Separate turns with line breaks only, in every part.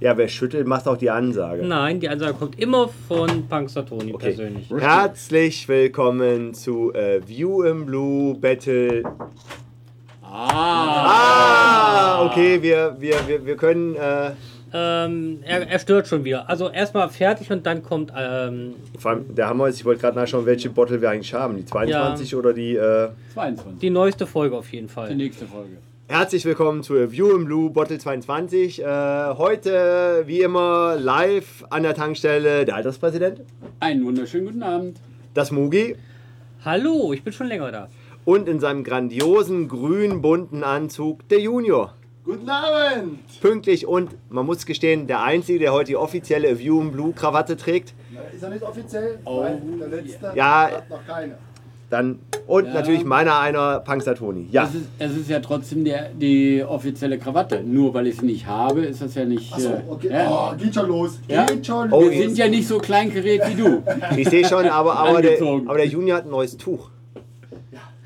Ja, wer schüttelt, macht auch die Ansage.
Nein, die Ansage kommt immer von Punkster Toni persönlich.
Herzlich willkommen zu äh, View in Blue Battle. Ah! Ah! Okay, wir, wir, wir, wir können. Äh,
Ähm, er, er stört schon wieder. Also erstmal fertig und dann kommt. Ähm,
vor allem, da haben wir jetzt, ich wollte gerade nachschauen, welche Bottle wir eigentlich haben. Die 22 oder die. Äh,
22.
die neueste Folge auf jeden
die ne-
Fall.
nächste Folge.
Herzlich willkommen zu äh, View in Blue Bottle 22. Äh, heute, wie immer, live an der Tankstelle der Alterspräsident,
Einen wunderschönen guten Abend.
das Mugi.
Hallo, ich bin schon länger da.
und in seinem grandiosen grün-bunten Anzug der Junior.
Guten Abend!
Pünktlich und, man muss gestehen, der Einzige, der heute die offizielle View in Blue Krawatte trägt.
Ist er nicht offiziell?
Oh,
Nein, der letzte
Ja.
hat noch keine.
Dann, und
Ja.
natürlich meiner einer, Pangsatoni. Ja,
Es, ist, es ist ja trotzdem der, die offizielle Krawatte. Nur weil ich sie nicht habe, ist das ja nicht.
Achso,
äh,
okay.
ja.
Oh, geht schon los.
Ja.
Geht schon
Oh,
los.
Wir sind ja nicht so kleinkgerät wie du.
ich sehe schon, aber, aber, der,
Angezogen.
aber der Junior hat ein neues Tuch.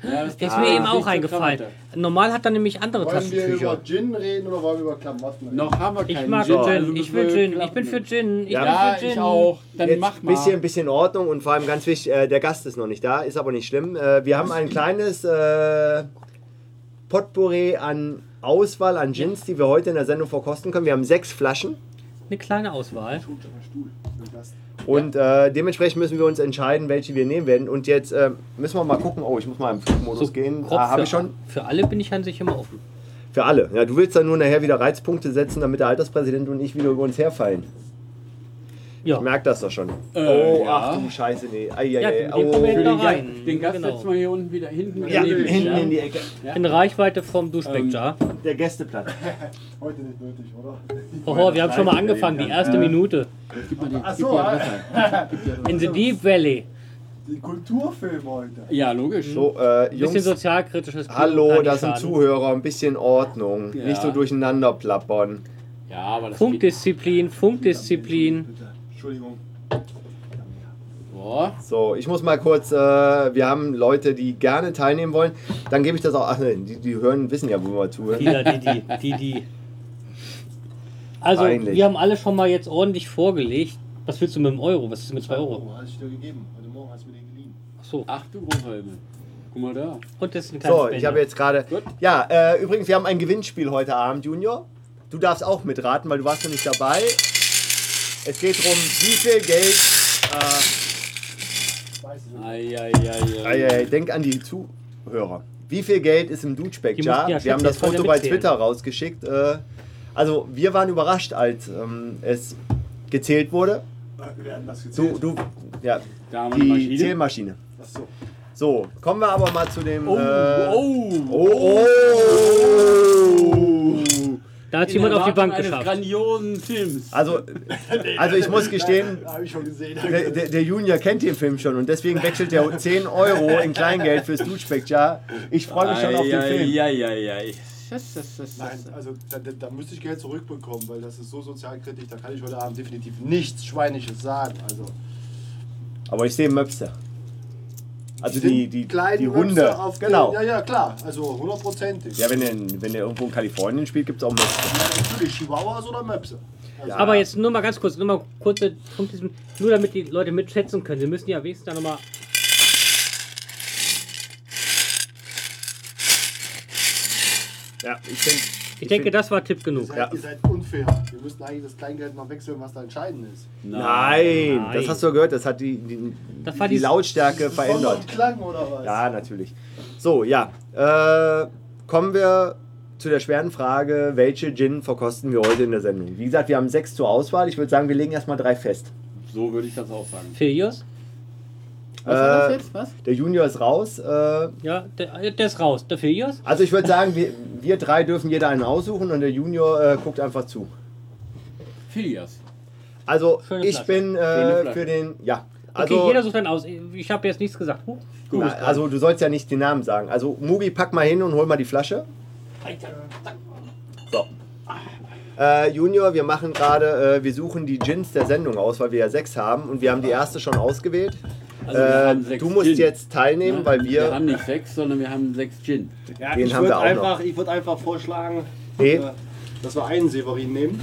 Ja, das
Der ist mir eben auch
Krawatte.
eingefallen. Normal hat er nämlich andere
Wollen wir
Taschentücher.
über Gin reden oder wollen wir über Klamotten reden?
Noch haben wir
Ich
keinen
mag
Gin. also
Gin, ich
müssen
will
wir
Gin, ich
Klappen
bin für
nehmen.
Gin, ich
Ja,
bin für Gin.
ich auch. Dann
Jetzt
mach mal.
bisschen, bisschen Ordnung und vor allem ganz wichtig, äh, der Gast ist noch nicht da, ist aber nicht schlimm. Äh, wir haben ein kleines äh, Potpourri an Auswahl an Gins, die wir heute in der Sendung verkosten können. Wir haben sechs Flaschen.
Eine kleine Auswahl.
Ah,
Tut schon der Stuhl. Wenn das-
Und äh, dementsprechend müssen wir uns entscheiden, welche wir nehmen werden. Und jetzt äh, müssen wir mal gucken. Oh, ich muss mal im Flugmodus gehen.
grob
Ah, Habe
für-
ich schon.
Für alle bin ich an sich immer offen.
Für alle. Ja, du willst dann nur nachher wieder Reizpunkte setzen, damit der Alterspräsident und ich wieder über uns herfallen.
Ja.
Ich merke das doch schon.
Äh,
oh,
ja.
ach du Scheiße, nee. Ai, ai,
Ja,
ai.
den
oh.
Problem-
Für den,
Da rein.
Gast- den Gast
Genau.
setzen wir hier unten wieder hinten.
Ja,
daneben,
hinten
ja?
in die Ecke.
In Reichweite vom Duschbeckjar.
Der Gästeplatz.
Heute nicht nötig, oder?
Oho, wir haben schon mal angefangen, die erste Minute.
Gib mal die-
Ach
gib
so, ah,
mal
ah.
ja.
Wasser.
In the
Also,
Deep Valley.
Den Kulturfilm heute.
Ja, logisch.
So, äh,
Bisschen
Jungs.
sozialkritisches Kino kann
Hallo,
nicht
das sind
schaden.
Zuhörer, ein bisschen Ordnung.
Ja.
Nicht so durcheinander plappern.
Ja, aber das geht.
Funkdisziplin, Funkdisziplin.
Bitte. Entschuldigung.
Boah.
So, ich muss mal kurz, äh, wir haben Leute, die gerne teilnehmen wollen. Dann gebe ich das auch, ach nein, die, die hören, wissen ja, wo wir zuhören.
Dila, Didi, Didi. Also,
Peinlich.
wir haben alle schon mal jetzt ordentlich vorgelegt. Was willst du mit dem Euro? Was ist mit 2 Euro?
Oh, hast du dir gegeben. Heute Morgen hast du mir den geliehen.
Ach so.
Ach du großer Himmel. Guck mal da.
Und das ist ein kleines
So, ich
Bändchen.
habe jetzt gerade.
Gut.
Ja, äh, übrigens, wir haben ein Gewinnspiel heute Abend, Junior. Du darfst auch mitraten, weil du warst noch nicht dabei. Es geht darum, wie viel Geld.
Weiß ich nicht.
äh, Ei,
Eieiei.
ei, ei, denk an die Zuhörer. Wie viel Geld ist im
Die mussten ja
Dutschbeck-Jar? wir
schätzen,
haben das
jetzt wollen wir
Foto bei
mitzählen.
Twitter rausgeschickt. Äh, also, wir waren überrascht, als ähm, es gezählt wurde.
Wir werden das gezählt.
Du, du, ja,
Da haben wir
die
eine Maschine.
Zählmaschine.
Ach so.
So, kommen wir aber mal zu dem.
Oh,
äh,
oh.
oh, oh.
da hat
In
jemand auf die
Erwartung
Bank
eines
geschafft.
grandiosen Films.
Also, also ich muss gestehen,
Habe ich schon gesehen.
der, der der Junior kennt den Film schon und deswegen wechselt er 10 Euro in Kleingeld fürs Duschspektjar. Ich freue mich schon auf den Film.
Eieiei. Das, das, das, das.
Nein, also da, da, da müsste ich Geld zurückbekommen, weil das ist so sozialkritisch, da kann ich heute Abend definitiv nichts Schweinisches sagen. Also
Aber ich sehe Möpse. Also
sind
die, die,
kleinen
die Hunde.
Möpse auf
Genau.
Den, ja, ja, klar. Also hundertprozentig.
Ja, wenn der, wenn der irgendwo in Kalifornien spielt, gibt es auch Möpse.
Natürlich Chihuahuas oder Möpse. Also,
Aber jetzt nur mal ganz kurz, nur mal kurze Punkt, nur damit die Leute mitschätzen können. Sie müssen ja wenigstens da nochmal.
Ja, ich finde.
Ich denke, das war Tipp genug.
Ihr seid,
ja.
ihr seid unfair. Wir müssten eigentlich das Kleingeld noch wechseln, was da entscheidend ist.
Nein,
Nein.
das hast du gehört, das hat die, die,
Das war
die
die-
Lautstärke
Besonderen
verändert.
Klang oder was?
Ja, natürlich. So, ja. Äh, kommen wir zu der schweren Frage, welche Gin verkosten wir heute in der Sendung? Wie gesagt, wir haben sechs zur Auswahl. Ich würde sagen, wir legen erstmal drei fest.
So würde ich das auch sagen.
Filius?
Was war das
Äh,
jetzt? Was?
Der Junior ist raus. Äh,
Ja, der, der ist raus. Der Filius?
also ich würde sagen, wir, wir drei dürfen jeder einen aussuchen und der Junior äh, guckt einfach zu.
Filias.
Also
Schöne
ich
Flasche.
bin
Schöne
äh,
Flasche.
für den... Ja.
Okay,
Also,
jeder sucht einen aus. Ich habe jetzt nichts gesagt. Huh.
Gut.
na, also du sollst ja nicht den Namen sagen. Also Mugi, pack mal hin und hol mal die Flasche. So. Äh, Junior, wir machen gerade, äh, wir suchen die Gins der Sendung aus, weil wir ja sechs haben und wir haben die erste schon ausgewählt.
Also wir haben
Äh,
sechs
du musst
Gin.
jetzt teilnehmen, weil
Wir
wir.
haben nicht sechs, sondern wir haben sechs Gin.
Ja,
Den haben wir auch
Ich würde einfach vorschlagen,
Nee.
äh, dass wir einen Severin nehmen.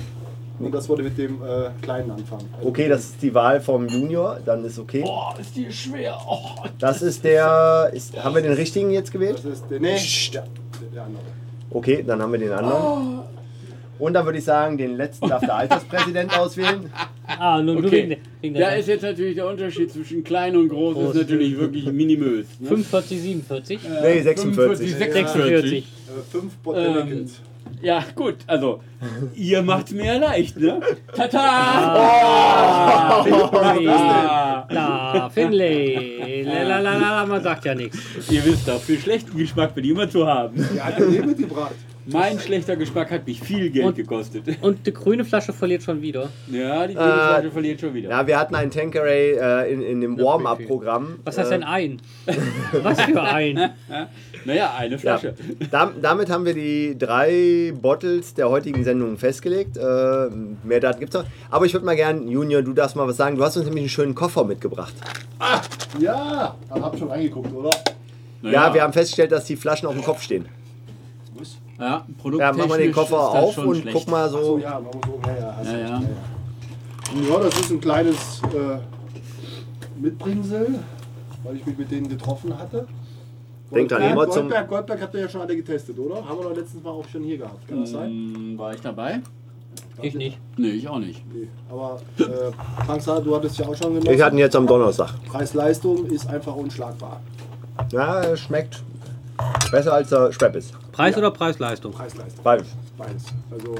Und das wurde mit dem äh, Kleinen anfangen. Also,
Okay, das ist die Wahl vom Junior, dann ist okay.
Boah, ist die schwer. Oh.
Das ist der. Ist, haben wir den richtigen jetzt
Also Das
gewählt?
ist der, nee, der, der andere.
Okay, dann haben wir den
Oh.
anderen. Und dann würde ich sagen, den letzten darf der Alterspräsident auswählen.
Ah, nur nur
Okay.
wegen, wegen
Da
der
ist jetzt natürlich der Unterschied zwischen klein und groß,
Groß.
ist natürlich wirklich minimös. Ne?
45, 47,
Nee, 46.
46.
Äh, fünf Botanicals.
Ja, gut, also ihr macht's mir ja leicht, ne?
Ah,
Tata! Ah,
Da, Finlay. La, la, la, la, la, man sagt ja nichts.
ihr wisst doch, für schlechten Geschmack bin ich immer zu haben.
Der hat den eh mitgebracht.
Mein schlechter Geschmack hat mich viel Geld
Und-
gekostet.
Und die grüne Flasche verliert schon wieder.
Ja, die
Äh,
Flasche verliert schon wieder.
Ja, wir hatten einen Tankeray äh, in, in dem Warm-Up-Programm.
Was heißt
Äh,
denn ein? Was für ein?
Naja, eine
Ja.
Flasche.
Dam- Damit haben wir die drei Bottles der heutigen Sendung festgelegt. Äh, mehr Daten gibt's noch. Aber ich würde mal gerne, Junior, du darfst mal was sagen. Du hast uns nämlich einen schönen Koffer mitgebracht.
Ja, aber habt schon reingeguckt, oder?
Ja, wir haben festgestellt, dass die Flaschen auf dem Kopf stehen.
Was?
Ja,
Ja, mach mal den Koffer auf und
schlecht.
guck mal
Oh
so.
ja, man muss oben her. Ja, hast
Ja,
recht,
ja.
ja. ja, das ist ein kleines äh, Mitbringsel, weil ich mich mit denen getroffen hatte.
Denk dran,
Goldberg,
immer zum-
Goldberg, Goldberg habt ihr ja schon alle getestet, oder? Haben wir doch letztens Mal auch schon hier gehabt. Kann das sein?
Mm.
Hm, War ich dabei?
Ich nicht.
Nee, ich auch nicht.
Nee. Aber äh, Panzer, du hattest ja auch schon
Ich hatte
genossen.
ihn jetzt am Donnerstag.
Preis-Leistung ist einfach unschlagbar.
Ja, er schmeckt besser als der Schweppes.
Preis oder Preis-Leistung? Oh,
Preis-Leistung.
Bald.
Beides. Also,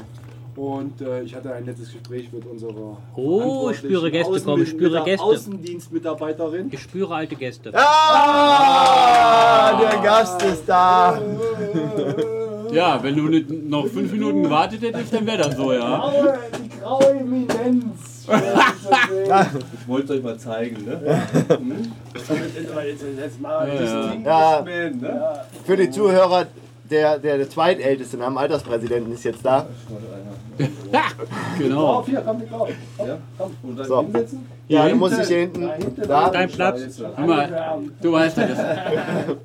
und äh, ich hatte ein nettes Gespräch mit unserer.
Oh,
verantwortlichen
spüre Gäste
Außenmin-
kommen, spüre
mit der
Gäste.
Außendienstmitarbeiterin.
Ich spüre alte Gäste.
Ah, der Gast ist da.
Ja, wenn du nicht noch fünf Minuten gewartet hättest, dann wäre das so, ja.
Graue, die graue Eminenz. Jetzt
Ich wollte es euch mal zeigen, ne?
mal ein bisschen Ding.
Ja,
Man, ne?
für die Zuhörer, der, der, der zweitälteste nach dem Alterspräsidenten ist jetzt da.
Genau.
Auf, hier, komm, mit drauf. Komm,
Ja.
komm.
Und dann
So.
hinsetzen?
Ja, du musst dich hier hinten. Da. Ah,
Dein Platz.
Jetzt dann.
Guck mal, du weißt ja, das.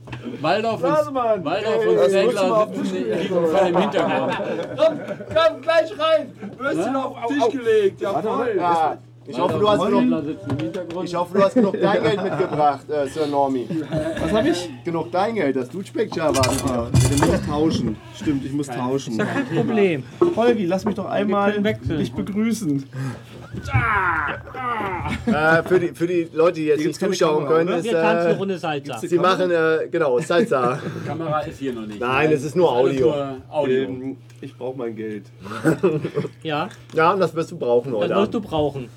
Waldorf und,
Mann.
Waldorf
das
und
muss man
Sendler
auf den
sitzen liegen voll im Hintergrund.
Komm, komm, gleich rein. Du hast ihn auf den Tisch gelegt. Ja, voll.
Ah, ich, hoffe, du hast genug,
Sendler sitzen im Hintergrund.
ich hoffe, du hast genug Kleingeld mitgebracht, äh, Sir Normie. Was habe ich? Genug Kleingeld, das Dutspeckjahr war.
Ich muss tauschen. Stimmt, ich muss tauschen.
Kein Problem.
Holgi, lass mich doch einmal
können wechseln.
dich begrüßen.
Äh, für, die, für die Leute, die jetzt
Hier
nicht
gibt's keine
zuschauen
Kamera,
können,
oder?
ist,
Wir tanzen eine
äh,
Runde Salsa.
sie machen, äh, genau, Salsa.
Die Kamera ist hier noch nicht.
Nein, es ist nur
Alles
Audio.
nur Audio.
Ähm, ich brauche mein Geld.
Ja,
Ja, und das wirst du brauchen
das
heute
wirst
Abend.
du brauchen.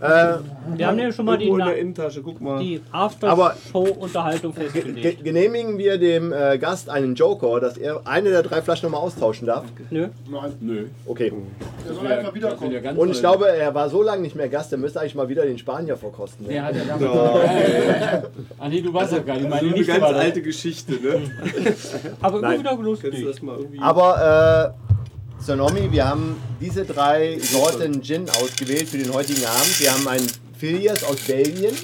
Äh,
Wir haben ja schon mal die,
Irgendwo in
Na-
der Innentasche, guck mal.
die
Aber-
After-Show-Unterhaltung
Ge
festgelegt.
genehmigen wir dem äh, Gast einen Joker, dass er eine der drei Flaschen nochmal austauschen darf?
Nö.
Nein,
Nö.
Okay.
der soll einfach
Das sind ja
wiederkommen.
ganz
Und ich
toll.
glaube, er war so lange nicht mehr Gast, er müsste eigentlich mal wieder den Spanier verkosten.
Der
Ne?
hat ja damals.
Ja. Also,
Ah, nee, du warst ja gar nicht. Meine
Eine
Nichte
ganz
war das.
alte Geschichte, ne?
Aber immer
Nein.
wieder
Kannst du
lustig.
das mal irgendwie.
Aber äh, Sonomi, wir haben diese drei Sorten Gin ausgewählt für den heutigen Abend. Wir haben einen Filias aus Belgien,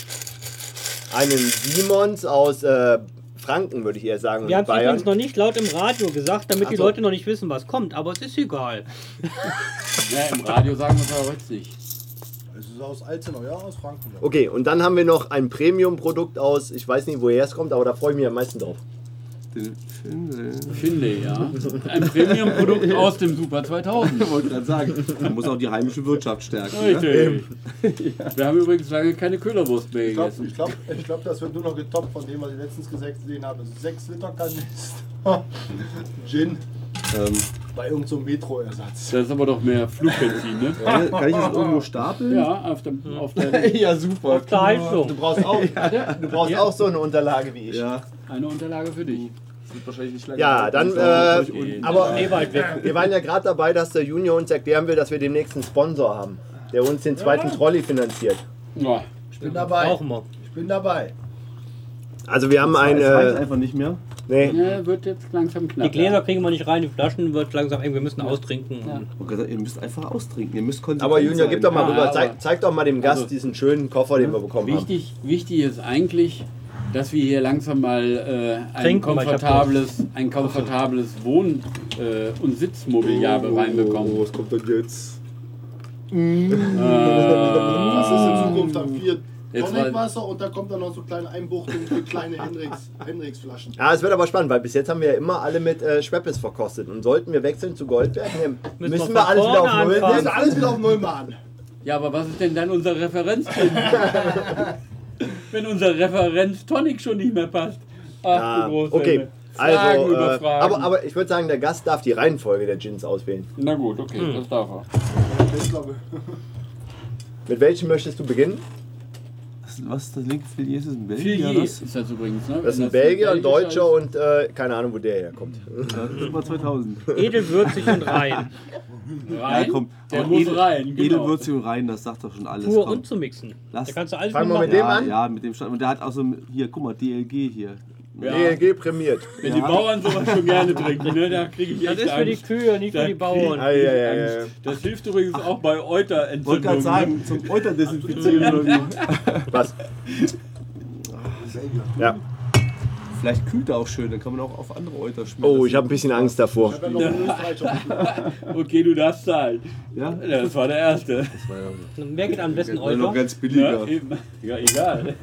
einen Simons aus äh, Franken, würde ich eher sagen,
Wir
und
haben es
Bayern.
übrigens noch nicht laut im Radio gesagt, damit die
so.
Leute noch nicht wissen, was kommt. Aber es ist egal.
Ja, im Radio sagen wir es aber jetzt nicht.
Es ist aus Alzenau, ja, aus Franken.
Okay, und dann haben wir noch ein Premium-Produkt aus, ich weiß nicht, woher es kommt, aber da freue ich mich am meisten drauf.
Den Film-
Finde, ja. Ein Premium-Produkt aus dem Super 2000.
Ich wollte gerade sagen, man muss auch die heimische Wirtschaft stärken. Ne?
Richtig. Wir haben übrigens lange keine Köderwurst mehr
Ich glaube, ich
gegessen.
glaub, ich glaub, das wird nur noch getoppt von dem, was ich letztens gesagt- gesehen habe. 6 Liter Kanister Gin
Ähm,
bei irgendeinem so Metro-Ersatz.
Das ist aber doch mehr Flugbenzin, ne?
kann kann ich das irgendwo stapeln?
Ja, auf dem. Auf der
ja super.
Du
Unterhaltung.
brauchst auch, du brauchst auch so eine Unterlage wie ich.
Ja,
eine Unterlage für dich.
das wird wahrscheinlich nicht lange.
Ja, dann,
dauern, bis
äh,
ich unten-
Aber
Nee, weit weg.
wir waren ja gerade dabei, dass der Junior uns erklären will, dass wir demnächst einen Sponsor haben, der uns den zweiten Trolley finanziert.
Ja.
Ich bin
Brauchen wir.
Ich bin dabei.
Also wir haben ein,
Das reicht
äh,
einfach nicht mehr.
nee,
Ja, wird jetzt langsam
Die
knapp.
Gläser kriegen wir nicht rein, die Flaschen wird langsam eng. Wir müssen austrinken.
Ja.
Ich hab gesagt, ihr müsst einfach austrinken. Ihr müsst konsequent
aber Junior,
sein.
gib doch mal
Ja,
rüber,
aber-
zeig, zeig doch mal dem Gast
Also-
diesen schönen Koffer, den
ne?
wir bekommen haben.
Wichtig, wichtig ist eigentlich, dass wir hier langsam mal äh, ein,
Trinken, weil ich hab
komfortables, ein komfortables Wohn- äh, und Sitzmobiliar reinbekommen.
was kommt denn jetzt?
Das ist in Zukunft dann vier
Jetzt
Tonic-Wasser und da kommt dann noch so kleine Einbuchtung für kleine Hendrix- Hendrix-Flaschen.
Ja, es wird aber spannend, weil bis jetzt haben wir ja immer alle mit äh, Schweppes verkostet. Und sollten wir wechseln zu Goldberg, ne, müssen,
wir
wir
von
alles wieder auf
vorne
Null
Wir müssen
nehmen.
anfangen.
alles wieder auf Null machen.
Ja, aber was ist denn dann unser Referenzpunkt? Wenn unser Referenz Tonic schon nicht mehr passt. Ach,
Ah,
du große
okay,
Hände. Fragen
also,
über
äh,
Fragen.
aber, aber ich würde sagen, der Gast darf die Reihenfolge der Gins auswählen.
Na gut, okay, das darf er.
Ich glaube,
Mit welchem möchtest du beginnen?
Was, was das linke Filet ist, ist ein Belgier?
Filier
oder was?
ist das übrigens, ne?
Das ist ein
Wenn
Belgier, ein
belgischer
Deutscher und äh, keine Ahnung, wo der herkommt.
Ja, das ist über 2000.
Edelwürzig und rein.
ist, Rein,
Ja, komm,
der
aber
muss
Edel-
rein, genau.
Edelwürzig und rein, das sagt doch schon alles.
Pur
komm.
und zu mixen. Da
Lass-
kannst du alles
Fangen wir
mitmachen.
mit dem
ja,
an?
Ja, mit dem Stand. Und der hat auch so, ein- hier, guck mal, DLG hier.
Ja.
DLG prämiert.
Wenn die Bauern sowas schon gerne trinken, ne, da kriege ich
Das
echt
ist für die
Angst.
Kühe, nicht für die Bauern.
Ei, ei, ei, ei.
Angst. Ähm, Das hilft übrigens auch bei
Wollte gerade
Euterentzündungen.
sagen, zum Euterdesinfizieren oder wie.
Was? Ja.
Vielleicht kühlt er auch schön, dann kann man auch auf andere Euter schmieren.
Oh, ich habe ein bisschen Angst davor.
wenn noch ein Österreicher.
Okay, du darfst zahlen.
Ja?
Ja, das war der erste.
Wer geht am besten
War noch
Euter?
ganz billiger.
Ja, eben. ja egal.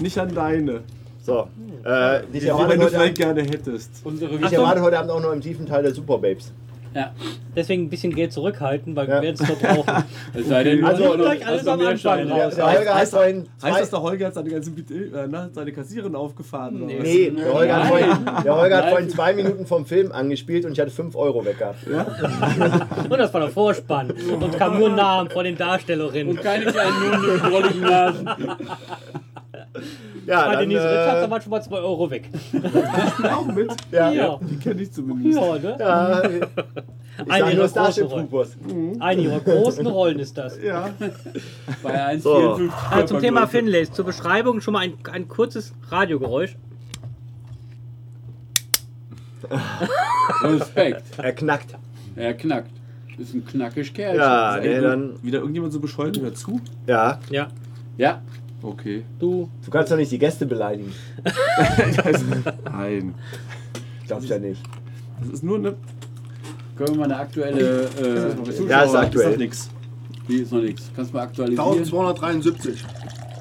Nicht an deine.
So. Äh, ich
Die wenn
erwarte
du
heute,
vielleicht
Abend-
gerne hättest.
Unsere
ich erwarte heute Abend auch noch im tiefen Teil der Super Babes.
Ja.
Deswegen ein bisschen Geld zurückhalten, weil
Ja.
wir werden es noch brauchen.
Es sei denn,
Also,
du
gleich
hast
alles
noch
am
mehr
Anfang
Scheine.
raus.
Der, der Holger hat vorhin
Heißt
zwei,
das, der Holger hat seine ganze äh, na, seine Kassiererin aufgefahren? oder was?
Nee, der Holger, hat vorhin, der Holger hat
Nein.
vorhin zwei Minuten vom Film angespielt und ich hatte fünf Euro weggehabt.
Und das war der Vorspann. Und kam nur Namen von den
Und
Darstellerinnen.
keine kleinen Nudeln, drolligen Nasen.
Ja,
Bei
dann,
Denise Richards, da
äh,
waren schon mal 2 Euro weg.
Auch mit?
ja, ja.
Ja.
Die kenne ich zumindest.
Ja, ne?
Ich
Eine
sag nur
ihrer
Starship
großen Rollen.
Troopers.
Eine ihrer großen Rollen ist das.
Ja.
Bei 1,54
So.
Also zum Thema
Körpergröße.
Finlays, zur Beschreibung schon mal ein, ein kurzes Radiogeräusch.
Respekt.
Er knackt.
Er knackt. Ist ein knackig Kerl.
Ja,
Ey,
nee,
du-
dann,
Wieder irgendjemand so bescheuert hört zu?
ja.
Ja,
Ja.
Okay.
du.
Du kannst doch nicht die Gäste beleidigen.
Nein.
Darfst ja nicht.
Das ist nur eine.
Können wir mal eine aktuelle. Äh,
Ja, ist
Zuschauer-
aktuell.
Ist nix.
die ist noch nichts. Kannst du mal aktualisieren?
1273.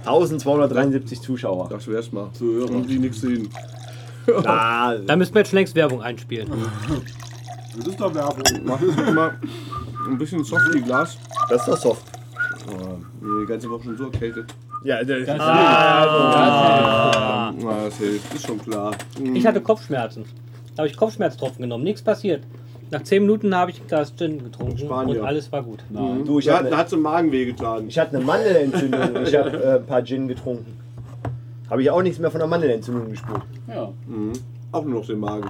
1273 Zuschauer.
Dachte ich erst mal.
Zuhörer.
Haben die nichts sehen.
Na,
Da müssen wir jetzt schon längst Werbung einspielen.
Das ist doch Werbung.
Mach das mal ein bisschen softy Glas.
das ist doch soft.
Oh, die ganze Woche schon so erkältet.
Ja, das
Ah.
Na, das hilft, ist schon klar.
Ich hatte Kopfschmerzen. Da habe ich Kopfschmerztropfen genommen. Nichts passiert. Nach 10 Minuten habe ich ein Glas Gin getrunken
Spanier.
und alles war gut.
du, ich hatte
Da hat, da
eine,
hat's im Magen wehgetan.
ich hatte eine Mandelentzündung. und Ich habe äh, ein paar Gin getrunken. Habe ich auch nichts mehr von der Mandelentzündung gespürt.
Ja.
Auch nur noch den Magen.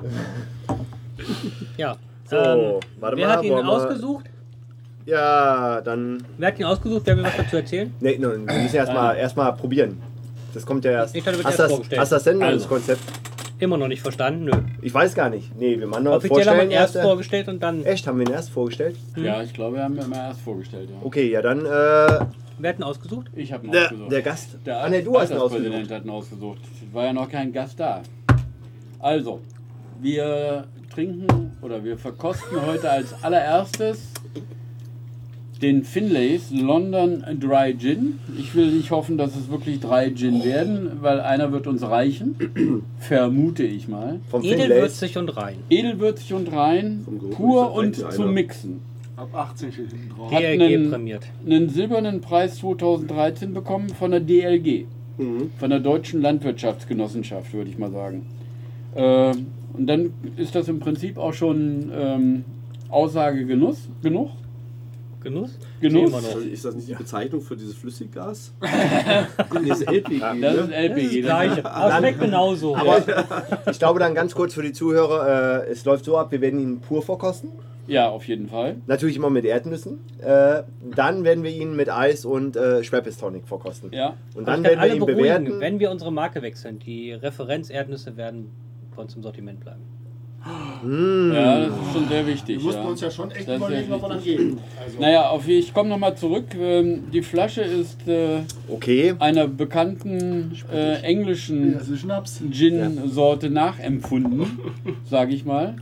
Ja. ähm,
So, warte
wer
mal,
hat ihn
wollen wir-
ausgesucht?
Ja, dann.
Wer hat ihn ausgesucht? Wer will was dazu erzählen?
Nee, nee, wir müssen erstmal erst mal probieren. Das kommt ja erst.
Ich dachte, wird
hast,
erst
das,
vorgestellt.
hast das denn
Also.
das Konzept?
Immer noch nicht verstanden. Nö.
Ich weiß gar nicht. Nee, wir machen noch
Offiziell haben wir
vorstellen.
ihn erst
Erst, äh,
vorgestellt und dann.
echt, haben wir ihn erst vorgestellt?
ja, ich glaube, wir haben ihn mal erst vorgestellt. Ja.
Okay, ja, dann äh,
Wer hat ihn ausgesucht?
Ich habe ihn
der,
ausgesucht.
der Gast.
Der
ah, nee, du hast ihn ausgesucht.
Alterspräsident hat ihn ausgesucht. War ja noch kein Gast da. Also, wir trinken oder wir verkosten heute als allererstes den Finlays London Dry Gin. Ich will nicht hoffen, dass es wirklich drei Gin werden, weil einer wird uns reichen. Vermute ich mal.
Vom Finlays.
Edelwürzig und rein.
Edelwürzig und rein,
Vom Geruch
pur und
ist das eigentlich
zum
einer.
Mixen.
Ab 18 steht hinten drauf.
Hat
DRG
einen-
prämiert.
einen silbernen Preis 2013 bekommen von der DLG,
Mhm.
von der Deutschen Landwirtschaftsgenossenschaft, würde ich mal sagen. Ähm, und dann ist das im Prinzip auch schon ähm, Aussage genuss, genug.
Genuss?
Genuss.
Sehen wir noch.
Also Ist das nicht die Bezeichnung für dieses Flüssiggas? nee, das ist LPG,
Das ist
ne?
Das ist
LPG.
das Gleiche. Aber es schmeckt genauso.
Aber ich glaube dann ganz kurz für die Zuhörer, äh, es läuft so ab, wir werden ihn pur verkosten.
Ja, auf jeden Fall.
Natürlich immer mit Erdnüssen. Äh, dann werden wir ihn mit Eis und äh, Schweppes Tonic verkosten.
Ja. Also
Und
Aber
dann
ich kann
werden wir
alle
ihn
beruhigen,
bewerten.
wenn wir unsere Marke wechseln. Die Referenzerdnüsse werden bei uns im Sortiment bleiben.
ja, das ist schon sehr
Mhm. Wir
wichtig.
mussten
ja.
uns ja schon
Das
echt
ist
überlegen,
ja
ob wir dann gehen. Also,
Naja, auf, ich komme nochmal zurück. Ähm, die Flasche ist äh,
Okay.
einer bekannten äh, englischen
das ist Schnaps.
Gin-Sorte nachempfunden, sage ich mal.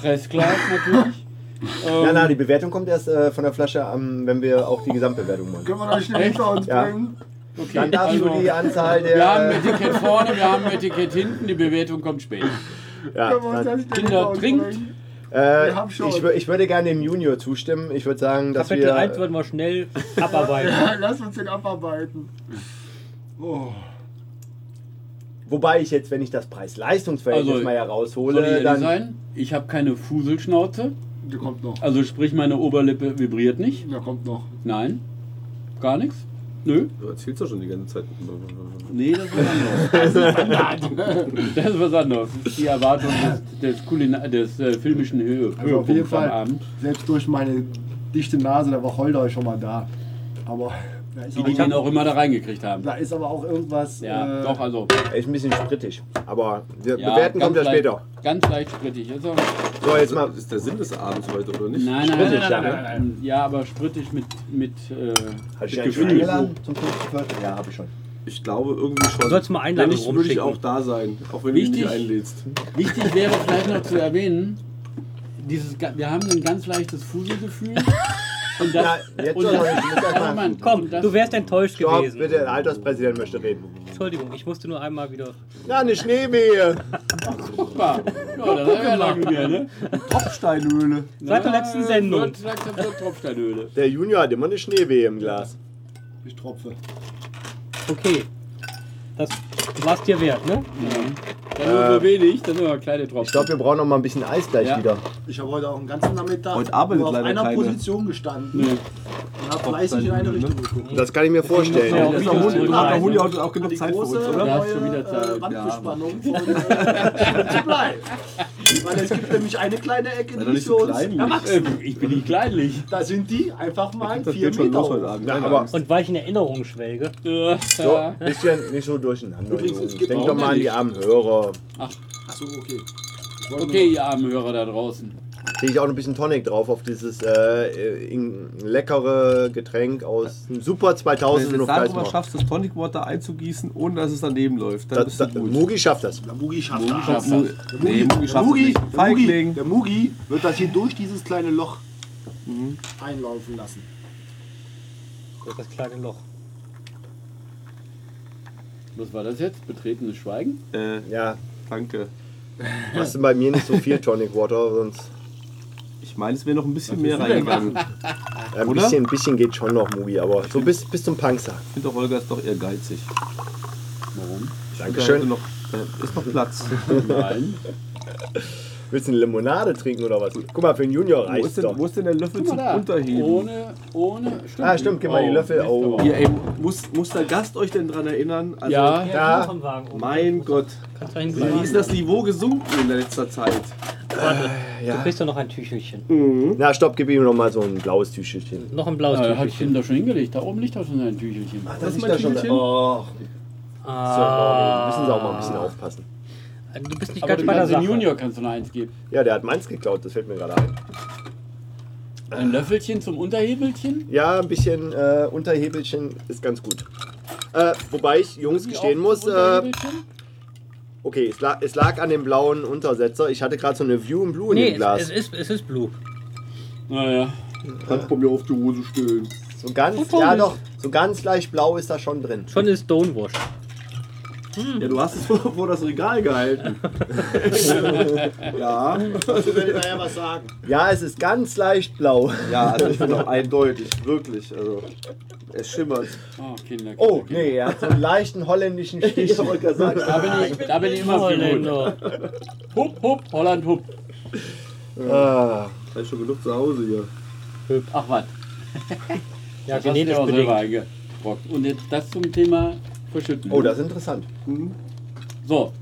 Pressglas natürlich. Also- Ähm,
Na, na, die Bewertung kommt erst äh, von der Flasche, am, wenn wir auch die Gesamtbewertung machen.
Können wir euch nicht hinter uns
Ja.
bringen?
Okay,
Dann darfst du
also,
die Anzahl der.
Wir haben ein Etikett vorne, wir haben ein Etikett hinten, die Bewertung kommt später.
ja,
Können wir uns
dann,
nicht
Kinder, trinkt.
bringen?
äh,
Wir haben
ich,
schon.
wür- ich würde gerne dem Junior zustimmen. Ich würde sagen, dass
Kapitel 1
wir.
würden wir schnell abarbeiten.
Ja, lass uns den abarbeiten. Oh.
Wobei ich jetzt, wenn ich das Preis-Leistungs-Verhältnis
Also,
mal ja
Soll ich
raushole,
ehrlich
dann.
sein? Ich habe keine Fuselschnauze,
Der kommt noch.
also sprich meine Oberlippe vibriert nicht.
Der kommt noch.
Nein, gar nichts. Nö.
Du erzählst ja schon die ganze Zeit.
Nee, das ist was anderes. das ist was anderes. Das ist die Erwartung des, des, Kulina des äh, filmischen Höhe
Also auf jeden
Höhepunkts am
Fall,
Abend.
selbst durch meine dichte Nase, da war Holder schon mal da. Aber da ist,
Wie
aber,
die den auch immer da reingekriegt haben.
da ist aber auch irgendwas.
Ja,
äh,
doch, also.
Ist ein bisschen sprittig. Aber wir
Ja,
bewerten kommt ja
ganz leicht-
später.
Ganz leicht sprittig ist er.
So, jetzt mal.
Also, Ist der Sinn des Abends heute, oder nicht?
Nein, nein,
Sprittig
nein,
dann,
nein, nein, nein. Ja, aber sprittig mit, mit, äh,
Hat ich
mit
eigentlich schon
Gefühl.
eingeladen zum 50. Ja, habe ich schon.
Ich glaube irgendwie schon.
Du sollst mal Einladung
Wenn nicht, würde ich
rumschicken.
auch da sein, auch wenn du mich nicht
Wichtig.
einlädst.
Wichtig wäre vielleicht noch zu erwähnen, dieses, ga- wir haben ein ganz leichtes Fuselgefühl. Und
Ja,
das,
jetzt
und
soll
das,
ich muss erst mal-
Moment,
Komm,
und das,
du wärst enttäuscht
Stopp,
gewesen.
bitte, der Alterspräsident möchte reden.
Entschuldigung, ich musste nur einmal wieder.
Na, eine Schneewehe.
Guck mal. Ja, das haben wir lange mehr, ne?
Topfsteinhöhle.
Seit der
Ja,
letzten Sendung.
Äh, wird langsam zur Tropfsteinhöhle.
Der Junior hat immer eine Schneewehe im Glas.
Ich tropfe.
Okay. Das war's dir wert, ne?
Dann
Äh,
nur so wenig, dann nur kleine Tropfen.
Ich glaube, wir brauchen noch mal ein bisschen Eis gleich
Ja.
wieder.
Ich habe heute auch einen ganzen Nachmittag
Heute arbeitet
nur auf
leider
einer
keiner.
Position gestanden
Nö.
und habe fleißig in eine Richtung geguckt.
Das kann ich mir vorstellen.
Ja,
Das ist
Videos
auch
zurück.
gut. Da Huni
Nein.
hat auch
Und
genug
die
Zeit halt für uns,
große
oder?
Da
neue
hast du wieder Zeit.
äh, Wandbespannung von äh, Supply. Weil es gibt nämlich eine kleine Ecke,
Sei
die
doch
ist
nicht
für
so
uns
klein.
Äh, Ich bin nicht kleinlich.
Da sind die einfach mal
Das
vier
geht schon
Meter
los
hoch.
heute Abend.
Ja,
Keine
aber-
Angst.
Und weil ich in Erinnerung schwelge.
Äh,
So, ein bisschen nicht so durcheinander.
Übrigens,
Jungs.
es gibt
Denkt
auch
doch mal an die
nicht.
armen Hörer.
Achso, okay. Ich wollte
Okay, ihr armen Hörer da draußen.
Kriege ich auch noch ein bisschen Tonic drauf auf dieses äh, in, leckere Getränk aus dem Super
Wenn
2000
du
in
es darüber
Geismar.
schaffst, das Tonic Water einzugießen, ohne dass es daneben läuft, dann
Da,
bist
da,
du gut.
Mugi schafft das.
Der Mugi schafft
Mugi
das.
schafft
Der
das.
Nee, Mugi schafft es
Mugi-
nicht.
der Mugi,
Feigling.
der Mugi wird das hier durch dieses kleine Loch
Mhm.
einlaufen lassen.
Das ist das kleine Loch.
Was war das jetzt? Betretenes Schweigen?
Äh,
Ja,
danke.
hast du bei mir nicht so viel Tonic Water, sonst
Ich meine, es wäre noch ein bisschen mehr reingegangen. Ich
äh, ein
Oder?
bisschen, ein bisschen geht schon noch Mugi, aber so bis, bis zum Punkster.
finde, Holger ist doch ehrgeizig.
Warum?
Da, hätte
Dankeschön.
noch, da ist noch Platz.
Nein.
Willst du eine Limonade trinken oder was? Guck mal, für einen Junior
Wo ist,
reicht's
denn,
doch.
wo ist denn der Löffel
Guck
zum
mal da.
Unterheben?
Ohne, ohne. Stimmt.
Ah, stimmt, gib mal die Löffel.
Mist,
Oh.
aber-
Hier, ey, muss, muss der Gast euch denn dran erinnern? Also,
Ja,
Ja.
vom Wagen oben.
Mein Gott.
Kannst du da hinten
Wie ist
machen?
das Niveau gesunken in der letzter Zeit?
Du kriegst doch noch ein Tüchelchen.
Na, stopp, gib ihm noch mal so ein blaues Tüchelchen.
Noch ein blaues
Ah, da hat ich
Tüchelchen.
ihn doch schon hingelegt. Da oben liegt doch schon sein Tüchelchen.
Das
ist
ist
mein
da schon.
Tüchelchen?
Oh, so,
Ah.
müssen sie auch mal ein bisschen aufpassen.
Du bist nicht
Aber
ganz
du
bei der
kannst dem
Sache.
Junior kannst du noch eins geben.
Ja, der hat meins geklaut, das fällt mir gerade ein.
Ein Löffelchen zum Unterhebelchen?
Ja, ein bisschen äh, Unterhebelchen ist ganz gut. Äh, wobei ich Jungs gestehen
Auch
muss, äh,
Unterhebelchen?
okay, es, la es lag an dem blauen Untersetzer. Ich hatte gerade so eine View in Blue in
Nee,
dem
es,
Glas.
es, ist, es ist Blue.
Naja.
Kannst bei mir auf die Hose stellen.
so ganz, ja doch, so ganz leicht blau ist da schon drin.
Schon ist Stonewash.
Hm.
Ja, du hast es vor, vor das Regal gehalten. ja.
Ich will nachher was sagen.
Ja, es ist ganz leicht blau.
Ja, also ich bin auch eindeutig, wirklich. Also, es schimmert.
Oh, Kinder, Kinder,
Oh,
Kinder.
nee, er hat so einen leichten holländischen Stich.
Da bin ich, da bin ich immer gewohnt.
Holländer.
Hup, hup, Holland, hup.
ah,
Habe ich schon genug zu Hause hier.
Ach was.
Ja,
Das hast du dir
genetisch
auch selber
bedingt.
eingebrockt. Und jetzt das zum Thema Verschütten.
oh, das ist interessant.
So,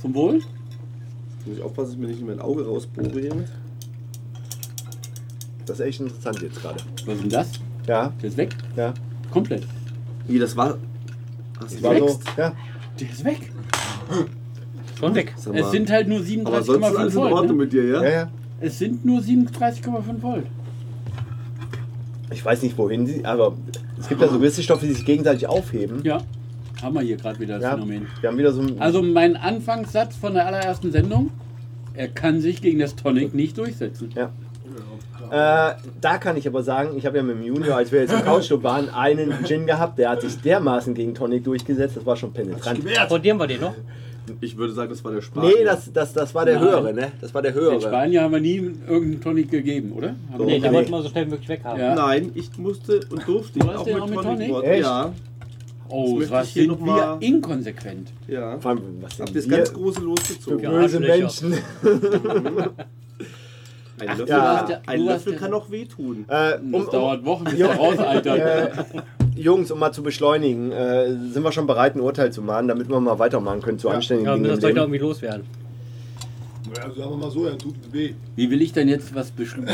zum Wohl.
Muss ich aufpassen, dass ich mir nicht in mein Auge rausbohre hier mit.
Das ist echt interessant jetzt gerade.
Was ist denn das? Ist
Ja,
jetzt weg?
ja.
Komplett.
Wie, das war. Das
Es war so, ja.
Der ist weg.
Schon weg.
Sag mal,
Es sind halt nur
aber sonst ist
37,5
alles in
Volt.
Ordnung
Ne?
mit dir, ja?
ja, ja.
Es sind nur 37,5 Volt.
Ich weiß nicht wohin sie, aber es gibt ja so gewisse Stoffe, die sich gegenseitig aufheben.
Ja, haben wir hier gerade wieder das
Ja,
Phänomen.
wir haben wieder so ein.
Also mein Anfangssatz von der allerersten Sendung, er kann sich gegen das Tonic nicht durchsetzen.
ja. Äh, da kann ich aber sagen, ich habe ja mit dem Junior, als wir jetzt im Couchclub waren, einen Gin gehabt, der hat sich dermaßen gegen Tonic durchgesetzt, das war schon penetrant.
Von dem war den noch.
Ich würde sagen, das war der Spanier.
Nee, das, das, das war der
Nein.
höhere, ne? Das war der
Den
höhere.
Spanier haben wir nie irgendeinen Tonic gegeben, oder? Haben
Nee,
wir-
da
Okay.
wollten wir so schnell wie möglich weghaben.
Ja.
Nein, ich musste und durfte
Du hast den auch mit Tonic?
Wort-
Echt?
Ja,
Oh,
möchte
was
ich hier
sind
noch mal-
wir inkonsequent.
ja.
Vor allem, was sind
Habt ihr das
wir
ganz
für
große losgezogen?
Ja.
böse
Arschlöcher.
Menschen?
Ein Löffel,
ja.
hat ja- ein
Du hast
Löffel
den-
kann auch wehtun.
Äh,
Hm, Das
um, um,
dauert Wochen, bis der raus, Alter.
Jungs, um mal zu beschleunigen, äh, sind wir schon bereit, ein Urteil zu machen, damit wir mal weitermachen können zu
Ja.
anständigen
Ja, wir
Dingen.
müssen das
im
Zeug da
Leben.
irgendwie loswerden.
Naja, also sagen wir mal so, er tut weh.
Wie will ich denn jetzt was beschließen?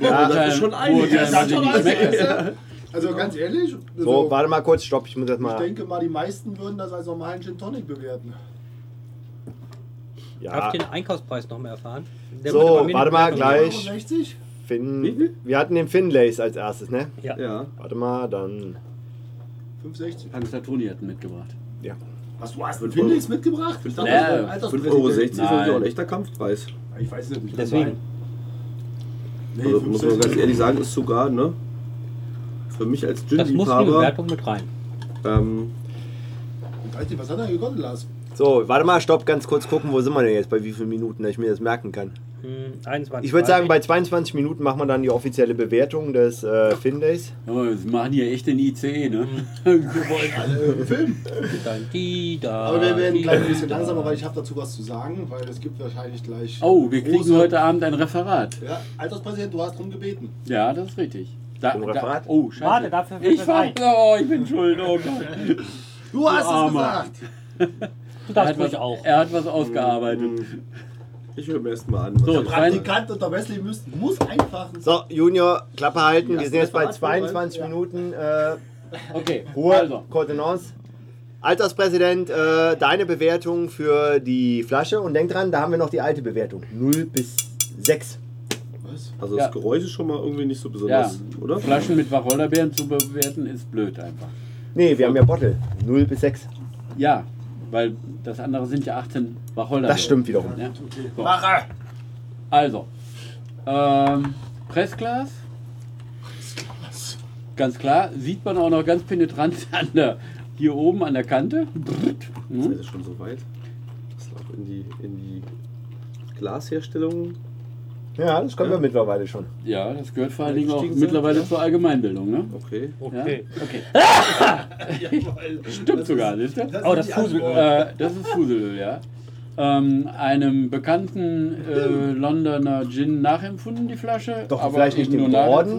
Ja, das
ist schon einiges.
Das hat schon alles
schmeckt.
Weißt du? Also ganz ehrlich, also,
So, warte mal kurz, stopp, ich muss das
ich
mal.
denke mal, die meisten würden das als normalen Gin Tonic bewerten.
Ja.
Darf ich den Einkaufspreis noch mehr erfahren? Der
So,
wurde bei mir
warte
nicht
mal,
mehr
gleich.
60?
Wie
Finn,
viel?
wir hatten den Finlays als erstes, ne?
gemacht. Ja.
Ja.
Warte mal, dann.
5,60.
Hans Toni hat ihn mitgebracht.
Ja.
Was, du hast einen
Fünf
Phoenix mitgebracht? Ich dachte,
Ja,
das wäre ein
5,60
Alterspräsident.
Euro ist natürlich
Nein.
auch ein echter Kampfpreis.
Ich weiß nicht, ob ich das
Deswegen.
meine. Nee,
Also, muss man ganz
5,60.
ehrlich sagen, ist sogar, ne? Für mich als
Das muss in die
Gin-Liebhaber,
Bewertung mit rein.
ähm,
Ich weiß nicht, was hat er gekonnt, Lars?
So, warte mal, stopp, ganz kurz gucken, wo sind wir denn jetzt, bei wie vielen Minuten, dass ich mir das merken kann.
Hm, 21.
Ich würde sagen, bei 22 Minuten machen wir dann die offizielle Bewertung des äh, Finlays.
Aber wir machen hier echt den ICE, ne?
Mhm. Alle Film.
Die da,
Aber wir werden
die
gleich ein
da.
bisschen langsamer, weil ich habe dazu was zu sagen, weil es gibt wahrscheinlich gleich.
Oh, wir kriegen
große-
heute Abend ein Referat.
Ja, Alterspräsident, du hast drum gebeten.
Ja, das ist richtig. Da,
Ein Referat?
Da, oh, scheiße.
Warte, dafür fällt
ich
mir
fand, oh, ich bin schuld. Oh Gott.
Du hast
Armer.
es gesagt!
Du
Er
darfst
hat, was,
ruhig auch.
er hat was ausgearbeitet.
ich höre mir erst mal an. was
So,
ich-
Praktikant und der Wesley müssen, muss einfach.
So, Junior, Klappe halten, wir
Ja,
sind jetzt bei
das war
22
ja.
Minuten. Äh,
Okay,
Ruhe,
also.
Kontenance. Alterspräsident, äh, deine Bewertung für die Flasche und denk dran, da haben wir noch die alte Bewertung. 0 bis 6.
Was?
Also
Ja.
das Geräusch ist schon mal irgendwie nicht so besonders, oder?
Flaschen mit Wacholderbeeren zu bewerten ist blöd einfach.
Nee, wir haben ja Bottle. 0 bis 6.
Ja, weil das andere sind ja 18 Wacholderbeeren.
Das stimmt wiederum.
Ja.
Okay.
So. Also, ähm, Pressglas. Ganz klar, sieht man auch noch ganz penetrant an der, hier oben an der Kante.
Das
Hm?
ist schon so weit. Das lag in die, in die Glasherstellung.
Ja, das können wir
Ja.
mittlerweile schon.
Ja, das gehört vor allen Dingen auch
Eingestiegen sind,
mittlerweile
ja.
zur Allgemeinbildung. Ne?
Okay.
Okay.
Ja? Okay. Stimmt sogar, siehst du?
Oh, das Fusel.
Äh, das ist Fuselöl, ja. Ähm, einem bekannten äh, Londoner Gin nachempfunden, die Flasche.
Doch
aber
vielleicht nicht
eben
den
nur nachempfunden.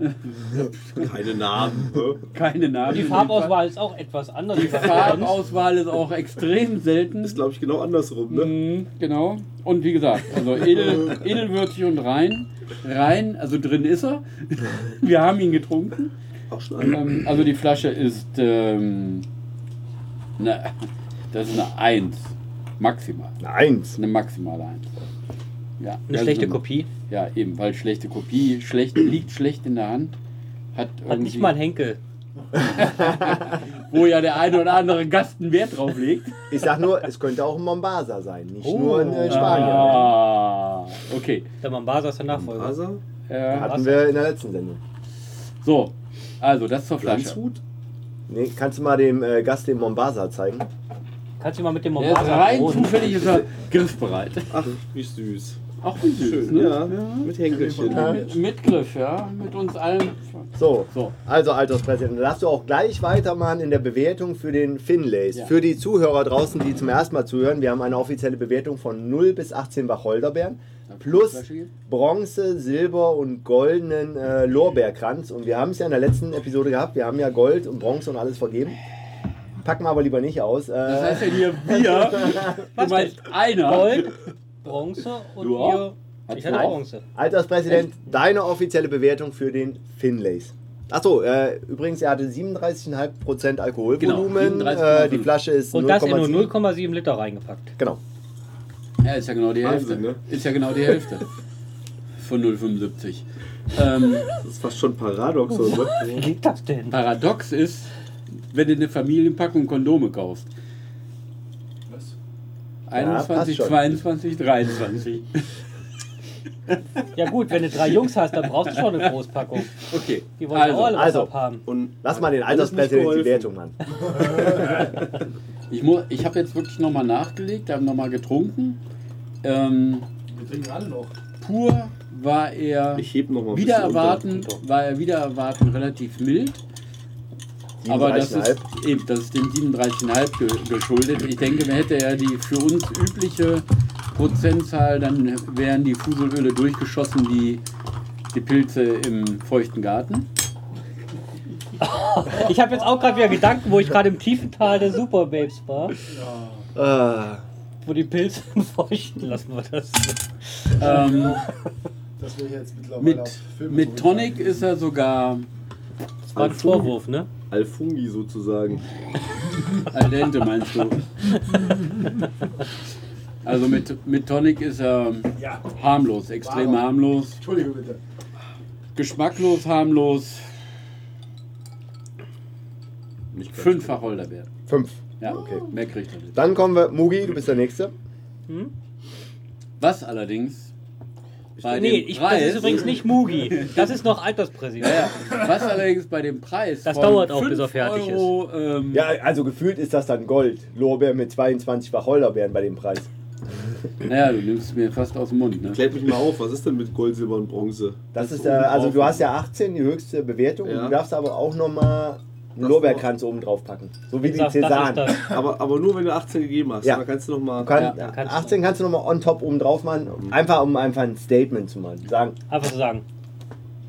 Ordens.
Keine Namen. ne?
Keine Namen.
Die Farbauswahl ist auch etwas anders.
Die Farbauswahl ist auch extrem selten.
Ist glaube ich genau andersrum, ne?
Mhm, genau. Und wie gesagt, also edel, edelwürzig und rein. Rein, also drin ist er. Wir haben ihn getrunken.
Auch schon einmal.
Ähm, also die Flasche ist. Ähm, ne, das ist eine 1. Maximal.
Eins.
Eine maximale 1. Ja,
Eine
also-
schlechte Kopie.
Ja, eben, weil schlechte Kopie schlecht, liegt schlecht in der Hand. Hat,
Hat
irgendwie-
nicht mal einen Henkel.
wo ja der eine oder andere Gast einen Wert drauf legt.
Ich sag nur, es könnte auch ein Mombasa sein, nicht
Oh.
nur in äh, Spanien.
Ah, okay.
Der Mambasa ist der Nachfolger.
Faser,
Äh,
Hatten wir in der letzten Sendung.
so, also das zur Flasche.
Landshut.
Nee, kannst du mal dem äh, Gast den Mombasa zeigen?
Kannst du mal mit dem
Er ist
Mambasa
rein
drohen?
zufällig ist er griffbereit.
Ach, wie süß.
Auch wie süß,
Schön,
ne?
ja. Mit Henkelchen.
Mit, mit Griff, ja. Mit uns allen.
So,
So.
also Alterspräsident, dann darfst du auch gleich weitermachen in der Bewertung für den Finlays.
Ja.
Für die Zuhörer draußen, die zum ersten Mal zuhören, wir haben eine offizielle Bewertung von 0 bis 18 Wacholderbeeren plus Bronze, Silber und goldenen äh, Lorbeerkranz. Und wir haben es ja in der letzten Episode gehabt, wir haben ja Gold und Bronze und alles vergeben. Packen wir aber lieber nicht aus. Äh,
Das heißt ja hier wir. Du meinst einer.
Gold, Bronze und
Du auch?
ihr.
Hattest
Ich
du
hatte auch
auch?
Bronze.
Alterspräsident, deine offizielle Bewertung für den Finlays. Achso, äh, übrigens, er hatte 37,5% Alkoholvolumen.
Genau,
äh,
37,5.
die Flasche ist
Und das in nur
0,7.
0,7 Liter reingepackt.
Genau.
Ja, ist ja genau die Hälfte.
Wahnsinn,
Ist ja genau die Hälfte. Von 0,75. Ähm,
Das ist fast schon Paradoxon, ne?
Wie liegt das denn?
paradox ist, wenn du eine Familienpackung Kondome kaufst.
Was?
Ja, passt
21,
schon.
22, 23.
Ja gut, wenn du drei Jungs hast, dann brauchst du schon eine Großpackung.
Okay,
Die wollen auch
also,
alle was
also.
abhaben.
Und
Lass mal den
Alles nicht
Alterspräsidenten die
geholfen.
Wertung, Mann.
ich, mu- ich habe jetzt wirklich nochmal nachgelegt, haben nochmal getrunken. Ähm,
Wir trinken alle noch.
pur war er,
ich heb nochmal ein
wieder
bisschen unter-
erwarten,
unter.
war er wieder erwarten relativ mild. Aber das ist,
37,5.
eben, das ist dem 37,5 ge- geschuldet. Ich denke, hätte er die für uns übliche Prozentzahl, dann wären die Fuselöle durchgeschossen wie die Pilze im feuchten Garten.
Ich habe jetzt auch gerade wieder Gedanken, wo ich gerade im tiefen Tal der Superbabes war.
Ah,
Wo die Pilze feuchten, lassen wir das.
Ähm,
Das wäre jetzt mittlerweile auf
mit,
Filme
mit
zurück-
Tonic ist er sogar
Das war ein Vorwurf, ne?
Alfungi sozusagen.
al dente, meinst du? Also mit, mit Tonic ist er
Ja,
harmlos, extrem
Wow.
harmlos.
entschuldige bitte.
Geschmacklos, harmlos,
Nicht ganz
fünffach Holderwert.
fünf.
Ja,
Okay.
mehr kriegt er nicht.
Dann kommen wir, Mugi, du bist der Nächste.
Was allerdings bei
Nee,
dem
ich, das
Preis,
ist übrigens nicht Mugi. Das ist noch Alterspräsident.
Ja, ja. was allerdings bei dem Preis
Das
von
dauert auch,
fünf
bis er fertig ist.
Euro, Ähm,
Ja, also gefühlt ist das dann Gold. Lorbeer mit 22 Wacholderbeeren bei dem Preis.
Naja, du nimmst mir fast aus dem Mund. Ne?
Klärt mich mal auf, was ist denn mit Gold, Silber und Bronze?
Das ist,
oben
äh, also du
drauf.
hast ja 18, die höchste Bewertung.
Ja.
Du darfst aber auch nochmal einen
Das
Lorbeerkranz oben drauf packen. So wie die
Das, das
Cäsaren.
ist das.
Aber, aber nur wenn du 18 gegeben hast,
Ja.
dann kannst du nochmal.
Du kann,
Ja, kannst du
18 kannst du nochmal on top oben drauf machen. Einfach um einfach ein Statement zu machen. Sagen,
Einfach zu sagen.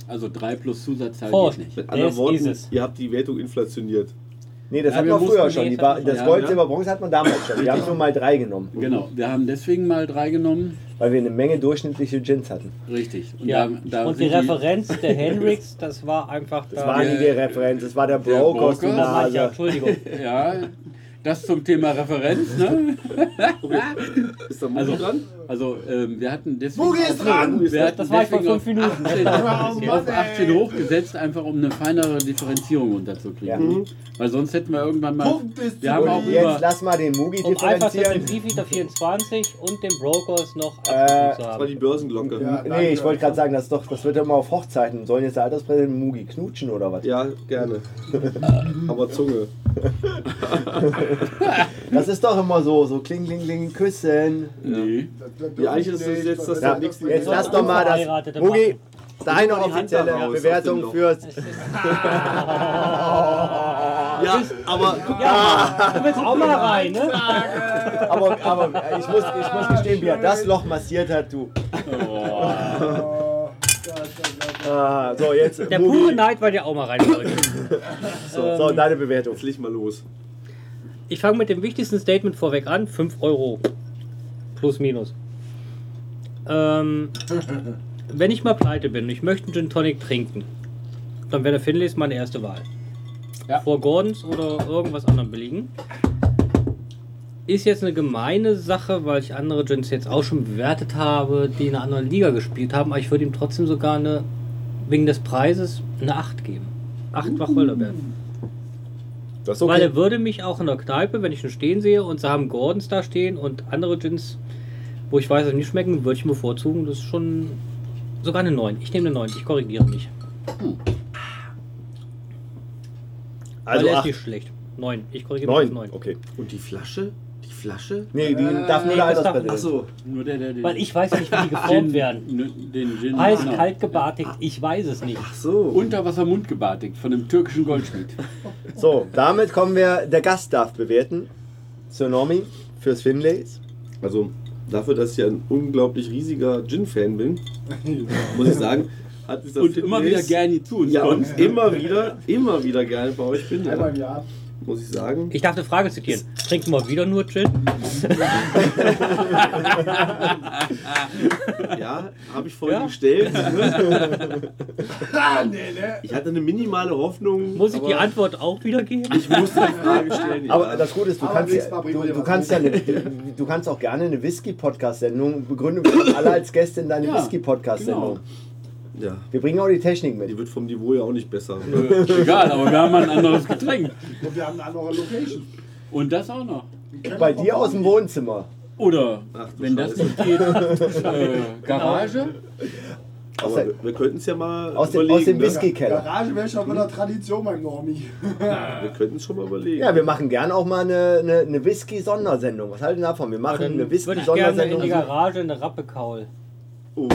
Also 3 plus Zusatzzahl
Oh.
geht nicht.
Mit anderen
Das ist
Worten,
es.
ihr habt die Wertung inflationiert.
nee, das
Ja,
hatten
wir
wir früher
mussten-
schon.
nee,
Die
das hatten
war,
wir
das
schon.
Gold,
Ja.
Silber, Bronze hat man damals schon. Wir haben nur mal drei genommen,
Genau, wir haben deswegen mal 3 genommen.
weil wir eine Menge durchschnittliche Gins hatten.
Richtig. Und,
Ja.
da, da
und die
sind
Referenz der Henriks, das war einfach
Das war nie die Referenz, das war der Broke aus der
Broker?
Das war ich ja,
Nase.
Entschuldigung.
Ja, das zum Thema Referenz. Ne?
Ist da Mugi
Also-
dran?
Also, ähm, wir hatten deswegen.
Mugi ist
auch-
dran!
Wir hatten
Das war ich vor
deswegen
fünf Minuten.
auf 18,
Mann,
auf
ey.
18 hochgesetzt, einfach um eine feinere Differenzierung unterzukriegen.
Ja.
Weil sonst hätten wir irgendwann mal.
Punkt ist
Wir haben auch
Und
Uli.
über.
jetzt lass mal den Mugi
Um einfach mit dem
differenzieren.
Beefeater 24 und dem Brokers noch
Äh,
Abstand zu
Das war die
haben.
Börsenglocke.
Ja.
Nee, ich wollte gerade sagen, das, ist doch, das wird ja immer auf Hochzeiten. Sollen jetzt der Alterspräsident Mugi knutschen oder was?
Ja, gerne. aber Zunge.
Das ist doch immer so, so kling, kling, kling, küssen.
Nee.
Das bleibt
Ja,
doch
eigentlich ist das
nicht,
jetzt
was
das
ist
ja
Ja,
das
nächste-
für
jetzt
eine-
lass doch mal das.
Unverheiratete
Mugi, deine
Nimm mal die Hand
offizielle
da raus, aus dem
Bewertung
Loch.
fürs.
Ja, aber
Ja, du willst auch mal rein, ne?
Aber, aber ich, muss, ich muss gestehen, wie er das Loch massiert hat, du.
Oh, das- das- das-
Ah, so, jetzt.
Der pure
Mugi.
Neid war dir auch mal rein. Leute.
So, so, deine Bewertung.
jetzt leg mal los.
Ich fange mit dem wichtigsten Statement vorweg an. 5 Euro. Plus, minus. Ähm, wenn ich mal pleite bin und ich möchte einen Gin Tonic trinken, dann wäre der Finlays meine erste Wahl.
Ja.
Vor Gordons oder irgendwas anderem billigen. Ist jetzt eine gemeine Sache, weil ich andere Gins jetzt auch schon bewertet habe, die in einer anderen Liga gespielt haben, aber ich würde ihm trotzdem sogar eine, wegen des Preises eine 8 geben. 8 Wacholderbeeren.
Das ist
Weil er würde mich auch in der Kneipe, wenn ich ihn stehen sehe und sie haben Gordons da stehen und andere Gins, wo ich weiß, dass sie nicht schmecken, würde ich ihn bevorzugen. Das ist schon sogar eine 9. Ich nehme eine 9, ich korrigiere mich. Also
Also
Weil er ist
acht,
nicht schlecht. 9, ich korrigiere mich
neun.
auf 9.
Okay.
Und die Flasche? Die Flasche?
Nee, die darf nur
Äh,
der
nee, das darf-
Alterspräsident.
Achso,
Nur der, der den
Weil ich weiß ja nicht, wie die
Gin,
geformt werden.
n- den Gin
Heiß,
genau.
kalt gebartigt, ich weiß es nicht.
ach so.
Unterwassermund gebartigt von einem türkischen Goldschmied.
So, damit kommen wir. Der Gast darf bewerten. Zur Normie fürs Finlays.
Also, dafür, dass ich ja ein unglaublich riesiger Gin-Fan bin, muss ich sagen, hat dieser
Und immer wieder
Fitness-
gerne zu uns
Ja,
kommt.
und immer wieder, immer wieder gerne bei euch bin,
Einmal im
ja,
Jahr.
muss ich sagen.
Ich darf eine Frage zitieren. Trinken wir wieder nur Gin?
Ja, habe ich vorhin
Ja.
gestellt.
Ah, nee, ne?
Ich hatte eine minimale Hoffnung.
Muss ich die
aber
Antwort auch wiedergeben?
Ich musste die Frage stellen. Ja.
Aber das Gute ist, du
Aber
kannst, ja,
nächstes Mal bringen
du,
wir dir
du
was
kannst ja
mit.
eine, du, du kannst auch gerne eine Whisky-Podcast-Sendung begründen. Wir sind alle als Gäste in deine
Ja,
Whisky-Podcast-Sendung.
genau.
ja,
Wir bringen auch die Technik
die
mit.
wird vom Niveau ja auch nicht besser.
Egal, aber wir haben mal ein anderes Getränk.
Und wir haben eine andere Location.
Und das auch noch.
Wir können
Bei
auch
dir
noch-
aus dem Wohnzimmer.
Oder,
Ach du
wenn das
Scheiße.
nicht geht, äh, Garage.
Aus
Aber
der-
wir, wir könnten es ja mal
Aus dem,
überlegen.
aus dem
ne?
Whisky-Keller.
Garage wäre schon von der Tradition, mein Normi.
Wir könnten es schon mal überlegen.
Ja, wir machen gern auch mal eine, eine, eine Whisky-Sondersendung. Was halten Sie davon? Wir machen
Dann
eine
würde ich gerne in die
Whisky-Sondersendung.
Garage eine Rappe kaul.
Oh,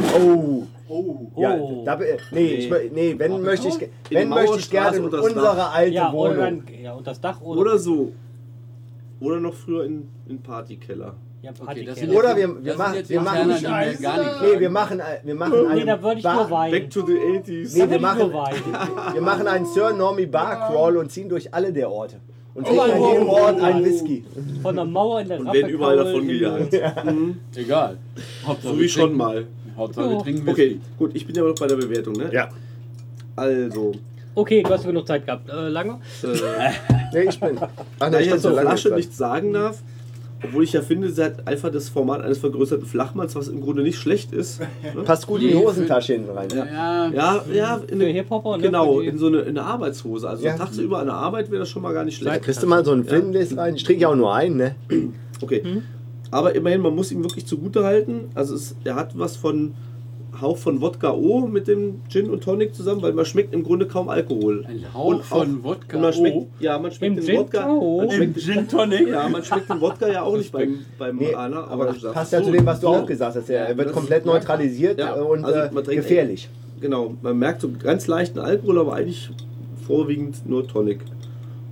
Oh.
ja,
Oh.
da, äh, nee, ich, mö- nee, wenn möchte ich, ge-
die
wenn möchte ich gerne
Mauerstraße
in
und das
unsere
Dach.
alte
Ja, oder,
Wohnung.
ein, ja, und das Dach oder,
Oder so. Oder noch früher in, in
ja,
Partykeller.
Okay, das
Partykeller.
sind
Oder
jetzt-
wir- wir
das sind
machen-
jetzt
wir machen-
Interner, die mir gar nichts
Nee,
sagen.
wir machen, ein- wir machen
Nee,
einen
da würde ich
Bar-
nur weinen.
Back to the 80s.
Nee, wir
Da würde ich nur
machen-
weinen.
Wir machen einen Sir Normie Bar Crawl und ziehen durch alle der Orte. Und trinken an
oh,
jedem
oh,
Ort
oh.
einen Whisky.
Von der Mauer in der
Und
Rappe
werden überall
kaul
davon
in-
gejagt.
Egal. Hauptsache,
So
wir
wie schon
trinken-
mal.
Hauptsache, wir
Ja.
trinken
Okay,
Whisky.
gut, ich bin ja noch bei der Bewertung, ne?
Ja.
Also,
Okay, du hast genug Zeit gehabt. Äh, lange?
äh,
Nee, ich bin. Ach
da ich
bin
jetzt
so
zur
lange
Flasche
dran.
nichts sagen darf, obwohl ich ja finde, sie hat einfach das Format eines vergrößerten Flachmanns, was im Grunde nicht schlecht ist. Ne?
Passt gut in die
Nee,
Hosentasche hinten rein.
Ja,
Ja, ja, in
Für
eine-
Hip-Hopper, ne?
genau,
Für die-
in so eine, in eine Arbeitshose. Also
Ja.
tagsüber an der Arbeit wäre das schon mal gar nicht
Da
schlecht.
kriegst du mal so einen Filmlist rein. Ich trinke ja auch nur einen, ne?
Okay.
Hm?
Aber immerhin, man muss ihm wirklich zugutehalten. Also es, er hat was von Hauch von Wodka O mit dem Gin und Tonic zusammen, weil man schmeckt im Grunde kaum Alkohol.
Ein Hauch von Wodka
Und man schmeckt,
O?
Ja, man schmeckt
Im
den
Gin
Wodka.
O?
Man
Im
schmeckt,
Gin Tonic.
ja, man schmeckt den Wodka ja auch nicht beim, beim
Nee,
Ana,
aber
aber
das passt
ja.
ja zu dem, was du
so. ne,
auch gesagt hast. Er
Ja,
wird
das-
komplett neutralisiert
Ja,
äh, und
also
äh,
man trinkt-
gefährlich.
Genau, man merkt so ganz leichten Alkohol, aber eigentlich vorwiegend nur Tonic.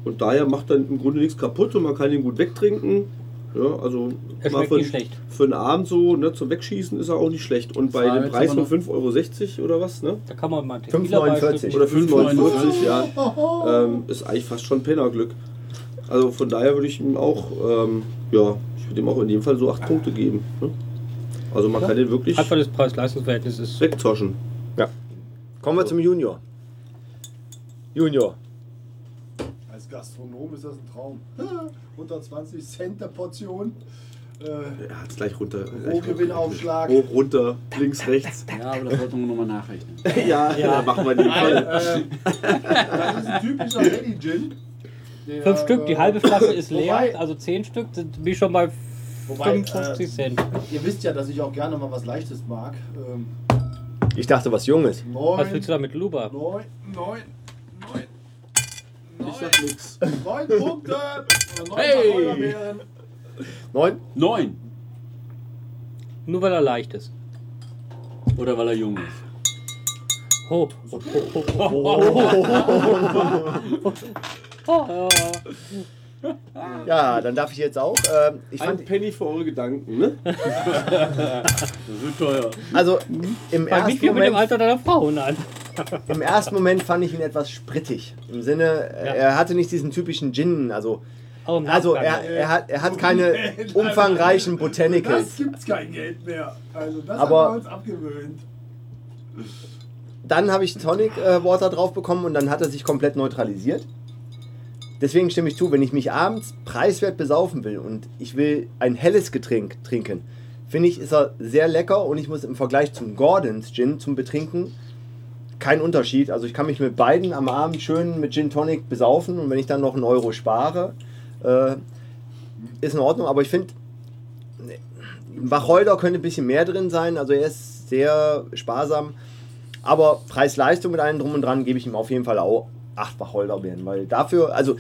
Und daher macht dann im Grunde nichts kaputt und man kann ihn gut wegtrinken. Ja, also
Er
mal
schmeckt
für,
nicht schlecht.
für einen Abend so, ne, zum Wegschießen ist er auch nicht schlecht. Und bei
war
dem
jetzt
Preis
aber
von 5,60 Euro oder was, ne?
Da kann man mal Tequila
5,49.
Oder 5,49
5,49,
ja. Ähm, ist eigentlich fast schon Pennerglück. Also von daher würde ich ihm auch, ähm, ja, ich würde ihm auch in jedem Fall so 8 Punkte geben. Ne? Also man kann den wirklich
Einfach das Preis-Leistungs-Verhältnis ist.
wegzoschen.
Kommen wir zum Junior. Junior.
Als Gastronom ist das ein Traum. Unter 20 Cent der Portion. Äh,
Er hat es gleich runter.
Rohgewinnaufschlag.
Hoch, runter, links, rechts.
Ja, aber das sollten wir nochmal nachrechnen.
Ja, ja. machen wir in jedem Fall.
Äh, das ist ein typischer Lady Gin. Der, äh,
Fünf Stück, die halbe Flasche ist leer,
Wobei-
also zehn Stück, sind bin ich schon bei
Wobei,
äh,
55 Cent.
Ihr wisst ja, dass ich auch gerne mal was Leichtes mag. Ähm,
Ich dachte, was Junges.
neun,
Was willst du damit, Luba?
neun, neun, neun,
Ich sag nix.
neun Punkte! Oder neun
Hey!
Hollerbeeren.
Neun?
Neun.
Nur weil er leicht ist.
Oder weil er jung ist.
Ho. Ho, ho, ho, ho. Ho, ho.
Ja, dann darf ich jetzt auch. Ähm, ich
Ein
fand,
Penny für eure Gedanken, ne?
Das wird teuer.
also im
Fang nicht
ersten,
viel mit dem
Moment,
Alter deiner Frauen an.
im ersten Moment fand ich ihn etwas sprittig. Im Sinne, äh,
Ja.
er hatte nicht diesen typischen Gin. Also,
Aber im
also er,
Nachgang.
er, hat, er hat keine umfangreichen
Das
Botanicals.
gibt's kein Geld mehr. Also das
Aber-
haben wir uns abgewöhnt.
Dann habe ich Tonic äh, Water drauf bekommen und dann hat er sich komplett neutralisiert. Deswegen stimme ich zu, wenn ich mich abends preiswert besaufen will und ich will ein helles Getränk trinken, finde ich, ist er sehr lecker und ich muss im Vergleich zum Gordons Gin zum Betrinken kein Unterschied. Also ich kann mich mit beiden am Abend schön mit Gin Tonic besaufen und wenn ich dann noch einen Euro spare, äh, ist in Ordnung. Aber ich finde, Wacholder könnte ein bisschen mehr drin sein. Also er ist sehr sparsam. Aber Preis-Leistung mit allem drum und dran gebe ich ihm auf jeden Fall auch acht Wacholderbeeren, weil dafür, also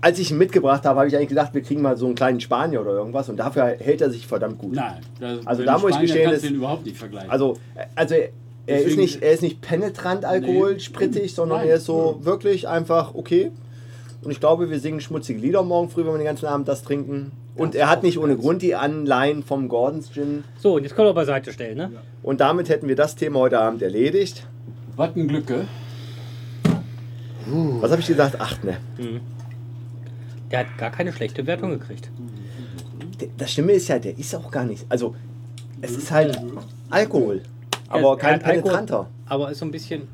als ich ihn mitgebracht habe, habe ich eigentlich gedacht, wir kriegen mal so einen kleinen Spanier oder irgendwas und dafür hält er sich verdammt gut.
Nein. Das,
Also
mit
da muss ich
Spanier
gestehen,
kannst du
das-
den überhaupt nicht vergleichen.
Also, äh, also er- er ist
Deswegen-
nicht, er ist nicht penetrant Alkohol,
Nee.
sprittig, sondern
Nein.
er ist so wirklich einfach okay. Und ich glaube, wir singen schmutzige Lieder morgen früh, wenn wir den ganzen Abend das trinken. Und er hat nicht ohne Grund die Anleihen vom Gordons Gin.
So, und jetzt können wir beiseite stellen, ne?
Und damit hätten wir das Thema heute Abend erledigt.
Was ein Glück, gell?
Was habe ich gesagt? Acht, ne?
Der hat gar keine schlechte Wertung gekriegt.
Der- Das Schlimme ist ja, der ist auch gar nicht. Also, es ist halt Alkohol, aber
Der
kein
hat Alkohol,
penetranter.
Aber ist so ein bisschen.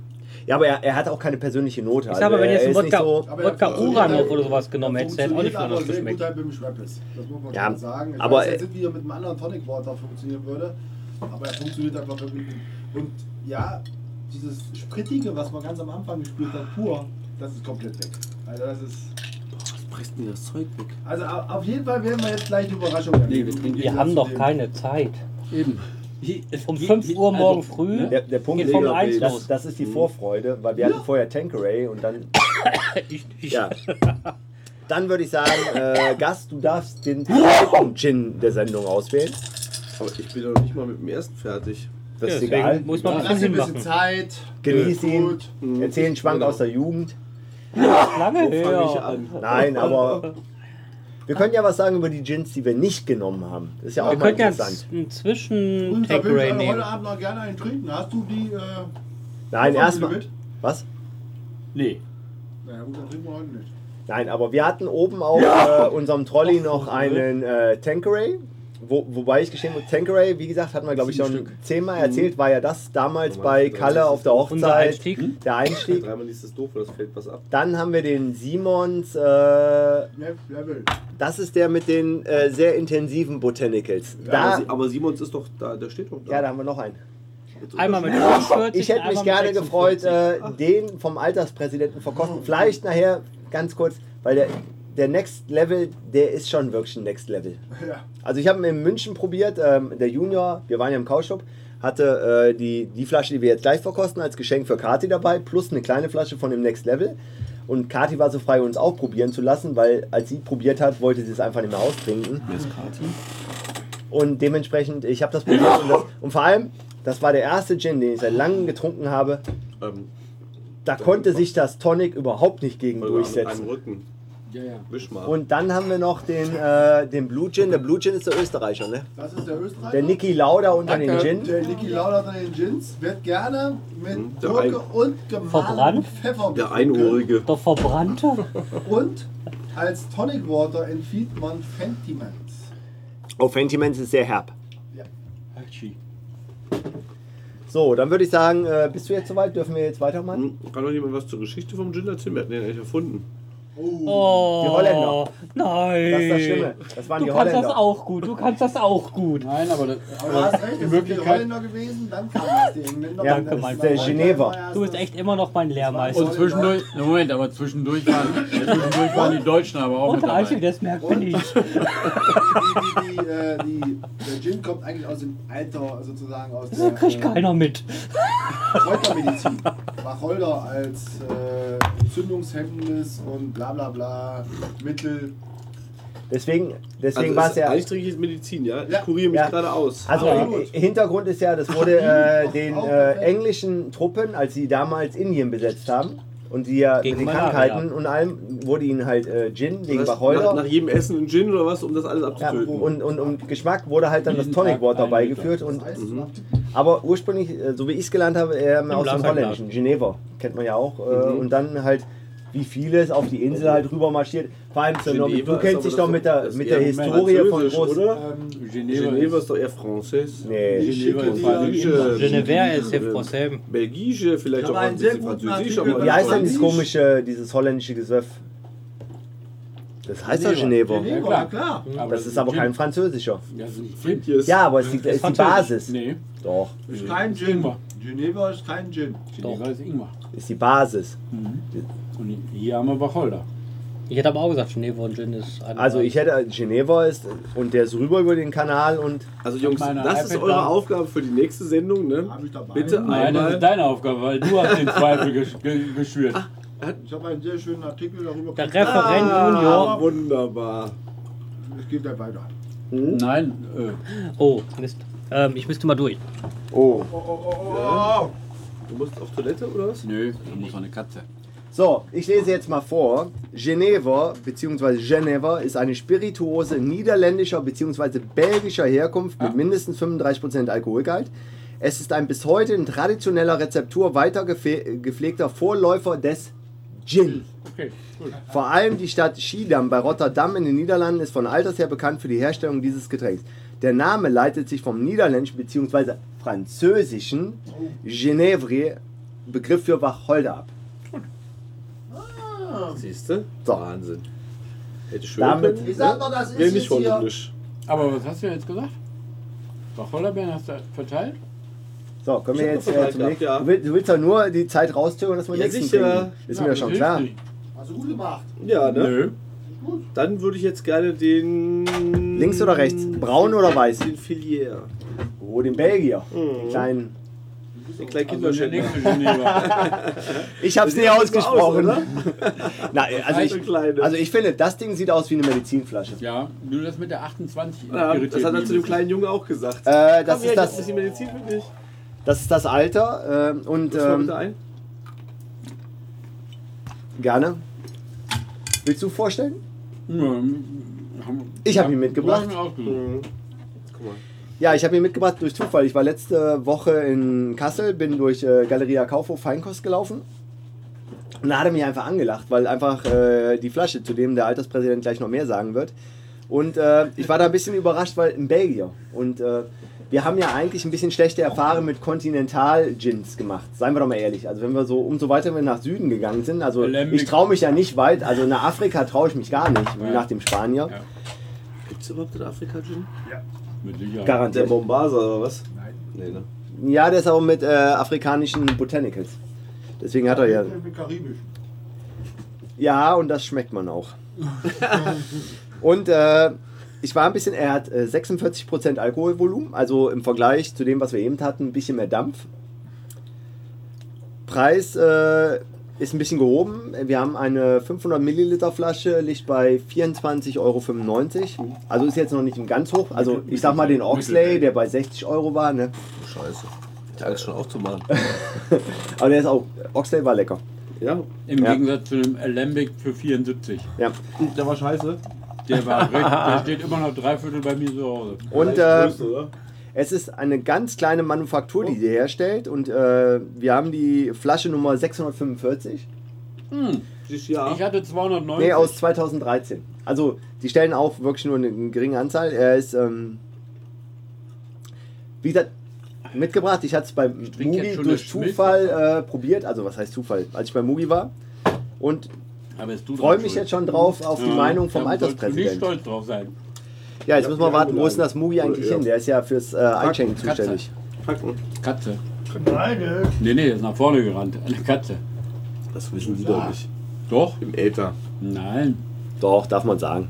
Ja, aber er, er hat auch keine persönliche Note. Also
Ich sag mal, wenn
er
jetzt ein
ist nicht
Wodka,
so.
Aber
Wodka
er funktioniert
Uranov
halt-
oder sowas genommen hätte, der hätte auch nicht
Funktioniert aber
anders
sehr gut
geschmeckt.
halt mit dem Schweppes. Das muss man
Ja,
schon sagen. Ich
aber-
weiß jetzt nicht, wie er mit einem anderen Tonic Water funktionieren würde, aber er funktioniert einfach wirklich gut. Und ja, dieses Sprittige, was man ganz am Anfang gespürt hat, pur, das ist komplett weg. Also das ist
presst mir das Zeug weg.
Also au- auf jeden Fall werden wir jetzt gleich eine Überraschung erleben.
Nee, wir trinken-
Wir haben doch keine Zeit.
Eben.
Um 5 Uhr morgen früh.
Der, der Punkt
Geht vom Eins
das,
los.
das ist die Vorfreude, weil wir hatten vorher Tankeray und dann. Ja. Dann würde ich sagen, äh, Gast, du darfst den zweiten Gin der Sendung auswählen.
Aber ich bin doch nicht mal mit dem ersten fertig.
Das ist
Deswegen
egal.
muss man
Lass dir ein
bisschen
bisschen
machen.
Zeit.
Genieß ihn.
Gut.
Erzähl einen Schwank aus der Jugend.
Lange
Wo fange ich
her.
an?
Nein, aber. Wir können ja was sagen über die Gins, die wir nicht genommen haben. Das ist ja auch
Wir
mal
könnten ja
interessant.
einen
Und da
Zwischen-Take-Ray
würde ich
nehmen.
heute Abend noch gerne einen trinken. Hast du die? Äh,
Nein,
Wovon
erstmal.
sind
Was?
also, Nee.
na ja, gut, dann trinken wir heute nicht.
Nein, aber wir hatten oben auf äh, unserem Trolley noch einen äh, Tankeray. Wo, wobei ich geschehen muss, Tankeray, wie gesagt, hatten wir, glaube ich, schon zehnmal erzählt, war ja das damals
Nummer
bei
38.
Kalle auf der
Unser
Hochzeit.
Einstieg.
Der Einstieg.
Dreimal liest das doof, weil das fällt was ab.
Dann haben wir den Simons. Äh,
Next Level.
das ist der mit den äh, sehr intensiven Botanicals.
aber,
Da,
Sie- aber Simons ist doch da, der steht doch da.
ja, da haben wir noch einen.
Jetzt
Einmal mit
unterschreiben.
45.
Hm? Ich hätte mich
einmal
gerne
mit
gefreut,
46.
äh, den vom Alterspräsidenten verkosten. Vielleicht nachher ganz kurz, weil der, der Next Level, der ist schon wirklich ein Next Level.
Ja.
Also ich habe ihn in München probiert. Ähm, der Junior, wir waren ja im Cowshop, hatte äh, die, die Flasche, die wir jetzt gleich verkosten, als Geschenk für Kati dabei, plus eine kleine Flasche von dem Next Level. Und Kati war so frei, uns auch probieren zu lassen, weil als sie probiert hat, wollte sie es einfach nicht mehr austrinken.
Wer ist Kati?
Und dementsprechend, ich habe das probiert. Und, das, und vor allem, das war der erste Gin, den ich seit langem getrunken habe.
Ähm,
Da konnte sich das Tonic überhaupt nicht gegen
Am
durchsetzen.
Ähm, Rücken.
Ja, ja.
Wisch mal.
Und dann haben wir noch den, äh, den Blue Gin. Der Blue Gin ist der Österreicher, ne?
Das ist der Österreicher.
Der Niki Lauda unter den
Danke.
Gin.
Der Niki Lauda an den Gins wird gerne
Hm,
mit
der
Gurke
Ein-
und gemahlenem
Verbrannt?
Pfeffer
der
mitgetrunken.
Einhörige.
Doch verbrannte.
Und als Tonic Water empfiehlt man Fentimans.
Oh, Fentiments ist sehr herb.
Hachi.
So, dann würde ich sagen, äh, bist du jetzt soweit? Dürfen wir jetzt weitermachen?
Hm, Kann doch jemand was zur Geschichte vom Gin erzählen? Wir hatten den eigentlich erfunden.
Oh.
Oh,
Die Holländer.
Nein.
Das ist das Schlimme. Das waren
Du
die
kannst
Holländer.
das auch gut. Du kannst das auch gut.
Nein, aber, das,
Aber du hast recht,
in
es sind die
Wirklichkeit.
Holländer gewesen, dann kam das die Engländer.
Ja,
und dann
danke,
ist
Mike.
man
Der
weiter,
Geneva.
war erst
Du bist
das-
echt immer noch mein Lehrmeister.
Und zwischendurch, Na, Moment, aber zwischendurch waren, zwischendurch waren die Deutschen aber auch mit
Und Reiche,
dabei.
das merkt man nicht.
Die, die, die, äh, die, der Gin kommt eigentlich aus dem Alter, sozusagen aus der
Das kriegt
äh,
keiner mit.
Kräutermedizin. Wacholder als äh, entzündungshemmendes und bla bla bla Mittel.
Deswegen, deswegen
Also
war
es-
es ja.
Eigentlich trinke ich jetzt Medizin, ja? Ich
Ja.
kuriere mich
Ja.
gerade aus.
Also
Aber gut.
äh, Hintergrund ist ja, das wurde äh, den
auch
äh,
perfekt.
englischen Truppen, als sie damals Indien besetzt haben und die ja
Gegen
mit den
Malaria.
Krankheiten und allem wurde ihnen halt äh, Gin wegen
Das heißt, nach, nach
Wacholder.
jedem Essen ein Gin oder was, um das alles
Ja,
abzutöten.
und, und, und Geschmack wurde halt dann das
Jeden
Tonic
Tag
Water
ein
beigeführt.
Das
Und,
heißt,
Mhm.
aber ursprünglich, äh, so wie ich es gelernt habe, eher mehr aus dem
Lagerglas.
holländischen, Geneva, kennt man ja auch. Äh,
Mhm.
Und dann halt, wie vieles auf die Insel halt rüber marschiert. Vor allem, Sir
Geneva
Norbert, du
ist
kennst dich
aber das
doch
doch-
mit der,
das
mit
eher
der Historie von
Französisch,
Groß...
oder?
ähm,
Geneva,
Geneva ist doch eher französisch.
Nee.
Geneva ist
Belgische.
französisch.
Genevère ist hier français.
Belgische, vielleicht
Ich
auch
habe
mal ein
einen sehr
bisschen
guten
französisch,
Artikel
aber
über-
Wie heißt denn
Französisch?
dieses komische, dieses holländische Gesöff? Das heißt doch Geneva.
Geneva,
Ja,
na klar.
Aber
Das ist aber
Gin.
kein französischer.
Das ist ein Flint.
Hier ist
Ja, aber es ist die, es ist die Basis.
Nee,
Doch,
Ist kein Gin.
Ingwer.
Geneva ist kein Gin.
Geneva ist Ingwer.
ist die Basis.
Und hier haben wir Wacholder.
Ich hätte aber auch gesagt, Geneva und Gin ist ein-
Also ich hätte, Geneva ist, und der ist rüber über den Kanal und
Also Jungs,
Meine
das ist
iPad
eure
da.
Aufgabe für die nächste Sendung, ne?
Hab ich dabei.
Bitte
Nein, das ist
einmal.
deine Aufgabe, weil du hast den Zweifel gesch ge geschürt.
Ah.
Ich habe einen sehr schönen Artikel darüber.
Der Referent Junior.
Ah, wunderbar.
Es geht ja weiter.
Nein, äh,
Ah.
Oh, Mist. Ähm, ich müsste mal durch.
Oh.
Oh, oh, oh, oh, oh.
Du musst auf Toilette oder was?
äh, nö, du musst eine Katze.
So, ich lese jetzt mal vor. Geneva bzw. Geneva ist eine Spirituose niederländischer bzw. belgischer Herkunft mit mindestens 35% Alkoholgehalt. Es ist ein bis heute in traditioneller Rezeptur weiter gefe- gepflegter Vorläufer des Gin.
Okay, gut.
Vor allem die Stadt Schiedam bei Rotterdam in den Niederlanden ist von alters her bekannt für die Herstellung dieses Getränks. Der Name leitet sich vom niederländischen bzw. französischen
Oh.
Genevre, Begriff für Wacholder ab.
Siehst du?
So.
Wahnsinn. Hätte schön
Damit-
können,
Ich sag
ne?
doch, das ist
Wäre
jetzt
nicht
hier.
holländisch.
Aber was hast du jetzt gesagt? Wacholderbeeren hast du verteilt?
So, können
Ich
wir
hab
jetzt
noch
äh,
Vergleich
zum nächsten.
gehabt, ja.
Du willst, du willst doch nur die Zeit rauszögern, dass wir
Ja,
nächsten
sicher.
trinken. Ist mir ja schon
das
klar.
hilft nicht.
Hast du gut gemacht.
Ja, ne?
Nö.
Dann würde ich jetzt gerne den.
Links oder rechts? Braun oder weiß?
Den Filier.
Oh, den Belgier.
Mhm.
Den kleinen.
Den kleinen
Also der
Kinderschädel.
nächste Geneva.
Ich hab's nie
sieht so
ausgesprochen.
aus,
Na, also
Ein
ich,
kleines.
also ich finde, das Ding sieht aus wie eine Medizinflasche.
Ja, nur das mit der 28
Ja,
irritiert
das hat er
mich
zu dem
ein
kleinen Jungen auch gesagt.
Äh, das,
Komm
ist
her, ich hab ein
das,
bisschen Medizin für dich.
das ist das Alter. ähm, und
Lass mal
ähm,
bitte ein.
gerne. Willst du vorstellen?
bisschen. Ja, haben-
Ich hab
ja,
ihn mitgebracht.
hab ich mir ausgesucht.
Mhm. Guck mal.
Ja, ich habe ihn mitgebracht durch Zufall. Ich war letzte Woche in Kassel, bin durch äh, Galeria Kaufhof Feinkost gelaufen. Und da hat er mich einfach angelacht, weil einfach äh, die Flasche, zu dem der Alterspräsident gleich noch mehr sagen wird. Und äh, ich war da ein bisschen überrascht, weil in Belgier. Und äh, wir haben ja eigentlich ein bisschen schlechte Erfahrungen mit Continental-Gins gemacht. Seien wir doch mal ehrlich. Also wenn wir so umso weiter wir nach Süden gegangen sind, also
Lemmy.
ich traue mich ja nicht weit, also nach Afrika traue ich mich gar nicht, wie
Ja.
nach dem Spanier.
Ja.
Gibt's überhaupt in Afrika Gin?
Mit Sicherheit.
Der
Garantiert.
Mombasa oder was?
Nein.
Nee, ne?
Ja, der ist auch mit äh, afrikanischen Botanicals. Deswegen hat er ja.
Mit Karibisch.
Ja, und das schmeckt man auch. und äh, ich war ein bisschen, er hat äh, 46% Alkoholvolumen, also im Vergleich zu dem, was wir eben hatten, ein bisschen mehr Dampf. Preis äh, ist ein bisschen gehoben. Wir haben eine 500 Milliliter Flasche, liegt bei 24,95 Euro. Also ist jetzt noch nicht ganz hoch. Also ich sag mal den Oxley, der bei 60 Euro war. Ne?
Scheiße. Ich hab Angst schon aufzumachen.
Aber der ist auch, Oxley war lecker.
ja,
Im
Ja.
Gegensatz zu dem Alembic für 74.
Ja.
der war scheiße.
Der war recht, der steht immer noch dreiviertel bei mir zu Hause.
Und äh,
Vielleicht größer, oder?
Es ist eine ganz kleine Manufaktur, die die herstellt und äh, wir haben die Flasche Nummer 645.
Dieses Jahr.
Ich hatte 290.
Nee, aus 2013. Also die stellen auch wirklich nur eine geringe Anzahl. Er ist, ähm, wie gesagt, mitgebracht. Ich hatte es beim
trinke jetzt
Mugi
schon
durch
das Milch.
Zufall äh, probiert. Also was heißt Zufall? Als ich bei Mugi war. Und
Aber es tut
freue mich jetzt schon drauf auf die Meinung vom
nicht
Alterspräsidenten.
stolz drauf sein.
Ja, jetzt
Ja,
müssen wir
ja,
warten, wo ist denn
genau.
das Mugi eigentlich
Ja.
hin? Der ist ja fürs äh, Einschenken
Katze.
zuständig.
Packen.
Katze.
Nein, äh,
Nee, nee, ist nach vorne gerannt. Eine Katze.
Das wissen die doch nicht.
Doch?
Im Äther.
Nein.
Doch, darf man sagen.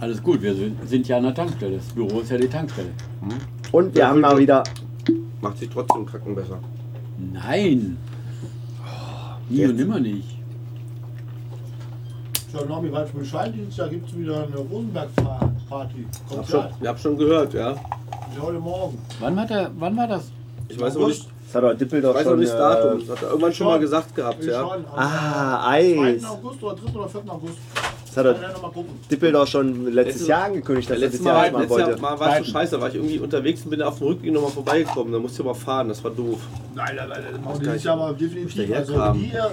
Alles gut, wir sind, sind ja an der Tankstelle. Das Büro ist ja die Tankstelle.
Und wir haben mal wieder
Macht sich trotzdem Kacken besser.
Nein. Nie
jetzt-
und nimmer nicht.
Schon noch mir schon Bescheid, da gibt es wieder eine Rosenberg-Party.
Hab
Kommt
schon,
ja,
ich hab schon gehört, ja.
heute Morgen.
Wann, hat er, wann war das?
Ich weiß aber nicht,
Das hat doch Dippel doch
ich weiß auch
schon.
nicht das Datum.
Äh,
Das hat er irgendwann schon mal gesagt gehabt,
Wir
ja.
schauen am
ah, Eis.
2. also August oder 3. oder 4. August.
Das hat
Kann
er
ja noch mal gucken.
Dippel doch schon letztes
Letztes-
Jahr angekündigt, dass er das
Letztes
Jahr
Mal,
das machen
letztes Jahr
wollte.
mal war es
Nein.
so scheiße, war ich irgendwie unterwegs und bin auf dem Rückweg nochmal vorbeigekommen. Da musste ich aber fahren, das war doof.
Nein, nein, nein, das machen
muss gar
dieses
nicht-
Jahr mal
muss
definitiv.
der
Also
herkramen.
die, hier,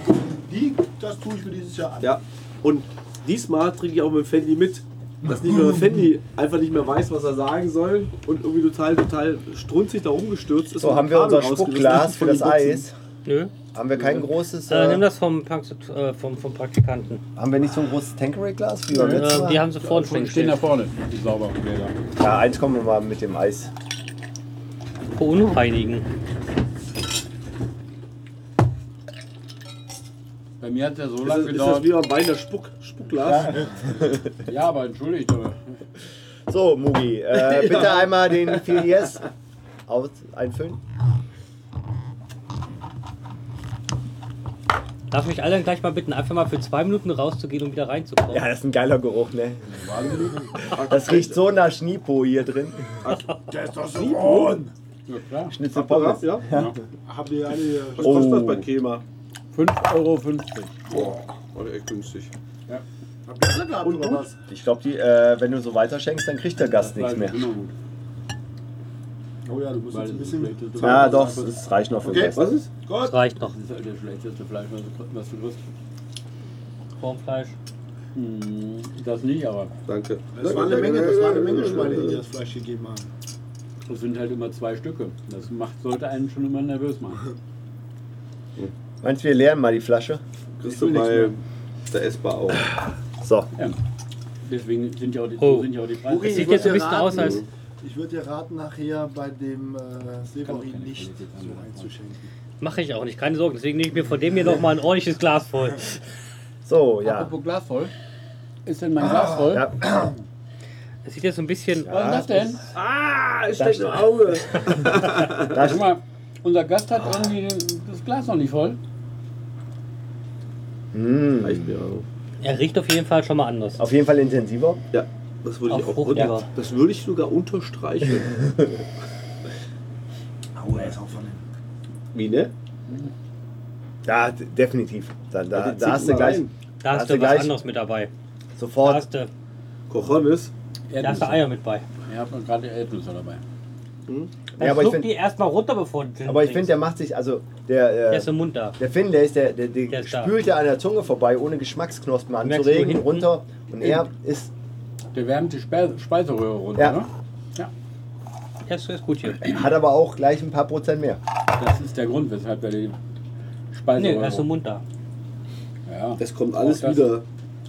die, das tue ich mir dieses Jahr an.
Ja. Und diesmal trinke ich auch mit dem Fendi mit. Dass nicht nur der Fendi einfach nicht mehr weiß, was er sagen soll und irgendwie total, total strunzig da rumgestürzt ist.
So
und
haben wir
Kabel
unser
rausgerissen
Spuckglas
hat
für
von
das
den Buchsen.
Eis.
Nö.
Haben wir kein großes.
Äh, nimm
Äh,
das vom, Tank, äh, vom, vom Praktikanten.
haben wir nicht so ein großes Tankery-Glas wie beim
Äh,
letzten
die
Mal?
haben sie vorne schon
stehen da
gestellt.
vorne. Die sauber. Gläser.
Ja, eins kommen wir mal mit dem Eis.
Vor Unreinigen.
Bei mir hat es ja so
Ist
lange
das, ist das wie
gedauert.
beim Wein das Spuck, Spuckglas?
Ja, aber entschuldigt. aber-
So, Mugi, äh, bitte einmal den Filiers aus einfüllen.
Darf mich alle dann gleich mal bitten, einfach mal für zwei Minuten rauszugehen und wieder reinzukommen?
Ja, das ist ein geiler Geruch, ne? Das riecht so nach Schnipo hier drin.
Der ist doch so groß.
Ja, klar.
Schnitzelpommes.
ja?
Habt ihr alle äh, hier.
Was
Oh.
kostet das bei Kema?
5,50 Euro.
Boah, war echt günstig.
Habt ihr alle gehabt oder was?
Ich glaube, äh, wenn du so weiter schenkst, dann kriegt der Gast nichts
Bleibt
mehr.
immer gut.
Oh ja, du musst jetzt ein bisschen.
Ja, Ah, doch, es reicht noch für den
Okay.
Rest.
Was ist?
Gott.
Das reicht noch.
Das ist der schlechteste Fleisch, was du- was du kriegst.
Kornfleisch.
Hm, Das nicht, aber
Danke.
Das war eine Menge, das war eine Menge Schweine, die das Fleisch gegeben haben.
es sind halt immer zwei Stücke. Das macht, sollte einen schon immer nervös machen.
Meinst du, wir leeren mal die Flasche?
Kriegst
Ich
du
will
bei der S-Bar auch.
So.
Ja. Deswegen sind ja auch die,
Oh.
sind ja auch die Preise.
Uri,
Sieht
würd
jetzt ein
dir
bisschen aus, als-
Ich würde dir raten, nachher bei dem äh, Severin nicht so einzuschenken.
Mache ich auch nicht, keine Sorgen. Deswegen nehme ich mir von dem hier nochmal ein ordentliches Glas voll.
So, ja.
Glas voll. Ist denn mein Glas voll?
Ja.
Es sieht jetzt so ein bisschen.
Was ist das denn?
Ah, es steckt im Auge.
Guck mal, unser Gast hat irgendwie den- das Glas noch nicht voll.
Reicht mir auch.
Er riecht auf jeden Fall schon mal anders.
Mm. Auf jeden Fall intensiver.
Ja, das würde ich
Auch
auch.
fruchtiger.
Und Das würde ich sogar unterstreichen.
Au, er ist auch von dem.
Wie, ne?
Ja, d- definitiv. Da,
Ja,
da,
die
da
Also zieht
hast du
mal
gleich
rein.
Da hast
hast
du
du Also
was
gleich-
anderes mit dabei. Da
sofort.
hast du,
Cochones.
da hast du Eier mit bei.
Ihr habt noch gerade Erdnüsse dabei.
Dann
Ja, aber ich
schluck
find-
die erstmal runter, bevor du den
Aber ich finde,
trinkst.
der macht sich, also der,
der
äh,
ist im Mund da.
der Finn, der ist der, der, der,
Der ist da.
spült ja an der Zunge vorbei, ohne Geschmacksknospen
merkst nur
anzuregen,
hinten.
runter. Und er ist,
Der wärmt die Spe Speiseröhre runter,
Ja.
ne?
Der ist, der ist gut hier.
hat aber auch gleich ein paar Prozent mehr.
Das ist der Grund, weshalb wir die
Nee,
Speiseröhre...
der ist im Mund da.
ja.
Das kommt alles
Auch das-
wieder.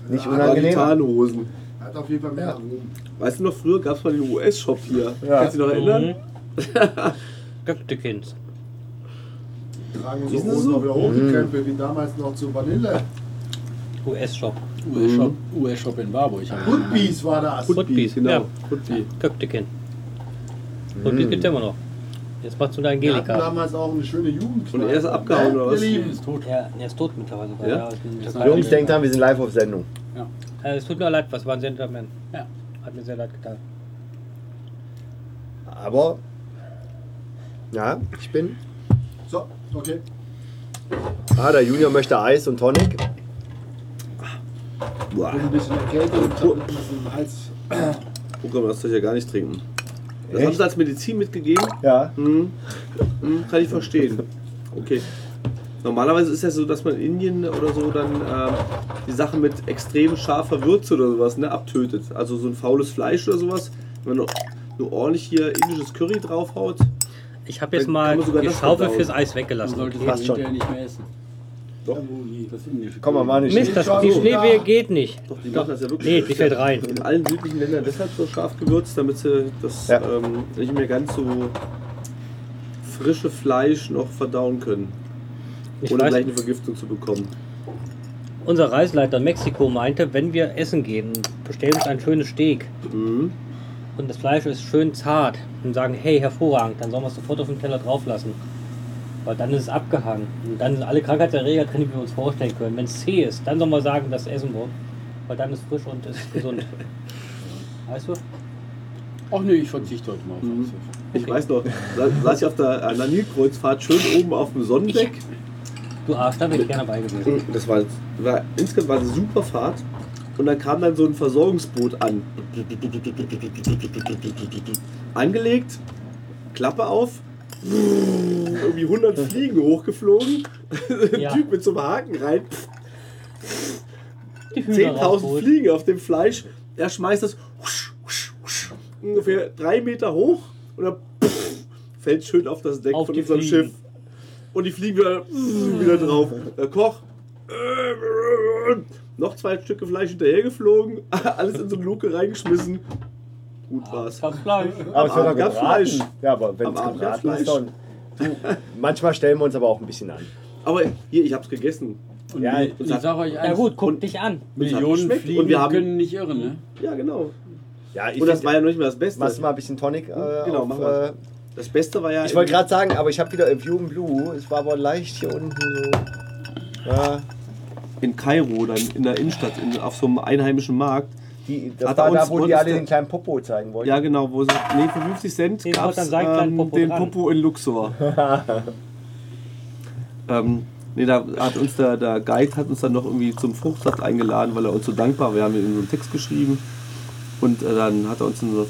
Nicht
Aber die
unangenehm.
Tarnhosen.
Hat auf jeden Fall mehr Aromen.
Weißt du noch, früher gab es mal den US-Shop hier.
Ja.
Kannst du dich noch
Mhm.
erinnern?
Mhm. Göptekins.
Tragen
Ist
so
das
Hosen
so?
noch wieder hochgekrempelt, wie damals noch zu Vanille.
US-Shop.
US-Shop US -Shop in Warburg.
Hoodbees war das.
Hood- Putbi,
genau.
ja.
Putbi.
Göptekin. Und
Mm.
die gibt immer noch. Jetzt machst du eine
Wir hatten
Angelika.
damals auch eine schöne Jugend.
Und er ist abgehauen, oder was?
Ihr
Die
Lieben.
ist tot.
Ja, der ist tot mittlerweile sogar.
Ja?
ist
Ja.
ein-
Jungs, denkt dran, wir sind live auf Sendung.
Äh, es tut mir leid, was war ein Gentleman.
Ja.
Hat mir sehr leid getan.
Aber, ja, ich bin.
So, okay.
Ah, der Junior möchte Eis und Tonic.
Ich bin ein
Boah,
bisschen erkältet und hab ein bisschen Hals.
Oh, guck mal, das soll ich ja gar nicht trinken. Das
Echt?
haben sie als Medizin mitgegeben.
Ja.
Hm. Hm, kann ich verstehen. Okay. Normalerweise ist ja so, dass man in Indien oder so dann ähm, die Sachen mit extrem scharfer Würze oder sowas ne, abtötet. Also so ein faules Fleisch oder sowas. Wenn man nur ordentlich hier indisches Curry draufhaut.
Ich habe jetzt
Dann
mal
kann man sogar
die
das
Schaufel
verdauen.
fürs Eis
Man
weggelassen.
sollte
Passt
das
schon.
hinterher nicht mehr essen.
Doch.
Das indische
Komm mal,
Curry.
mal nicht.
Mist, das,
Schon
die
so.
Schneewehe geht nicht.
Doch, die machen das ja wirklich.
Nee, die fällt rein.
In allen südlichen Ländern deshalb so scharf gewürzt, damit sie das
Ja.
ähm, nicht mehr ganz so frische Fleisch noch verdauen können.
Ich
ohne gleich
weiß,
eine Vergiftung zu bekommen.
unser Reiseleiter in Mexiko meinte, wenn wir essen gehen, bestellen uns ein schönes Steak
Mhm.
und das Fleisch ist schön zart und sagen, hey, hervorragend, dann sollen wir es sofort auf den Teller drauflassen. Weil dann ist es abgehangen. Und dann sind alle Krankheitserreger drin, die wir uns vorstellen können. Wenn es zäh ist, dann soll man sagen, das essen wir. Weil dann ist es frisch und ist gesund. weißt du?
Ach nee, ich verzichte heute mal auf
Mhm.
Eis.
Ich
Okay.
weiß noch, da saß ich auf der, an der Nilkreuzfahrt schön oben auf dem Sonnendeck.
Du Arsch, da wäre ich gerne dabei gewesen.
Und hm, Das war, war insgesamt war eine super Fahrt. Und dann kam dann so ein Versorgungsboot an. Angelegt, Klappe auf, irgendwie 100 Fliegen hochgeflogen, ein
Ja.
Typ mit so einem Haken rein,
Die Hühner
10.000
rausgeholt.
Fliegen auf dem Fleisch. Er schmeißt das husch, husch, husch, ungefähr drei Meter hoch und dann fällt schön auf das Deck
Auf
von
die
unserem
Fliegen.
Schiff. Und die fliegen wieder, wieder drauf. Der Koch. äh, Noch zwei Stücke Fleisch hinterhergeflogen, alles in so eine Luke reingeschmissen. Gut war's.
Das Fleisch.
Aber es wird
Abend
doch
gab's
gebraten.
Fleisch.
Ja, aber wenn
Am
es
Abend gab's
gebraten ist,
Fleisch.
dann. Du, manchmal stellen wir uns aber auch ein bisschen an.
Aber hier, ich hab's gegessen.
Und
Ja,
ich, ich sag euch
Na
eins,
gut, guck
Und-
dich an.
hat
Millionen
geschmeckt
Fliegen
und wir haben-
können nicht irren, ne?
Ja, genau.
Ja, ich
Und das
find,
war ja noch nicht mal das Beste.
machst du mal ein bisschen Tonic. Äh,
Genau,
auf,
machen
äh,
wir. Das Beste war ja.
ich wollte gerade sagen, aber ich habe wieder View in Blue. Es war aber leicht hier unten so. Ja,
in Kairo, dann in der Innenstadt, in, auf so einem einheimischen Markt.
die, das
Hat er
war
uns-
da, wo
uns
die alle
der-
den kleinen Popo zeigen wollten.
Ja, genau, wo sie, nee, für 50 Cent
Nee, ich
gab's
wollte dann sagen, kleinen
ähm,
Popo
den
dran.
Popo in Luxor. ähm, nee, da hat uns der, der Guide hat uns dann noch irgendwie zum Fruchtsaft eingeladen, weil er uns so dankbar war. Wir haben ihm so einen Text geschrieben und äh, dann hat er uns in so eine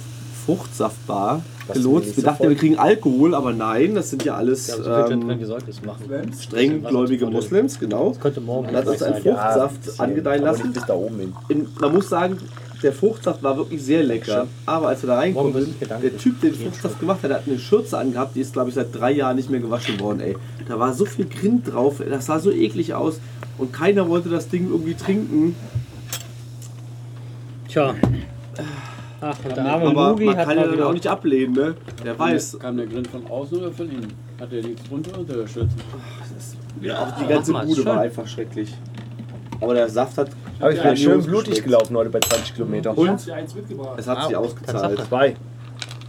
Fruchtsaftbar
Das
gelotst.
ist
Wir
so
dachten,
voll.
wir kriegen Alkohol, aber nein, das sind ja alles
Wir haben so viel Gin drin,
ähm,
wir sollten es machen.
Wem's?
strenggläubige Muslims, genau.
ne? Das könnte morgen
Dann hat
hilfreich
uns ein
sein.
Ja, ein
Fruchtsaft
bisschen,
angedeihen
aber
lassen.
Nicht bis da oben hin.
in, man muss sagen, der Fruchtsaft war wirklich sehr lecker. Aber als wir da reingekommen
Morgen
sind,
müssen wir
der Typ, der den Fruchtsaft gemacht hat, der hat eine Schürze angehabt, die ist, glaube ich, seit drei Jahren nicht mehr gewaschen worden, ey. Da war so viel Grind drauf, ey, das sah so eklig aus. Und keiner wollte das Ding irgendwie trinken.
Tja. Ach, und der arme
Aber
Mugi
man
hat
kann
mal
ja dann
wieder
auch nicht ablehnen, ne? Der weiß.
Kam der Grind von außen oder von innen? Hat der nichts runter unter der Schürze?
Ja, auch die
mach
ganze
mal, ist
Bude war
schön.
einfach schrecklich. Aber der Saft hat
Aber ich bin
Ja,
schön
Jungs,
blutig
geschmeckt's.
gelaufen heute bei 20 Kilometer.
Ich hab dir eins mitgebracht.
Es hat sich ausgezahlt.
Zwei.
Ja,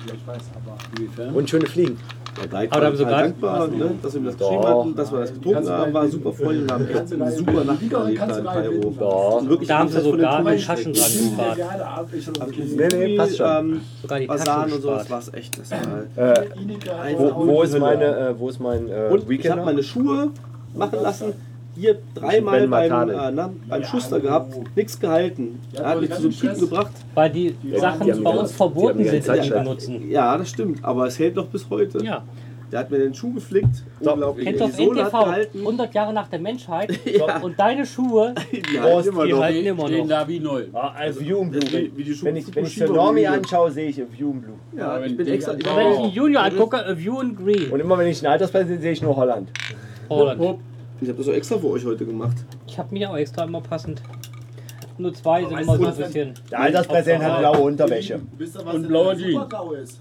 ich weiß, aber.
Inwiefern?
Und schöne Fliegen.
Der Dijk
Aber da haben
war
sie
total
gerade-
dankbar, ne, dass wir ihm das
Doch.
geschrieben hatten, dass wir das getrunken
Kannst du
haben, war
mal-
super freundlich und haben echt
Kannst du mal-
eine super Nacht
Kannst du
erlebt
mal-
da in Kairo.
Doch.
Und wirklich
Da haben sie
jenseits von
sogar
den
mit
Touristen.
Taschen dran gespart.
Geniale Abwechslung.
Nee, nee, passt schon.
Ähm,
Sogar die
Basaren
Taschen
und sowas
spart.
war es echt. Das war
Äh,
Inika
Ein-
hat
wo,
auch-
wo ist meine, äh, wo ist mein äh,
Und ich
Weekender?
habe meine Schuhe machen lassen. Hier dreimal
Ben
beim,
Matane.
äh, na, beim
Ja,
Schuster
hallo.
gehabt, nichts gehalten.
Ja,
Er hat
voll
mich
die
zu so einem
ganzen
Typen
Stress.
gebracht.
Weil die Sachen
Ja, die haben
bei
die
uns
ganze-
verboten
die haben die
sind,
ganze
die
Zeit
zu
schon.
benutzen.
Ja, das stimmt, aber es hält noch bis heute.
Ja,
Der hat mir den Schuh geflickt.
So,
Unglaublich.
kennt
Die
doch E
Sohle hat
NTV,
gehalten.
100 Jahre nach der Menschheit. Und deine Schuhe,
Die halten immer
die
noch.
halten
Die
immer
stehen
noch.
da wie neu.
Ah, also View and
Das
Blue.
wie- wie die Schuhe
Wenn ich,
von
wenn ich
Bushido
Normie
hier.
anschaue, sehe ich View and Blue.
Ja, ich bin extra. Ich
Wenn ich
war
einen Junior angucke, a View in Green.
Und immer wenn ich einen Altersplan sehe, sehe ich nur Holland.
Holland.
Ich habe das auch extra für euch heute gemacht.
Ich habe mich auch extra immer passend. Nur zwei sind immer so ein bisschen.
Der Alterspräsident hat blaue Unterwäsche.
Wisst ihr, was
Und
denn
blauer
der
Jeans.
Supergau ist?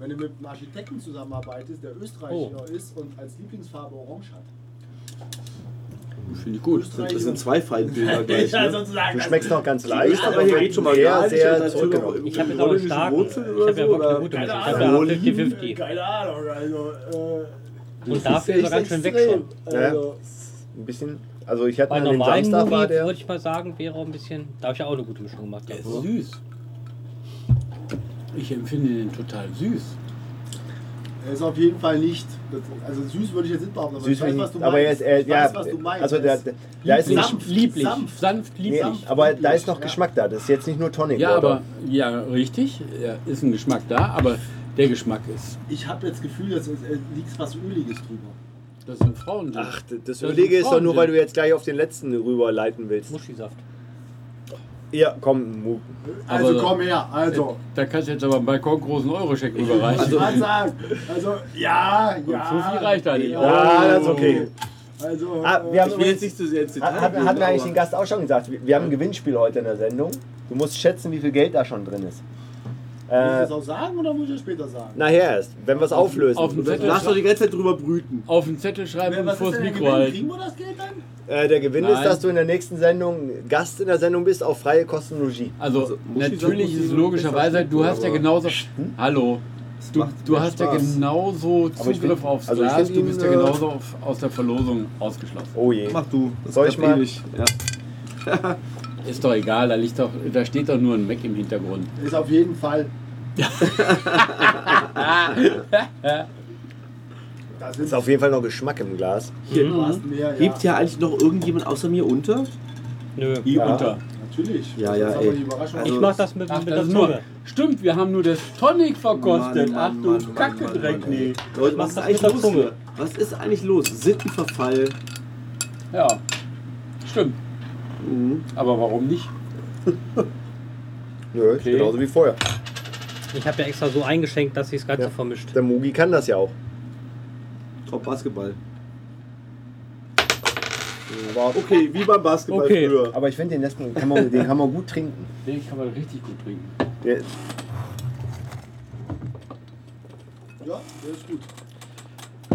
Wenn du mit einem Architekten zusammenarbeitest, der Österreicher
Oh.
ist und als Lieblingsfarbe Orange hat.
Finde ich gut.
Das sind zwei Feindbilder gleich. Ne?
Du schmeckst noch ganz leicht,
Aber hier geht schon mal
sehr,
gar nicht.
sehr
Und dazu noch
zurückgenommen.
irgendwie
Ich habe jetzt auch einen
holländische
starken. Ich
Wurzeln oder
habe ja
so,
wirklich eine
oder?
gute Mischung. Ich
Keine
habe ja 50-50.
Ahnung. Keine Ahnung, also. Äh,
Und dafür ist er ganz schön weg schon.
Also,
Ein bisschen. Also ich hatte
Bei
an dem
normalen
Samstag war
Movies
der.
würde ich mal sagen, wäre ein bisschen. Da habe ich ja auch eine gute Mischung gemacht.
Der ist
oder?
süß. Ich empfinde den total süß.
er ist auf jeden Fall nicht. Also süß würde ich jetzt nicht behaupten, aber
Süß,
ich weiß, was du
aber er
meinst.
ist, äh,
ich
ja,
weiß, was du meinst.
also der,
Er
der, da ist nicht,
sanft,
lieblich.
Sanft.
Sanft,
nee,
lieblich.
aber da ist noch
ja.
Geschmack da. Das ist jetzt nicht nur Tonic.
Ja,
Water.
aber ja, richtig. ja, Ist ein Geschmack da, aber der Geschmack ist.
Ich habe das Gefühl, dass es äh, liegt was Öliges drüber.
Das sind Frauen.
Ach, d- das
Das
Überlege
ist
ist doch nur,
ordentlich.
weil du jetzt gleich auf den letzten rüberleiten willst.
Muschisaft.
Ja, komm, Mu.
Also
Aber-
komm her, also.
Da kannst du jetzt aber einen Balkon großen Euroscheck überreichen.
Also, ich sagen, also ja, ja.
so viel reicht da nicht.
Oh.
Ja, das ist okay.
Also,
Ah, wir haben
Ich will
übrigens,
jetzt nicht zu sehr ins
hat,
Detail
hat,
gehen,
hatten wir eigentlich
aber-
den Gast auch schon gesagt, wir, wir haben ein Gewinnspiel heute in der Sendung. Du musst schätzen, wie viel Geld da schon drin ist.
Muss ich
Äh,
das auch sagen oder muss ich das später sagen?
nachher erst, wenn wir es auflösen.
Auf dem
Du
Zettel,
darfst doch
schrei-
die ganze Zeit drüber brüten.
auf den Zettel schreiben und
was
vor
ist
das
denn der
Mikro
Gewinn?
halten.
Kriegen wir das Geld dann?
Äh, der Gewinn ist,
Nein.
dass du in der nächsten Sendung Gast in der Sendung bist auf freie Kostenlogie.
Also,
Also, Muschi sagt,
natürlich
Muschi
ist es
sagt,
logischerweise,
besser
du hast ja
aber-
genauso. Hallo. Du,
macht
du
mehr
hast ja
Spaß.
genauso
ich
Zugriff
bin-
aufs
also ich
Glas,
find
du
ihn,
bist ja
äh,
genauso auf, aus der Verlosung ausgeschlossen.
Oh je.
Mach du. Das
Soll ich
klappt eh
mal-
nicht. Ja.
Ist doch egal, da, liegt doch, da steht doch nur ein Mac im Hintergrund.
Ist auf jeden Fall. das
Ist
ist
auf jeden Fall noch Geschmack im Glas.
Hier,
fast mehr. Ja.
Hebt Mhm. ja eigentlich noch irgendjemand außer mir unter?
Nö.
Hier
Ja.
unter.
Natürlich.
Ja, ja,
das ist aber
ey.
die Überraschung.
Also-
Ich mach das mit,
Ach,
mit
das
der
ist nur.
Zunge.
Stimmt, wir haben nur das Tonic verkostet.
Mann, Mann,
Ach
Mann,
du
Mann,
Kacke
Mann,
Dreck,
Mann,
nee.
ey. Leute, was
Mach
ist
das mit
eigentlich
der
los
Zunge.
hier? Was ist eigentlich los? Sittenverfall.
Ja, stimmt.
Mhm.
Aber warum nicht?
Nö,
Okay.
genauso wie vorher.
Ich habe ja extra so eingeschenkt, dass ich das Ganze
Ja.
vermischt.
Der Mugi kann das ja auch.
Top Basketball.
Aber,
Okay, wie beim Basketball
Okay.
früher.
aber ich finde, den, letzten kann man- den kann man gut trinken.
Den kann man richtig gut trinken.
Der,
Ja, der ist gut.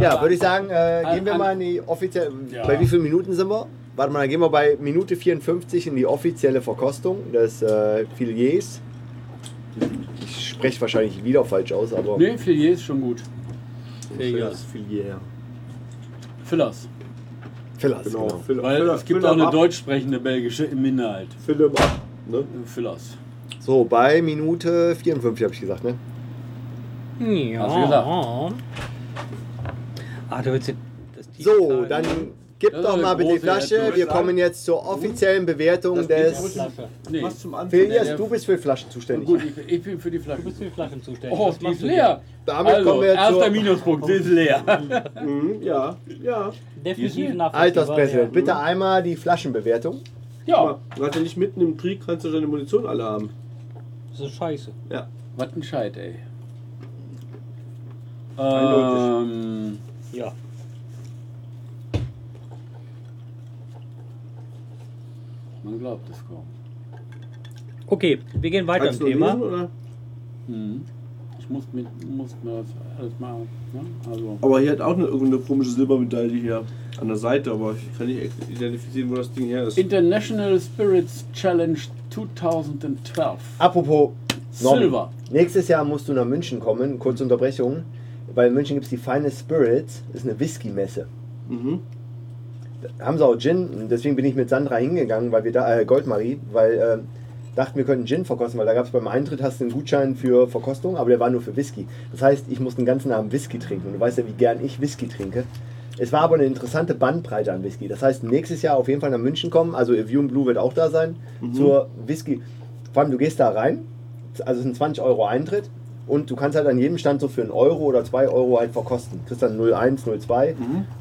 ja, würde ich sagen, äh,
An-
gehen wir
an-
mal in die offizielle.
Ja.
Bei wie vielen Minuten sind wir? Warte mal, dann gehen wir bei Minute 54 in die offizielle Verkostung des äh, Filiers. Ich spreche wahrscheinlich wieder falsch aus, aber.
Nee, Filier ist schon gut.
Das viel yeah.
Fillers.
Fillers,
Genau.
genau.
Fill-
Weil
fill-
es gibt
fill
auch eine
ab.
deutsch sprechende belgische Minderheit.
Fill him up. Ne?
Fillers.
So, bei Minute 54 habe ich gesagt, ne?
Ja.
Hast du gesagt.
Ah, du willst jetzt das Tief
So,
zahlen.
dann gib
Das ist
doch
eine
mal bitte die
große Hm?
Flasche.
Wertung.
Wir kommen jetzt zur offiziellen Bewertung
Das geht
des.
wohl.
Flasche.
Nee.
Was zum Anfang?
Filias,
der-
du bist für Flaschen zuständig.
Gut, ich, ich bin für die Flasche.
Du bist für die Flaschen zuständig.
Oh,
Was
die
machst
ist
du
leer.
Damit
also,
kommen wir
erster
zur
Minuspunkt, sie ist leer.
Mhm, ja,
hier?
ja.
Die ist
Definitiv
leer.
nach
Alterspräsident. Bitte einmal die Flaschenbewertung.
Ja,
Gerade nicht mitten im Krieg kannst du deine Munition alle haben.
Das ist scheiße.
was ein Scheit, ey.
Eindeutig.
Ähm,
Ja.
man glaubt es kaum.
Okay, wir gehen weiter im
Kannst du nur
Thema.
lesen, oder?
Mhm. Ich muss, mit, muss man das alles machen. Ne? Also,
Aber hier hat auch eine, irgendeine komische Silbermedaille hier an der Seite, aber ich kann nicht identifizieren, wo das Ding her ist.
International Spirits Challenge 2012.
Apropos Norm,
Silver.
Nächstes Jahr musst du nach München kommen, kurze Unterbrechung, weil in München gibt es die Finest Spirits, ist eine Whisky-Messe.
Mhm.
Da haben sie auch Gin, und deswegen bin ich mit Sandra hingegangen, weil wir da, äh, Goldmarie, weil äh, dachten, wir könnten Gin verkosten, weil da gab es beim Eintritt hast du einen Gutschein für Verkostung, aber der war nur für Whisky. Das heißt, ich muss den ganzen Abend Whisky trinken und du weißt ja, wie gern ich Whisky trinke. Es war aber eine interessante Bandbreite an Whisky. Das heißt, nächstes Jahr auf jeden Fall nach München kommen, also Evium Blue wird auch da sein, zur Whisky. Vor allem, du gehst da rein, also es sind 20 Euro Eintritt und du kannst halt an jedem Stand so für einen Euro oder zwei Euro halt verkosten. Kriegst dann 01, 02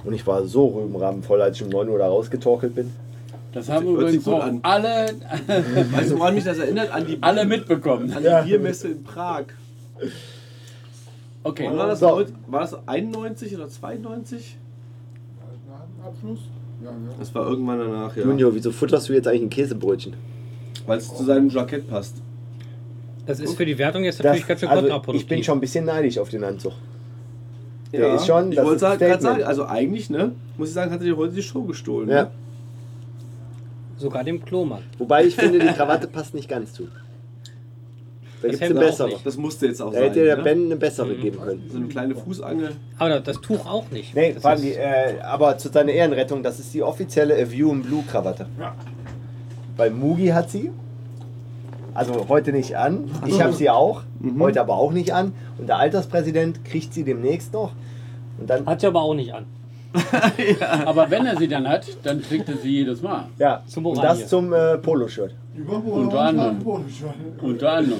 und ich war so rübenrabenvoll, als ich um 9 Uhr da rausgetorkelt bin.
Das haben
Hört sich
übrigens
gut
auch
an.
alle,
Weißt du, woran mich das erinnert? An die,
alle mitbekommen.
an
Ja.
die Biermesse in Prag.
Okay.
Wann war, das
So.
Neun- war das 91 oder 92?
Abschluss? Ja, ja.
Das war irgendwann danach, ja.
Junior, wieso futterst du jetzt eigentlich ein Käsebrötchen?
Weil es zu seinem Jackett passt.
Das ist für die Wertung jetzt natürlich ganz schön
also
kontraproduktiv.
ich bin schon ein bisschen neidisch auf den Anzug. Der ist schon-
ich
das
wollte
ist ein
gerade
Statement.
sagen, also eigentlich, ne, muss ich sagen, hat er dir heute die Show gestohlen.
Ja.
Ne?
Sogar dem Klomann.
Wobei ich finde, die Krawatte passt nicht ganz zu. Da gibt es
hängt
eine
auch
bessere.
nicht.
Das musste jetzt auch
Da
sein.
hätte der
ne?
Ben eine bessere geben können.
So eine kleine Fußangel.
Aber das Tuch auch nicht.
Nee,
das
vor allem die,
ist,
äh, aber zu seiner Ehrenrettung, das ist die offizielle A View in Blue Krawatte. Weil Mugi hat sie. Also heute nicht an. Ich habe sie auch. Heute aber auch nicht an. Und der Alterspräsident kriegt sie demnächst noch. Und dann.
hat sie aber auch nicht an.
Aber wenn er sie dann hat, dann kriegt er sie jedes Mal.
Ja,
Zum
und
Oranje.
das zum äh, Poloshirt.
Unter anderem. Unter anderem.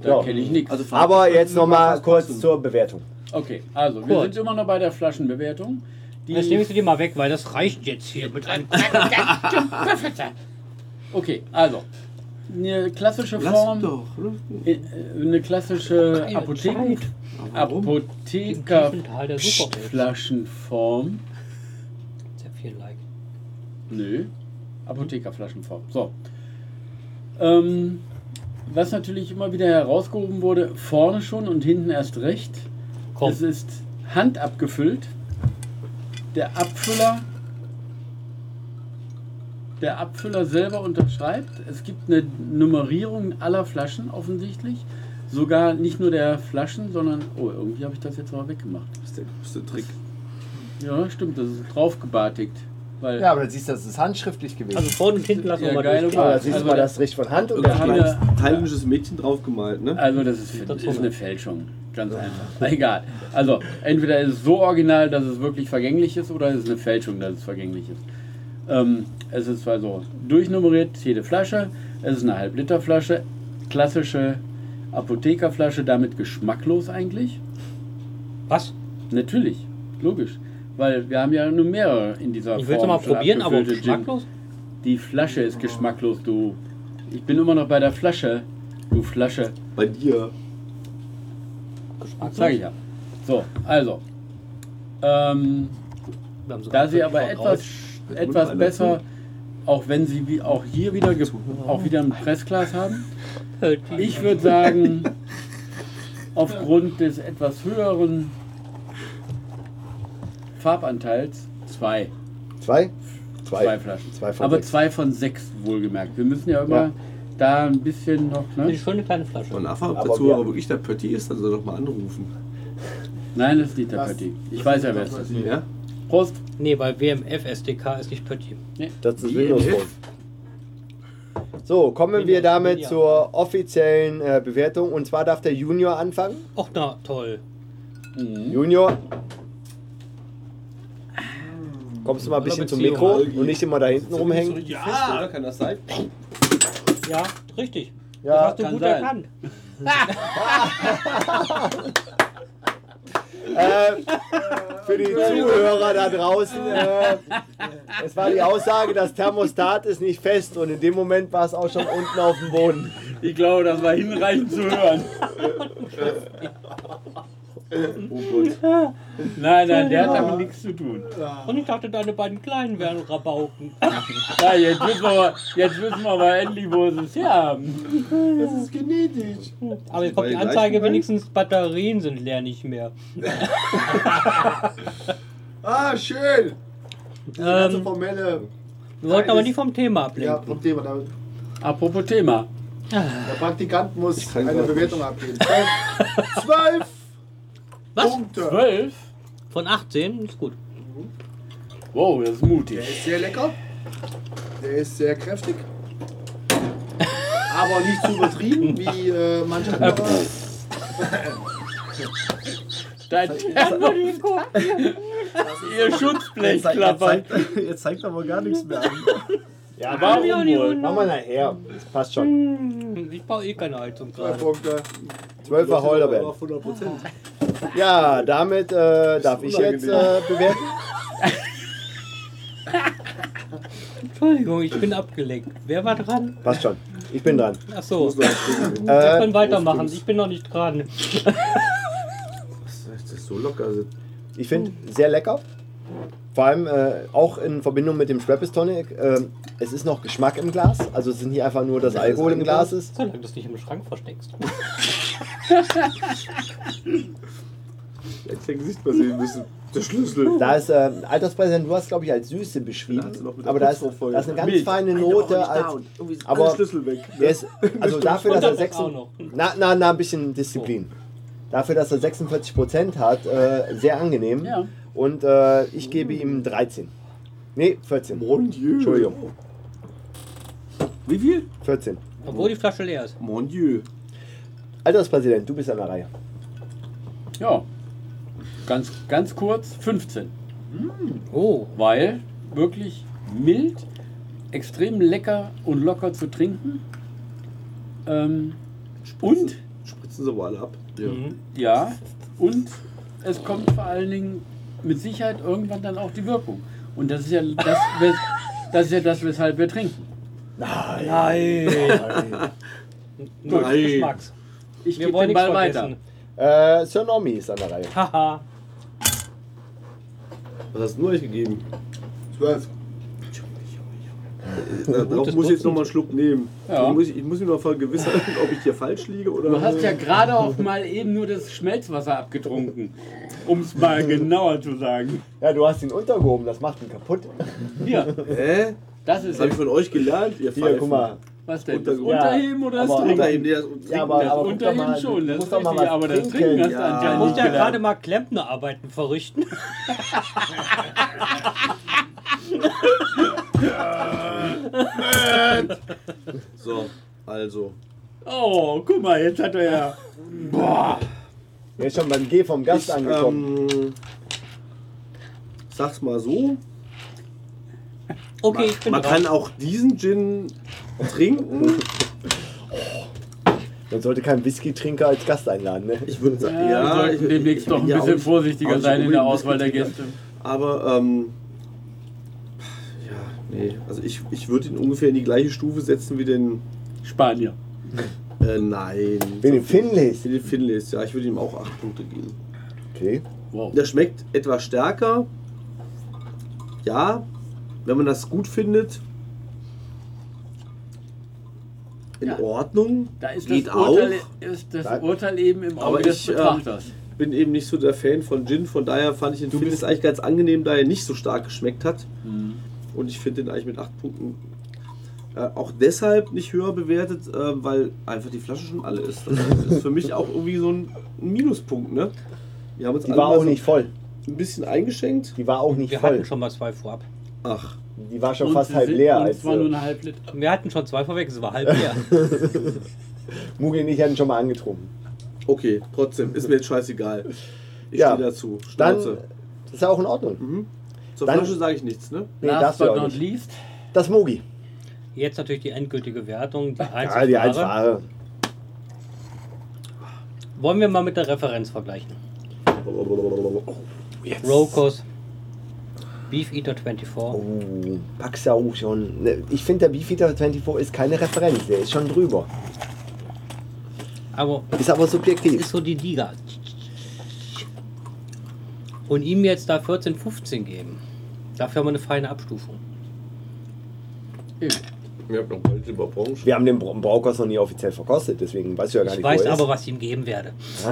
Da
Ja.
kenne ich nichts.
Also Frage,
Aber
können
jetzt
Sie
nochmal
was
kurz
kosten?
zur Bewertung.
Okay, also wir
Gut.
sind immer noch bei der Flaschenbewertung. Die
Jetzt nehme ich sie dir mal weg, weil das reicht jetzt hier mit einem.
okay, also eine klassische
Lass
Form,
doch. ne?
äh, eine klassische Apotheken,
Warum?
Im Tal der Superwelt.
Apothekerflaschenform.
Sehr viel Like.
Nö, Apothekerflaschenform. So. Ähm, was natürlich immer wieder herausgehoben wurde, vorne schon und hinten erst recht.
Komm.
Es ist handabgefüllt. Der Abfüller, der Abfüller selber unterschreibt. Es gibt eine Nummerierung aller Flaschen offensichtlich. Sogar nicht nur der Flaschen, sondern. Oh, irgendwie habe ich das jetzt mal weggemacht.
Das ist der größte Trick.
Ja, stimmt, das ist draufgebatigt. Weil
Ja, aber du siehst, das ist handschriftlich gewesen.
Also vorne und hinten lassen wir
Ja,
mal
geil,
durch.
aber da
Wahl.
siehst
Also
du mal,
der-
das riecht von Hand und
Irgendein
der
haben
Hand.
kleines
wir-
thailändisches Mädchen draufgemalt, ne?
Also das ist,
Das
ist
ist
eine Fälschung, ganz einfach. Egal. Also entweder ist es so original, dass es wirklich vergänglich ist, oder es ist eine Fälschung, dass es vergänglich ist. Ähm, es ist also durchnummeriert, jede Flasche. Es ist eine Halbliterflasche, klassische Apothekerflasche, damit geschmacklos eigentlich.
Was?
Natürlich, logisch. Weil wir haben ja nur mehrere in dieser
Ich
Form.
will es mal
schon
probieren, aber
abgefüllte Gin.
geschmacklos.
Die Flasche ist geschmacklos, du. Ich bin immer noch bei der Flasche, du Flasche.
Bei dir.
Sag ich ja. So, also. Ähm,
Wir haben sogar
da sie
fünf
aber
Frauen
etwas,
raus.
etwas besser, auch wenn sie wie auch hier wieder ge- auch wieder ein Pressglas haben, ich würde sagen, aufgrund des etwas höheren Farbanteils zwei.
Zwei?
Zwei Flaschen.
Zwei von
aber
sechs.
zwei von sechs wohlgemerkt. Wir müssen ja immer
Ja.
da ein bisschen noch.
Eine
Ne?
schöne kleine Flasche.
Und nachher, ob der
Aber
Zuhörer
wir-
wirklich der Pötti ist, dann soll er doch mal anrufen.
Nein, das ist nicht der
Das-
Party. Ich weiß ja, wer es
das
ist.
weiß ich.
Ja?
Prost!
Nee, bei WMF SDK ist nicht Pötti.
Das ist
Die
Windows
Elf.
Phone. So, kommen wir
Windows,
damit
Media.
zur offiziellen äh, Bewertung. Und zwar darf der Junior anfangen.
Och na, toll. Mhm.
Junior, kommst du mal ein
Hallo,
bisschen zum
Beziehung,
Mikro
Algi.
und nicht immer da hinten rumhängen.
Ja! Fest, oder? Kann das sein?
Ja, richtig.
Ja,
das hast du
kann
gut
sein.
erkannt.
Für die Zuhörer da draußen, äh, es war die Aussage, das Thermostat ist nicht fest und in dem Moment war es auch schon unten auf dem Boden.
Ich glaube, das war hinreichend zu hören.
Oh Gott.
Nein, nein, der hat damit nichts zu tun.
Und ich dachte, deine beiden Kleinen wären Rabauken.
Ja, jetzt, wissen wir, aber- jetzt wissen wir aber endlich, wo sie es herhaben.
Das ist genetisch.
Aber jetzt kommt die
Bei den
Anzeige,
gleichen
wenigstens Batterien sind leer nicht mehr.
Ah, schön. Diese ganze
Ähm,
formelle.
wir wollten aber
Nein,
nicht vom Thema
Ja,
ablenken.
vom Thema. Da,
Apropos Thema.
der Praktikant muss
kann
eine
gar
Bewertung abgeben. Zwölf- Zwölf
Was?
Punkte.
Zwölf?
Von 18? Ist gut.
Wow, das ist
Der
mutig.
ist sehr lecker. Der ist sehr kräftig. Aber nicht zu übertrieben, wie äh, manche andere.
Dein Ihr Schutzblech
Jetzt zeigt- jetzt
klappert.
zeigt- Jetzt zeigt er wohl gar nichts mehr an.
Ah,
Ja, mach,
Warum wohl?
mach mal nachher. Das passt
Hm.
schon.
Ich baue eh keine Heizung
Zwei
gerade.
Punkte.
12er Holderbeeren.
Auf 100%.
Ja, damit äh, darf ich jetzt äh, bewerten.
Entschuldigung, ich bin abgelenkt. Wer war dran?
Passt schon. Ich bin dran.
Achso,
Muss noch ein Stück.
wir
Äh,
können weitermachen. Ich bin noch nicht dran.
Das ist so locker. Also,
ich finde sehr lecker. Vor allem äh, auch in Verbindung mit dem Strappis Tonic. ähm, es ist noch Geschmack im Glas. Also es sind hier einfach nur, dass Alkohol im Glas ist.
Solange du es nicht im Schrank versteckst.
ich hätte dein Gesicht mal sehen müssen. Der Schlüssel.
Da ist äh, Alterspräsident, du hast glaube ich als Süße
Da hat sie noch
beschrieben.
mit der
Aber da ist,
Putzfrau voll.
da ist eine ganz
Milch.
feine Note. Als, aber-
Aber Schlüssel weg.
der ist, also dafür, dass er
Und das auch
46,
noch.
na, na, na, ein bisschen Disziplin. Dafür, dass er 46% hat, äh, sehr angenehm.
Ja.
Und äh, ich gebe ihm 13. Nee, 14.
Mon Dieu.
Entschuldigung.
Wie viel?
14.
Obwohl die Flasche leer ist.
Mon Dieu.
Alterspräsident, du bist an der Reihe.
Ja. Ganz, ganz kurz, 15.
Oh,
Weil wirklich mild, extrem lecker und locker zu trinken. Ähm, und,
Spritzen sie aber alle ab. Ja.
ja, und es kommt vor allen Dingen mit Sicherheit irgendwann dann auch die Wirkung. Und das ist ja das, wes- das, ist ja das weshalb wir trinken.
nur
Nein.
des Geschmacks.
Ich
Wir
gebe
wollen
den
nichts
Ball
vergessen.
weiter.
Äh, Sir Normi ist an der Reihe.
Haha.
Was hast du euch gegeben?
Zwölf.
Darauf
Gutes
muss ich jetzt
Putzen.
nochmal einen Schluck nehmen.
Ja.
Ich, muss, ich muss mich noch vergewissern, ob ich hier falsch liege oder.
Du hast ja gerade auch mal eben nur das Schmelzwasser abgetrunken, um es mal genauer zu sagen.
Ja, du hast ihn untergehoben, das macht ihn kaputt.
Hier,
Hä?
das
Das
ist
habe ich von euch gelernt,
Hier,
ihr Pfeifen.
guck mal.
was denn? Das
Untergehoben.
Unterheben oder das
Aber-
Trinken?
Unter ihm, der ist unten.
Ja, aber,
Das
aber guck doch
Unterheben
mal,
schon,
du
das
musst
ist
doch
richtig,
mal was
aber das
trinken.
Trinken hast du
Ja.
anscheinend
Muss
nicht
Muss ja
gelernt.
gerade mal Klempnerarbeiten verrichten.
So, also.
Oh, guck mal, jetzt hat er ja.
Er ist schon beim G vom Gast
Ich,
angekommen.
ähm, sag's mal so.
Okay, ich
Genau.
bin
Man
dran.
kann auch diesen Gin trinken.
Man sollte keinen Whisky-Trinker als Gast einladen, ne?
Ich würde sagen,
Ja, wir
ja.
sollten
ich,
demnächst
ich
noch
bin
ein
ja
bisschen
auch- auch
vorsichtiger
nicht
sein in der
unbedingt
Auswahl der
Whisky-Trinker.
Gäste.
Aber, ähm. Ja, nee. Also ich, ich würde ihn ungefähr in die gleiche Stufe setzen wie den.
Spanier.
Äh, nein.
Wenn du Finlays.
Wie den Finlays, ja. Ich würde ihm auch 8 Punkte geben.
Okay.
Wow.
Der schmeckt etwas stärker. Ja, wenn man das gut findet. In
Ja.
Ordnung.
Da ist
geht
das,
auch.
Urteil, ist das Urteil eben im Auge
Aber
des
ich, ähm,
Betrachters.
Bin eben nicht so der Fan von Gin, von daher fand ich den Finlays eigentlich ganz angenehm, da er nicht so stark geschmeckt hat.
Mhm.
Und ich finde den eigentlich mit 8 Punkten äh, auch deshalb nicht höher bewertet, äh, weil einfach die Flasche schon alle ist. Das ist für mich auch irgendwie so ein Minuspunkt, ne? Wir haben uns
Die
alle
war
mal
auch
so
nicht voll.
ein bisschen eingeschenkt.
Die war auch nicht
Wir
voll.
hatten schon mal zwei vorab.
Ach,
Die war schon
Und
fast
sie
halb
sind-
leer.
Und
Als,
es war nur
äh,
eine Halbliter.
Wir hatten schon zwei vorweg, es war halb leer.
Mugi und ich hatten schon mal angetrunken.
Okay, trotzdem, ist mir jetzt scheißegal. Ich
Ja,
stehe dazu.
Dann,
Schnauze.
das ist ja auch in Ordnung.
Zur
dann-
Flasche sage ich nichts, ne?
Nee,
Last
darfst du
but
ja auch
not
nicht.
least.
Das Mugi.
Jetzt natürlich die endgültige Wertung. Die einzig
Ja, die
wahre.
eins wahre.
Wollen wir mal mit der Referenz vergleichen. Rokos, Beef Eater 24.
Oh, packst ja auch schon. Ne, Ich finde, der Beefeater 24 ist keine Referenz. Der ist schon drüber.
Aber
Ist aber
ist
subjektiv.
so die Liga. und ihm jetzt da 14, 15 geben. Dafür haben wir eine feine Abstufung.
Wir haben noch bald über Branche.
Wir haben den Bra- Braukost noch nie offiziell verkostet, deswegen weiß ich ja gar
Ich
nicht,
weiß
wo er
aber, was ich ihm geben werde.
ist.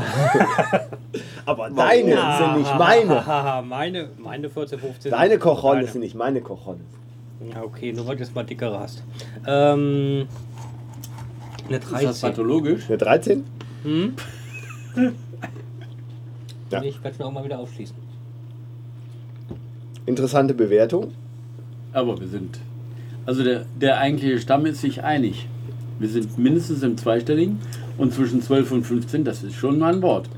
aber deine sind nicht meine.
meine. meine. Meine 14, 15.
Deine Kochonne
Deine.
sind nicht meine Kochonne.
Ja, okay, nur weil du jetzt mal dickere hast. Ähm, eine
Ist das
13.
pathologisch?
Eine 13?
Hm?
Ja.
Ich werde schon auch mal wieder aufschließen.
Interessante Bewertung.
Aber wir sind. Also der, der eigentliche Stamm ist sich einig. Wir sind mindestens im zweistelligen und zwischen 12 und 15, das ist schon mal ein Wort.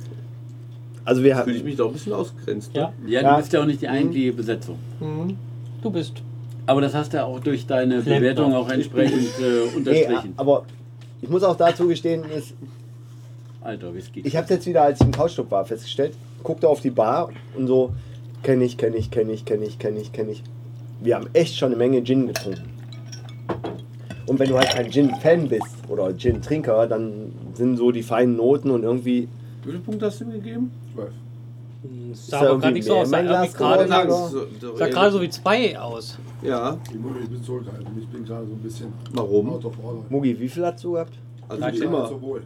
Also wir
Fühle ich
haben.
mich da ein bisschen ausgegrenzt. ne?
Ja,
Ja, du
Ja. Mhm.
bist ja auch nicht die eigentliche Besetzung.
du bist.
Aber das hast du ja auch durch deine
Vielleicht
Bewertung
doch.
auch entsprechend äh,
Nee,
unterstrichen.
aber ich muss auch dazu gestehen, ist,
Alter, Whisky.
äh, ich habe jetzt wieder, als ich im Couchclub war, festgestellt, guckte auf die Bar und so, kenne ich, kenne ich, kenne ich, kenne ich, kenne ich, kenne ich. Wir haben echt schon eine Menge Gin getrunken. Und wenn du halt kein Gin-Fan bist oder Gin-Trinker, dann sind so die feinen Noten und irgendwie
Wie viele Punkte hast du mir gegeben?
Zwölf.
Das
da
sah aber
irgendwie
gar nicht so aus. Sah
mehr im
irgendwie
Glas
gerade
geworden?
nach-
aber-
Oh, So- so-
sah gerade so wie zwei aus.
Ja,
Ich muss mich ein bisschen zurückhalten. Ich bin gerade so ein bisschen
warum?
out of order.
Mugi, wie viel hast du gehabt?
Also
Ich
wie
bin
immer.
halt so wohl.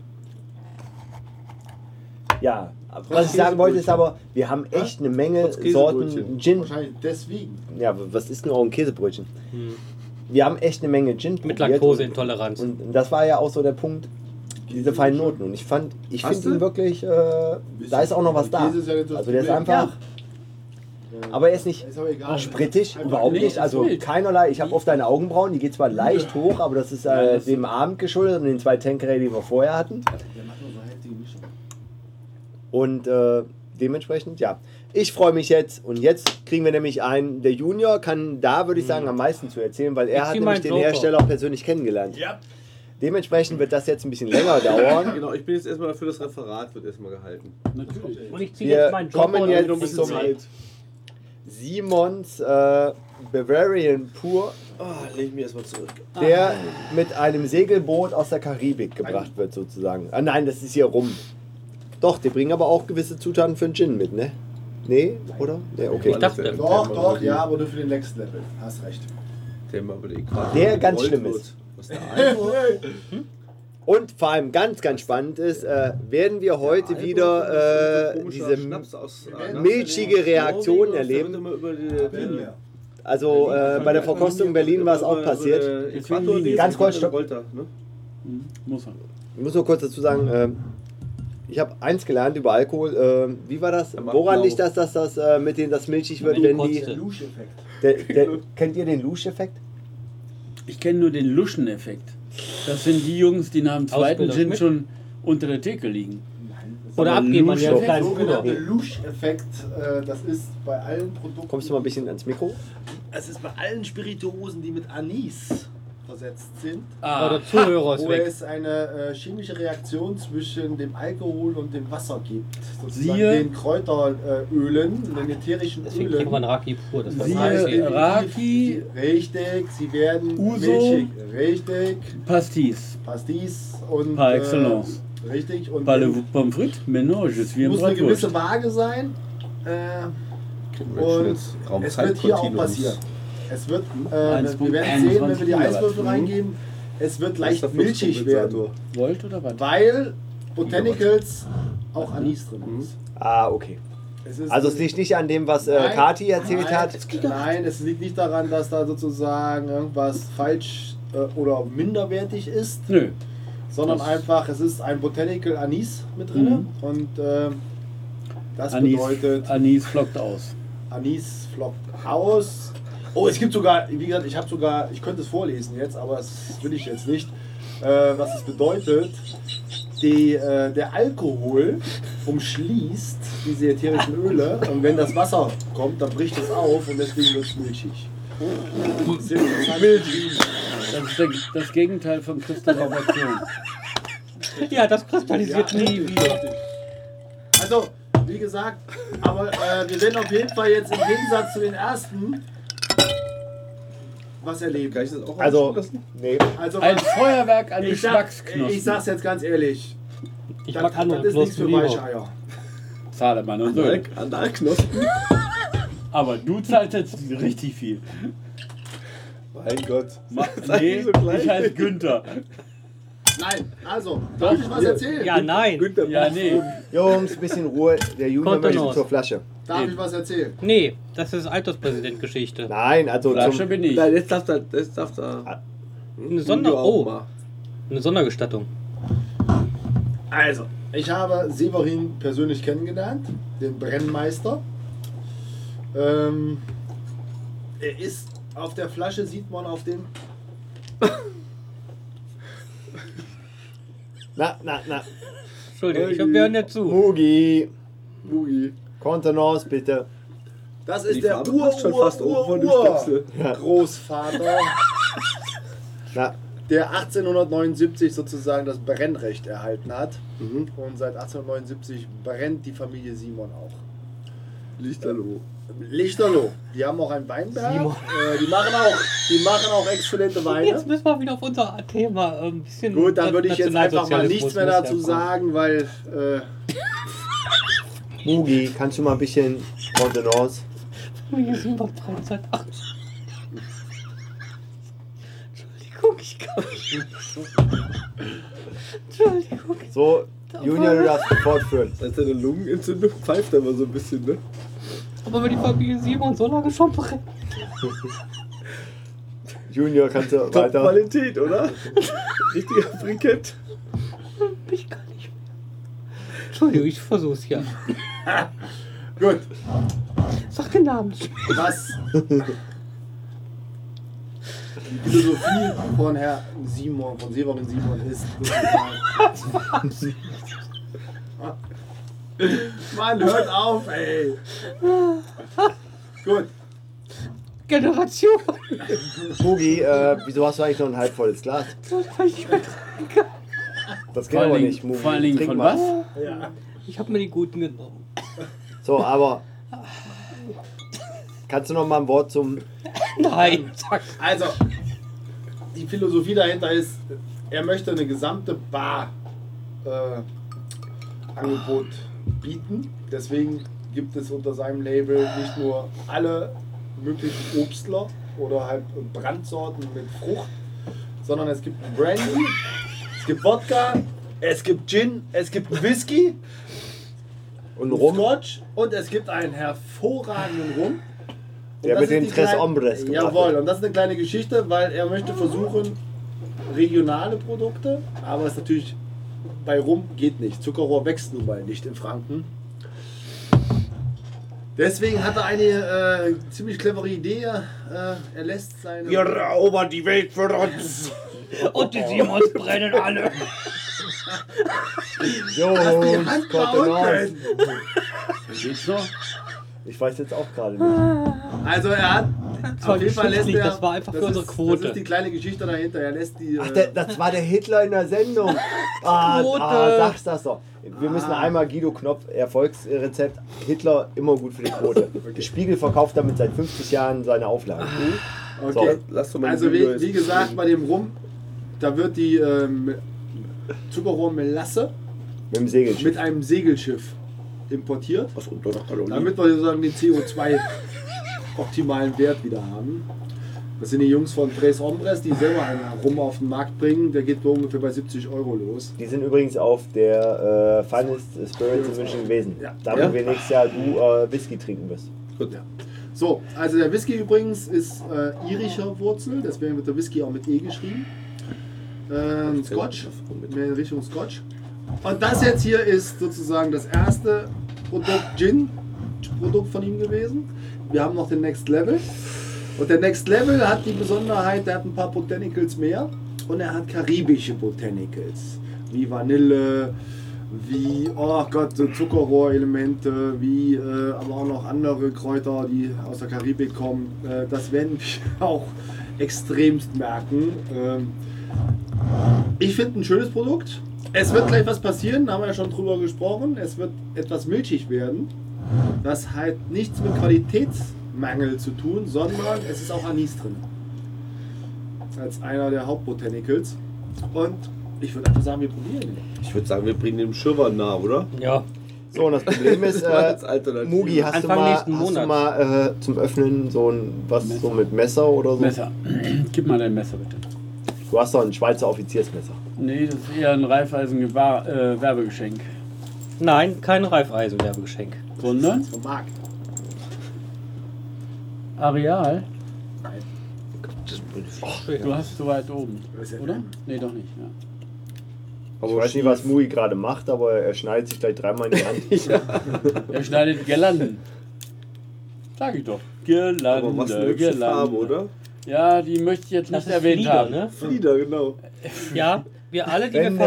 Ja, was ich sagen wollte ist aber, wir haben echt eine Menge
Trotz
Sorten
Käsebrötchen.
Gin.
Wahrscheinlich deswegen.
Ja, was ist denn auch ein Käsebrötchen?
Hm.
Wir haben echt eine Menge Gin
Mit
probiert
Laktoseintoleranz.
Und, und das war ja auch so der Punkt, diese feinen Noten. Und ich fand, ich
Hast
finde
du?
ihn wirklich, äh, da ist auch noch was da.
Käse ist ja nicht das
Also der ist
Problem.
einfach, aber er ist nicht
Ist aber egal.
sprittig,
Einfach
überhaupt
nee,
nicht.
ist
Also
mild.
keinerlei, ich habe auf deine Augenbrauen, die geht zwar leicht hoch, aber das ist äh,
Ja, das-
dem Abend geschuldet und den zwei Tankeray, die wir vorher hatten.
Der macht nur so heftige Mischung.
Und äh, dementsprechend, ja. Ich freue mich jetzt und jetzt kriegen wir nämlich einen, der Junior kann da, würde ich sagen,
Mhm.
am meisten zu erzählen, weil er
Ich
hat
zieh
nämlich
meinen
den
Joker.
Hersteller auch persönlich kennengelernt.
Ja.
Dementsprechend wird das jetzt ein bisschen länger dauern.
Genau, ich bin jetzt erstmal dafür, das Referat wird erstmal gehalten.
Natürlich.
Und ich ziehe
Wir
jetzt meinen Job
kommen
und
jetzt
noch ein bisschen
zum-
Zeit.
Simons äh, Bavarian Pur,
Oh, leg mich erstmal zurück. Ah.
der mit einem Segelboot aus der Karibik gebracht wird sozusagen. Ah nein, das ist hier rum. Doch, die bringen aber auch gewisse Zutaten für den Gin mit, ne? Nee, oder? Nee, okay.
Ich dachte-
Doch, doch, ja, aber nur für den Next Level. Hast recht.
Thema will ich gerade.
Der ganz schlimm
wird.
ist.
Was der Alkohol?
Und vor allem ganz, ganz spannend ist, äh, werden wir heute
Alkohol
wieder
ist
äh,
ein komischer
diese,
Schnaps aus, äh,
milchige
Norwegen aus
Reaktionen
Norwegen,
erleben.
da wird immer über die- Äh,
Bin
also äh, bei der Verkostung in Berlin war es auch passiert. Ganz
Ganz
kurz,
kurz.
stopp.
Volta, ne?
Mhm. Muss er.
Ich muss nur kurz dazu sagen, ähm, ich habe eins gelernt über Alkohol. ähm, wie war das?
Er macht
Woran
blau.
liegt das, dass das äh, mit denen das milchig wird, wenn
Wenn du
die.
Der
kotzt.
Lusch-Effekt.
Der, der, kennt ihr den Lusch-Effekt?
Ich kenne nur den Luschen-Effekt. Das sind die Jungs, die nach dem zweiten
Ausbildung
Gin
mit?
schon unter der Theke liegen.
Nein, das
Oder
Aber
abgeben an
Lusch-
ihren
ist der
kleinen Bruder.
sogenannte Lusch-Effekt. Äh, das ist bei allen Produkten.
Kommst du mal ein bisschen ans Mikro?
Es ist bei allen Spirituosen, die mit Anis versetzt sind,
Aber Ah, der Zuhörer ist
wo
weg.
es eine äh, chemische Reaktion zwischen dem Alkohol und dem Wasser gibt. Sozusagen
Siehe-
den Kräuterölen, den ätherischen
Deswegen kriegt man
Ölen.
Raki pur. Das
Siehe-
weiß ich.
Siehe Raki,
Richtig, sie werden
Uso.
milchig. Richtig.
Pastis,
Pastis und.
par excellence.
Äh, richtig. Und
Par le pommes frites, mélange, es wie im
muss eine gewisse
Bratwurst.
Waage sein. Äh, und
Richness,
es
Raumzeit,
wird hier auch
Kontinuums.
passieren. Es wird, äh, wir
1.21
werden sehen, wenn wir die
Kilowatt.
Eiswürfel
Mhm.
reingeben, es wird leicht
Erster
milchig werden,
Fünfpunktsensator.
Volt oder was?
weil Botanicals auch Anis drin ist.
Ah, okay.
Es ist
Also es liegt nicht an dem, was äh,
Nein.
Kati erzählt
nein,
hat.
Nein, es liegt nicht daran, dass da sozusagen irgendwas falsch äh, oder minderwertig ist,
Nö.
sondern
Das-
einfach, es ist ein Botanical Anis mit drin und äh, das bedeutet,
Anis, Anis flockt aus.
Anis floppt aus. Oh, es gibt sogar, wie gesagt, ich habe sogar, ich könnte es vorlesen jetzt, aber das will ich jetzt nicht. Äh, was es bedeutet, die, äh, der Alkohol umschließt diese ätherischen Öle und wenn das Wasser kommt, dann bricht es auf und deswegen wird es milchig. Sehr interessant.
Das ist der, das Gegenteil von Kristallisation.
Ja, das kristallisiert
Ja,
nie
richtig,
wieder.
richtig. Also, wie gesagt, aber äh, wir werden auf jeden Fall jetzt im Gegensatz zu den ersten was erleben.
Kann ich das auch
Also,
anschließen?
nee.
Also,
Ein Feuerwerk an
ich, sag,
Geschmacksknospen.
ich sag's jetzt ganz ehrlich.
Ich
das,
mag andere
das ist nichts
bloß
für
lieber.
Weicheier.
Zahlemann und Sölk.
Analknospen.
Aber du zahlst jetzt richtig viel.
Mein Gott.
Ma
eigentlich
nee,
so gleich.
ich heiße Günther.
Nein, also, darf ich was erzählen?
Ja, nein.
Günther,
Ja, nee.
Jungs, bisschen Ruhe. Der Junior
Kontenance.
möchte zur Flasche.
Darf
Eben.
ich was erzählen?
Nee, das ist Alterspräsident-Geschichte.
Nein, also
Flasche
zum,
bin ich.
Nein, jetzt darf da, jetzt darf da.
Eine, Sonder
Junior auch
oh,
mal.
eine Sondergestattung.
Also, ich habe Severin persönlich kennengelernt, den Brennmeister. Ähm, er ist auf der Flasche, sieht man auf dem.
Na, na, na.
Entschuldigung, ich hab, wir hören ja zu.
Hugi,
Mugi.
Kontenance bitte.
Das ist
Die
der
Farbe
Ur,
passt schon
Ur,
fast oben
Ur,
von dem
Ur
Stöpsel.
Großvater,
Na,
der 1879 sozusagen das Brennrecht erhalten hat.
Mhm.
Und seit 1879 brennt die Familie Simon auch. Äh,
Lichterloh.
Lichterloh, die haben auch einen Weinberg. Äh, die, machen auch, die machen auch exzellente Weine.
Jetzt müssen wir wieder auf unser Thema äh, ein bisschen.
Gut, dann würde ich jetzt einfach mal
Nationalsozialismus
nichts mehr
muss ja
dazu
kommen.
sagen, weil äh,
Hugi, kannst du mal ein bisschen Kontenance?
Mir ist über Freizeit. Ach. Entschuldigung, ich kann nicht. Entschuldigung.
So, Junior, du darfst fortführen.
Als deine Lungenentzündung pfeift aber so ein bisschen, ne?
Aber wenn die Familie Simon so lange schon brennt.
Junior, kannst du
Top
weiter.
Qualität, oder? Richtiger Brikett.
Ich kann nicht mehr. Entschuldigung, ich versuch's ja.
gut,
Sag den Namen nicht.
was die Philosophie von Herr Simon, von Severin Simon ist sozusagen. Mann, hört auf, ey! Gut,
Generation.
Hugi, äh, wieso hast du eigentlich noch ein halb volles Glas?
Weil ich nicht mehr trinken kann.
Das geht
Vor
aber
allen
nicht,
Dingen,
Hugi.
vor allen Dingen
Trink
von
mal.
was?
ja.
Ich hab mir die guten genommen.
So, aber. Kannst du noch mal ein Wort zum.
Nein, sag.
Also, die Philosophie dahinter ist, er möchte eine gesamte Bar äh, Angebot bieten. Deswegen gibt es unter seinem Label nicht nur alle möglichen Obstler oder halt Brandsorten mit Frucht, sondern es gibt Brandy, es gibt Wodka, es gibt Gin, es gibt Whisky,
Und rum?
Scotch und es gibt einen hervorragenden Rum. Und
Der mit
das ist
den
die
Tres
kleine-
Hombres gemacht
Jawohl,
hat.
und das ist eine kleine Geschichte, weil er möchte versuchen, regionale Produkte, aber es ist natürlich bei Rum geht nicht. Zuckerrohr wächst nun mal nicht in Franken. Deswegen hat er eine äh, ziemlich clevere Idee. Äh, er lässt seine.
erobern die Welt für uns.
Und die Simons brennen alle.
Jungs, Kontenance.
Geht's noch?
Ich weiß jetzt auch gerade nicht.
Also er hat.
war geschichtlich, das war einfach für unsere
ist,
Quote.
Das ist die kleine Geschichte dahinter. Er lässt die.
Ach,
äh,
der, das war der Hitler in der Sendung. Ah,
Quote.
ah sag's das doch. Wir müssen einmal Guido Knopf, Erfolgsrezept, Hitler immer gut für die Quote. Der Spiegel verkauft damit seit 50 Jahren seine Auflagen.
okay.
Lass doch mal
Also
die Video
wie,
jetzt-
wie gesagt, bei dem Rum, da wird die ähm, Zuckerrohrmelasse
Mit dem Segelschiff.
mit einem Segelschiff importiert,
Was unter der Kalorie.
damit wir sozusagen den CO2 optimalen Wert wieder haben. Das sind die Jungs von Tres Hombres, die selber einen Rum auf den Markt bringen. Der geht so ungefähr bei 70 Euro los.
Die sind übrigens auf der äh, Finest Spirits in München gewesen.
Ja.
Damit
Ja?
wir nächstes Jahr du äh, Whisky trinken wirst.
Gut.
So, also der Whisky übrigens ist äh, irischer Wurzel, deswegen wird der Whisky auch mit E geschrieben. Ähm, Scotch, mehr in Richtung Scotch. Und das jetzt hier ist sozusagen das erste Produkt Gin, Produkt von ihm gewesen. Wir haben noch den Next Level. Und der Next Level hat die Besonderheit, der hat ein paar Botanicals mehr und er hat karibische Botanicals. Wie Vanille, wie, oh Gott, so Zuckerrohrelemente, wie äh, aber auch noch andere Kräuter, die aus der Karibik kommen. Äh, das werden wir auch extremst merken. Ähm, ich finde ein schönes Produkt. Es wird gleich was passieren, da haben wir ja schon drüber gesprochen. Es wird etwas milchig werden. Das hat nichts mit Qualitätsmangel zu tun, sondern es ist auch Anis drin. Als einer der Hauptbotanicals. Und ich würde einfach sagen, wir probieren den.
Ich würde sagen, wir bringen dem Schirmer nah, oder?
Ja,
So, und das Problem ist, äh,
Als Alternative.
Mugi, hast
Anfang
du mal,
nächsten
hast du
Monats.
mal äh, zum Öffnen so ein, was
Messer.
so mit Messer oder so?
Messer. Gib mal dein Messer bitte.
Du hast doch ein Schweizer Offiziersmesser.
Nee, das ist eher ein äh, Reifeisen-Werbegeschenk.
Nein, kein Reifeisenwerbegeschenk.
Grunde?
Vom Markt.
Areal?
Oh,
Du hast zu weit oben,
Das ist ja
oder?
kein-
Nee, doch nicht. Ja.
Ich weiß nicht, was Mugi gerade macht, aber er schneidet sich gleich dreimal in die Hand.
Er schneidet Girlanden. Sag ich doch.
Aber machst
Girlande,
eine hübsche
Girlande.
Farbe, oder?
Ja, die möchte ich jetzt
das
nicht
ist
erwähnt
Flieder,
haben.
ne?
Flieder, genau.
Ja, wir alle, die
Wenn
wir
der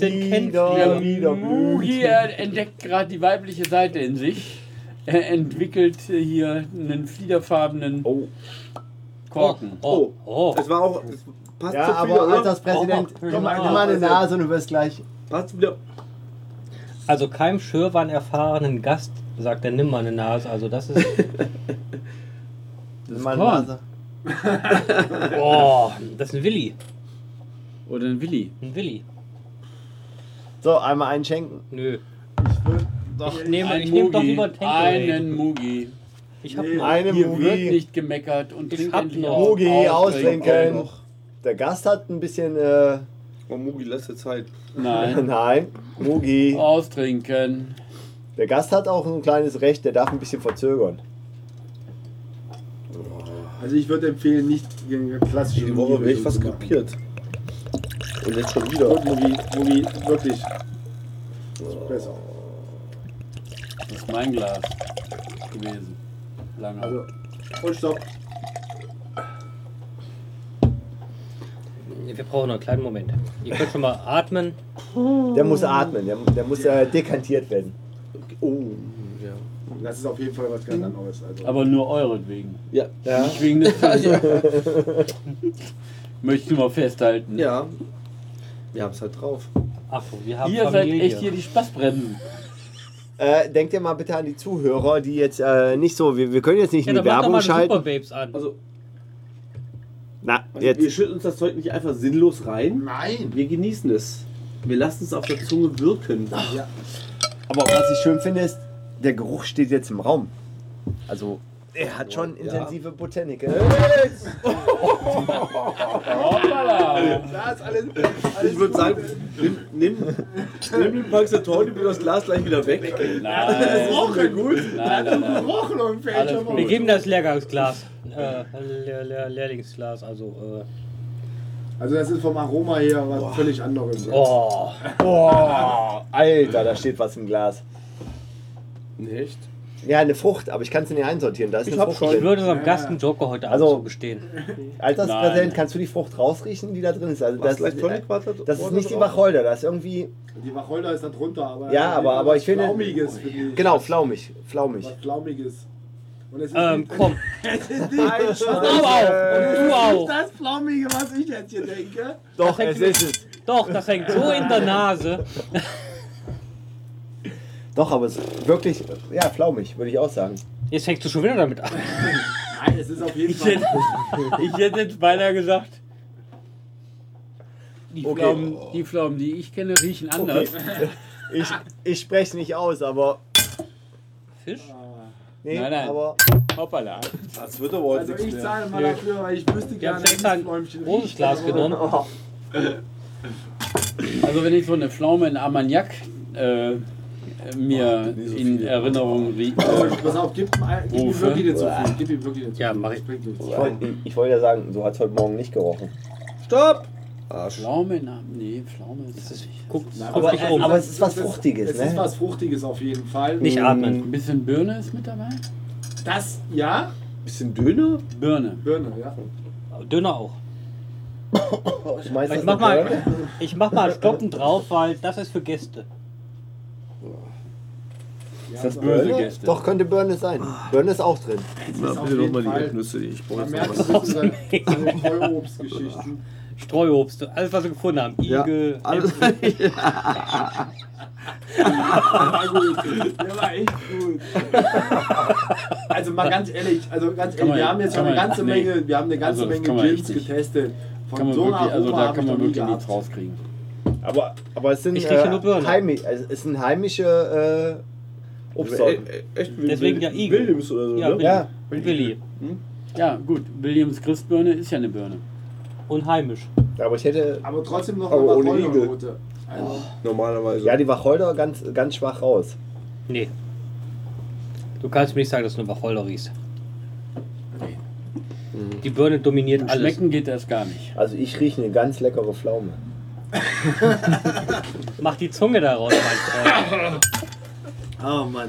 Rede
sind, kennen
Flieder.
Oh,
Der
Flieder.
Wieder
Mugi er uh, entdeckt gerade die weibliche Seite in sich. Er entwickelt hier einen fliederfarbenen
Oh.
Korken.
Oh, oh.
Es war auch. Es passt
Ja,
zu Flieder,
aber
oder?
Alterspräsident, komm mal,
Ja.
nimm mal eine Nase und du wirst gleich.
Passt zu Flieder.
Also keinem Schirr war einen erfahrenen Gast, sagt er, nimm mal eine Nase. Also das ist...
Nimm mal eine
Korn.
Nase.
Boah, das ist ein Willi.
Oder ein Willi.
Ein Willi.
So, einmal einen schenken.
Nö.
Doch.
Ich nehme,
Ein
ich nehme doch
Mugi,
lieber einen Tank.
Einen Mugi.
Ich hab
Nee.
noch.
Eine
Hier wird
Mugi.
nicht gemeckert und
Ich
trinkt
hab
endlich
noch.
auf.
Mugi,
Ausdrücken.
austrinken. Der Gast hat ein bisschen. Äh,
Oh, Mugi, lass dir Zeit.
Oh, Nein.
nein, Mugi.
Oh. Austrinken.
Der Gast hat auch ein kleines Recht, der darf ein bisschen verzögern.
Also ich würde empfehlen, nicht gegen klassische
Die Woche wäre
Mugi-Versuche
ich fast
zu machen.
krepiert. Und jetzt schon
Gut,
wieder.
Mugi, Mugi, wirklich. Das ist besser.
Das ist mein Glas gewesen. Lange.
Also, und stopp.
Wir brauchen noch einen kleinen Moment. Ihr könnt schon mal atmen.
Der muss atmen, der, der muss äh, dekantiert werden.
Oh, ja.
Das ist auf jeden Fall was ganz anderes. Also.
Aber nur euretwegen.
Ja.
Ja.
Nicht wegen des Flusses. Möchte ich nur mal festhalten.
Ja. Wir haben es halt drauf.
Achtung, wir haben
Ihr seid
Familie.
echt hier die Spaßbremsen.
Äh, denkt ihr mal bitte an die Zuhörer, die jetzt äh, nicht so, wir, wir können jetzt nicht
ja,
in
dann
die
macht doch
Werbung
mal
schalten.
Super Babes an.
Also,
Na,
wir
jetzt.
schütten uns das Zeug nicht einfach sinnlos rein.
Nein!
Wir genießen es. Wir lassen es auf der Zunge wirken.
Ja.
Aber was ich schön finde, ist, der Geruch steht jetzt im Raum. Also, er hat schon intensive Botanik. äh?
Hoppala.
Das ist alles,
Ich würde sagen, nimm, nimm, nimm den Paxator, nimm dir das Glas gleich wieder weg.
Nein.
Woche gut.
Nein, nein, nein.
Wochen und
Alles
Fälscher
gut.
wir geben das Lehrgangsglas. Äh, Lehr Lehr Lehrlingsglas, also.
Also das ist vom Aroma her was völlig anderes.
Äh, oh.
Boah, Ah, Alter, da steht was im Glas.
Nicht?
Ja, eine Frucht, aber ich kann sie nicht einsortieren. Da ist
Ich
eine
hab
Frucht
schon.
Ich
drin.
würde unserem Gast einen Joker heute Abend
Also-
zugestehen.
Alterspräsident,
Nein.
kannst du die Frucht rausriechen, die da drin ist? Also, das,
leicht Tonic
das,
Water-
das ist
Water
nicht die
drauf?
Wacholder, das ist irgendwie.
Die Wacholder ist da drunter, aber
Ja, aber- aber ich finde-
flaumiges finde ich.
Genau, flaumig. Flaumig.
Was flaumiges. Und es ist
Ähm,
nicht-
komm.
es ist nicht
Du auch! Und du
Das ist
auch!
das flaumige, was ich jetzt hier denke.
Doch,
Das
es ist
hängt-
es.
Doch, das hängt so in der Nase.
Doch, aber es ist wirklich, ja, flaumig, würde ich auch sagen.
Jetzt fängst du schon wieder damit an.
Nein, es ist auf jeden
Ich
Fall.
hätte, ich hätte jetzt beinahe gesagt, die,
Okay.
Pflaumen, die Pflaumen, die ich kenne, riechen anders.
Ich, ich spreche es nicht aus, aber.
Fisch?
Nee,
Nein, nein.
aber.
Hoppala.
Das wird aber heute
Also ich
nichts mehr.
zahle mal
Nö.
dafür, weil ich wüsste
Wir haben
gerne,
extra ein
Fläumchen
großes
riecht,
Glas
aber-
genommen.
Also wenn ich so eine Pflaume in Armagnac äh, mir
nie so
in
viel.
Erinnerung rieche,
Aber Pass auf, gib, ihm ein- gib ihm
Rufe.
wirklich nicht so viel. Gib ihm wirklich nicht so
Ja,
viel.
mach ich.
Das bringt nichts.
Ich wollte ich wollte ja sagen, so hat es heute Morgen nicht gerochen.
Stopp! Arsch.
Pflaume in Armagnac, nee, Pflaume ist es nicht.
Guck,
Nein,
guck dich um.
aber es ist was
es ist-
Fruchtiges,
Es
ne?
ist was Fruchtiges auf jeden Fall.
Nicht atmen.
Ein bisschen Birne ist mit dabei?
Das, ja?
Bisschen Döner?
Birne.
Birne, ja.
Oh, Döner auch.
Ich, mach
Ich mach mal, ich mach mal einen Stoppen drauf, weil das ist für Gäste.
Ist
das böse?
Birne?
Gäste.
Doch, könnte Birne sein. Birne ist auch drin.
Na,
auf
bitte
jeden
nochmal die
Fall-
Erdnüsse, die ich brauche.
Man
jetzt
merkt,
noch
das
was.
sind so diese Vollobstgeschichten.
Streuobst, alles was wir gefunden haben.
Ja,
Igel.
alles.
War gut. Der war echt gut. Also mal ganz ehrlich, also ganz
Kann
ehrlich,
man-
wir haben jetzt
kann
schon eine
man-
ganze
nee.
Menge, wir haben eine ganze
Also, das kann
Menge
man
Gins
echt nicht.
getestet.
Kann man
so einer
wirklich, also
Aroma
da
hab
kann
ich
man
noch nie
wirklich nichts
gehabt.
rauskriegen.
Aber, aber es sind äh,
Ich rieche nur Birne.
heimi- es es sind heimische
Obstsorten. E echt Willi-
Deswegen ja Igel.
Williams oder so,
Ja,
ne?
Willi.
Ja.
Willi.
Ja, gut. Williams Christbirne ist ja eine Birne.
Und heimisch.
Aber ich hätte.
Aber trotzdem noch
Aber ohne
eine
Igel.
Rote. Also,
Oh,
Normalerweise.
Ja, die Wacholder ganz, ganz schwach raus.
Nee. Du kannst mir nicht sagen, dass du eine Wacholder riechst. Mhm. Die Birne dominiert alles.
Schmecken geht das gar nicht.
Also ich rieche eine ganz leckere Pflaume.
Mach die Zunge daraus, mein Freund.
oh Mann.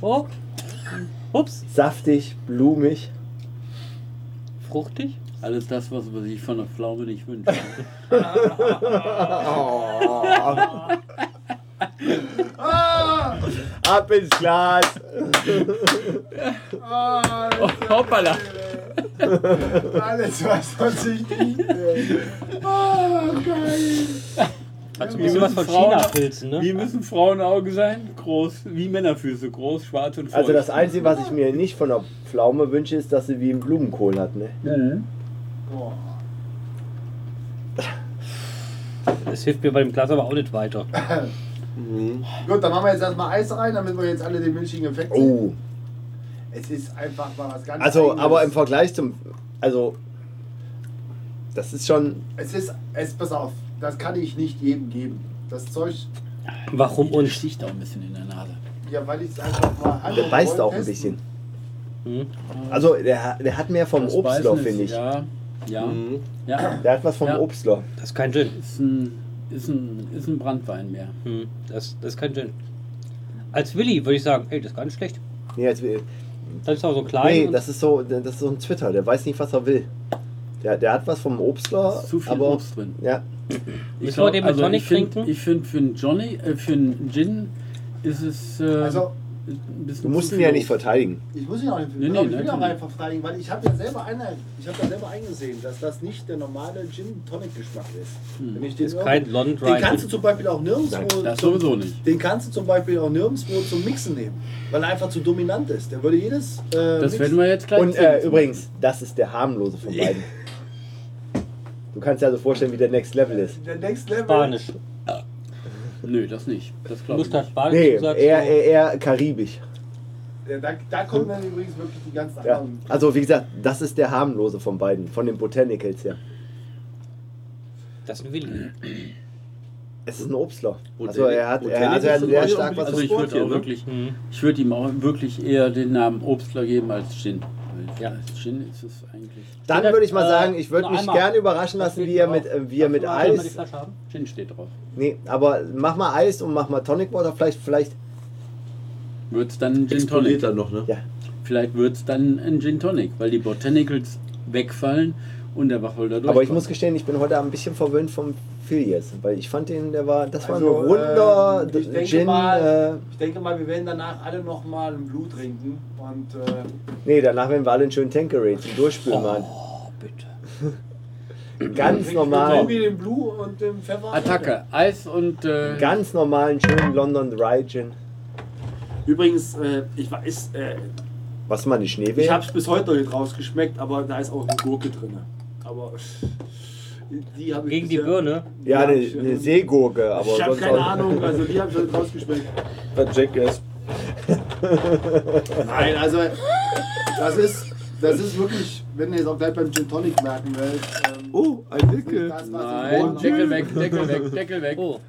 Oh. Ups.
Saftig, blumig.
Fruchtig?
Alles das, was man sich von der Pflaume nicht wünscht.
Ab ins Glas!
Ah,
Hoppala.
alles, was man sich nicht. will. Ah, geil.
Hat so ein bisschen was von China-Pilzen, ne?
Wie müssen Frauenaugen sein? Groß, wie Männerfüße, groß, schwarz und feucht.
Also das Einzige, was ich mir nicht von der Pflaume wünsche, ist, dass sie wie ein Blumenkohl hat. Ne?
Oh.
Das hilft mir bei dem Glas aber auch nicht weiter.
Gut, dann machen wir jetzt erstmal Eis rein, damit wir jetzt alle den milchigen Effekt sehen.
Oh.
Es ist einfach mal was ganz
Also,
Eigenes.
aber im Vergleich zum. Also. Das ist schon.
Es ist, es, pass auf, das kann ich nicht jedem geben. Das Zeug,
Warum
und
uns?
sticht auch ein bisschen in der Nase.
ja, weil ich es einfach mal
Der
anprobieren
beißt auch ein
testen.
bisschen.
Hm?
Also, der, der hat mehr vom
Das
Obstloch,
Beißen ist-
finde ich.
Ja, ja,
Mhm.
ja.
Der hat was vom
Ja.
Obstloch.
Das ist kein Gin.
Ist ein, ist ein, ist ein Brandwein mehr.
Hm. Das, das ist kein Gin. Als Willi würde ich sagen, ey, das ist gar nicht schlecht.
Nee, jetzt, nee,
Das ist auch so klein. und-
das ist so, das ist so ein Twitter, der weiß nicht, was er will. Der, der hat was vom Obstloch,
Ist zu viel
aber.
Obst drin.
Ja,
Müssen wir den mit Tonic
ich find-
trinken?
Ich finde für einen Johnny, äh, für einen Gin ist es äh,
Also,
ein bisschen
du
zu
musst ihn
viel
ja nicht
Obst.
verteidigen.
ich muss ihn auch nicht,
Nee,
nee,
nee,
nee, ich will auch
natürlich.
einfach verteidigen, weil ich habe ja selber eine, ich habe ja selber eingesehen, dass das nicht der normale Gin Tonic Geschmack ist. Wenn ich den
ist
irgendwo-
kein London
den kannst
Dry.
du zum Beispiel auch nirgendwo,
Hm. Das
zum,
sowieso nicht.
den kannst du zum Beispiel auch nirgendwo zum Mixen nehmen, weil er einfach zu dominant ist. Der würde jedes. Äh,
Das
Mixen-
werden wir jetzt gleich
Und
sehen.
äh, übrigens, das ist der harmlose von beiden. Du kannst dir also vorstellen, wie der Next Level ist.
der Next Level.
Spanisch.
Nö, das nicht. Das glaube ich
Lust hat
nicht.
Spanisch
Nee,
gesagt.
eher, eher, eher karibisch.
Ja, Da, da kommen dann übrigens wirklich die ganzen
Ja.
anderen.
Also, wie gesagt, das ist der harmlose von beiden, von den Botanicals her.
Das ist ein Willi.
Es ist ein Obstloch.
Botan-
Also, er hat, er,
Botanicals
also er hat
sind
sehr
eigentlich
stark was
auch wieder-
Also
vom
ich würde
Sportchen,
auch
ne?
wirklich,
Hm.
ich würde ihm auch wirklich eher den Namen Obstler geben als Gin. Weil
Ja.
Als Gin ist es eigentlich.
Dann
Steht
würde ich mal
da,
sagen,
äh,
ich würde
noch
mich
einmal.
gerne überraschen
Das
lassen,
steht
wie er
drauf.
mit, äh, wie er mit
Kannst du mal die
Eis.
Flasche haben?
Gin steht drauf.
Nee, aber mach mal Eis und mach mal Tonic Water. Vielleicht, vielleicht.
Wird es dann ein Gin
Explodiert
Tonic?
dann noch, ne?
Ja.
Vielleicht wird es dann ein Gin Tonic, weil die Botanicals wegfallen und der Wacholder durch.
Aber ich muss gestehen, ich bin heute ein bisschen verwöhnt vom Filius, weil ich fand den, der war, das war
Also,
ein runder
ähm, ich denke
Gin.
mal-
äh,
Ich denke mal, wir werden danach alle nochmal ein Blut trinken und äh,
nee, danach werden wir alle einen schönen Tankeray zum Durchspülen machen.
Oh, bitte.
Ganz normal.
Tobi den Blue und den Pfeffer.
Attacke, Eis und äh,
Ganz normalen, schönen London Dry Gin.
Übrigens, äh, ich weiß, äh,
Was man die Schnee
ich
will.
habe es bis heute noch nicht rausgeschmeckt, aber da ist auch eine Gurke drin. Aber die habe ich
Gegen die
bisher-
Birne.
Ja, eine,
ich, äh,
eine Seegurke, aber
Ich habe
sonst
keine
auch-
Ahnung, also die habe ich noch nicht rausgeschmeckt.
Jackass.
Nein, also das ist, das ist wirklich, wenn ihr jetzt auch gleich beim Gin Tonic merken wollt. Ähm,
Oh, ein
das ist
Dicke.
das, was ich
Nein,
wollte.
Deckel weg, Deckel weg, Deckel weg.
Oh,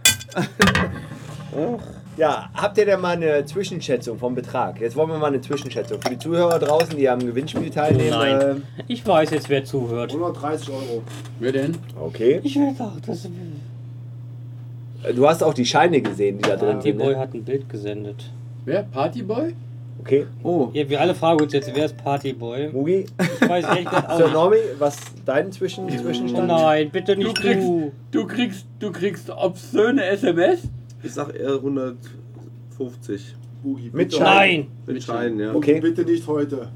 Ja, habt ihr denn mal eine Zwischenschätzung vom Betrag? Jetzt wollen wir mal eine Zwischenschätzung. Für die Zuhörer draußen, die am Gewinnspiel teilnehmen.
Oh nein. Ich weiß jetzt, wer zuhört.
130 Euro.
Wer denn?
äh, okay.
Ich will doch, das
Du hast auch die Scheine gesehen, die da drin
Die
sind.
Boy
Ne?
hat ein Bild gesendet.
Wer? Partyboy?
Okay.
Oh.
Ja, wir alle fragen uns jetzt, wer ist Partyboy?
Mugi,
Ich weiß ehrlich gesagt
so
auch
Normi, was dein Zwischen
nicht.
Zwischenstand?
Oh nein, bitte
Du
nicht
kriegst,
du.
du kriegst, du kriegst obszöne SMS?
Ich sag eher 150.
Boogie,
Mit
bitte.
Schein.
Nein!
Mit Schein, ja.
Okay.
Bitte nicht heute.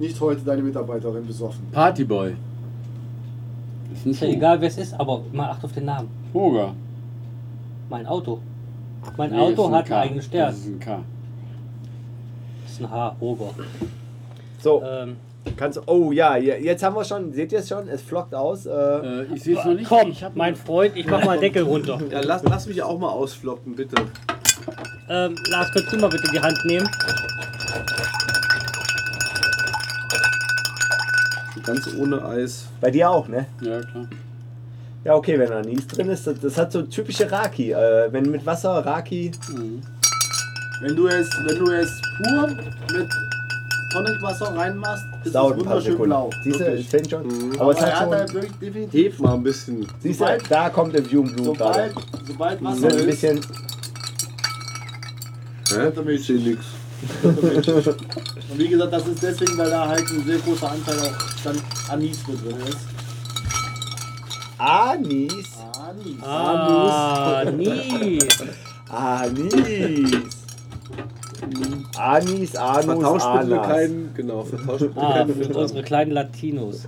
Nicht heute deine Mitarbeiterin besoffen.
Partyboy. Ist ein
Ist ja
Vogel.
egal, wer es ist, aber mal acht auf den Namen.
Vogel.
Mein Auto. Mein
Nee, ist
Auto
ein
hat
K.
einen eigenen Stern.
Das ist ein K.
Das ist ein Haar, Roger.
So,
Ähm,
kannst du. Oh ja, ja, jetzt haben wir schon, seht ihr es schon? Es flockt aus. Äh,
Äh, ich sehe es noch nicht.
komm,
ich hab
mein Freund, ich mach mal Deckel runter.
Ja, lass, lass mich auch mal ausflocken, bitte.
Ähm, Lars, könntest du mal bitte die Hand nehmen?
Ganz ohne Eis.
Bei dir auch, ne?
Ja, klar.
Ja, okay, wenn da Anis drin ist, das, das hat so typische Raki. Äh, wenn mit Wasser, Raki.
Wenn du es, wenn du es pur mit Tonicwasser reinmachst, ist
dauert
es
ein paar
wunderschön
Sekunden.
blau.
Siehst du,
Wirklich.
ich finde schon. Aber
Aber
es
er
hat
hat halt
schon.
wirklich definitiv.
Heb mal ein bisschen.
Siehst du,
sobald-
da kommt der View Blue gerade.
Sobald, sobald Wasser
Ein
ist,
bisschen.
Hä? Ich sehe nix.
und wie gesagt, das ist deswegen, weil da halt ein sehr großer Anteil auch dann Anis mit drin ist.
Anis.
Anis.
Ah, nie.
Anis. Anis, Anus,
Vertauscht bitte
Anas.
keinen. Genau, vertauscht bitte
Ah,
keinen.
für unsere kleinen Latinos.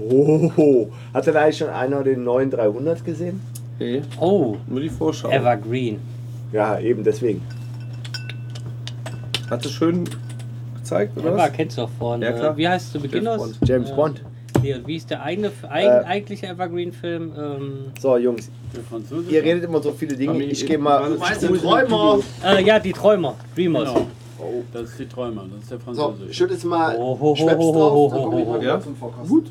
Oh, hat denn eigentlich schon einer den neuen 300 gesehen?
Nee,
Oh,
nur die Vorschau.
Evergreen.
Ja, eben deswegen.
Hat es schön gezeigt, oder?
Ever
Was?
kennst du doch von.
Ja,
äh,
klar.
Wie heißt du Beginners?
Bond.
James
Äh,
Bond.
Nee, wie ist der eigene, eigen,
Äh.
eigentliche Evergreen-Film? Ähm,
So, Jungs,
Der Franzose.
ihr redet immer so viele Dinge.
Haben wir
Ich
eben-
gehe mal.
Du
Weißt du, Träumer.
äh, ja, die Träumer. Dreamers.
Genau. Das ist die Träumer, das ist der
Oh. So,
Franzose.
schüttelst mal
Oh, Ho, ho, ho,
Schwepps
ho,
drauf,
ho,
dann komm ich mal.
ho, ho.
Ja?
Zum Vorkosten. Gut.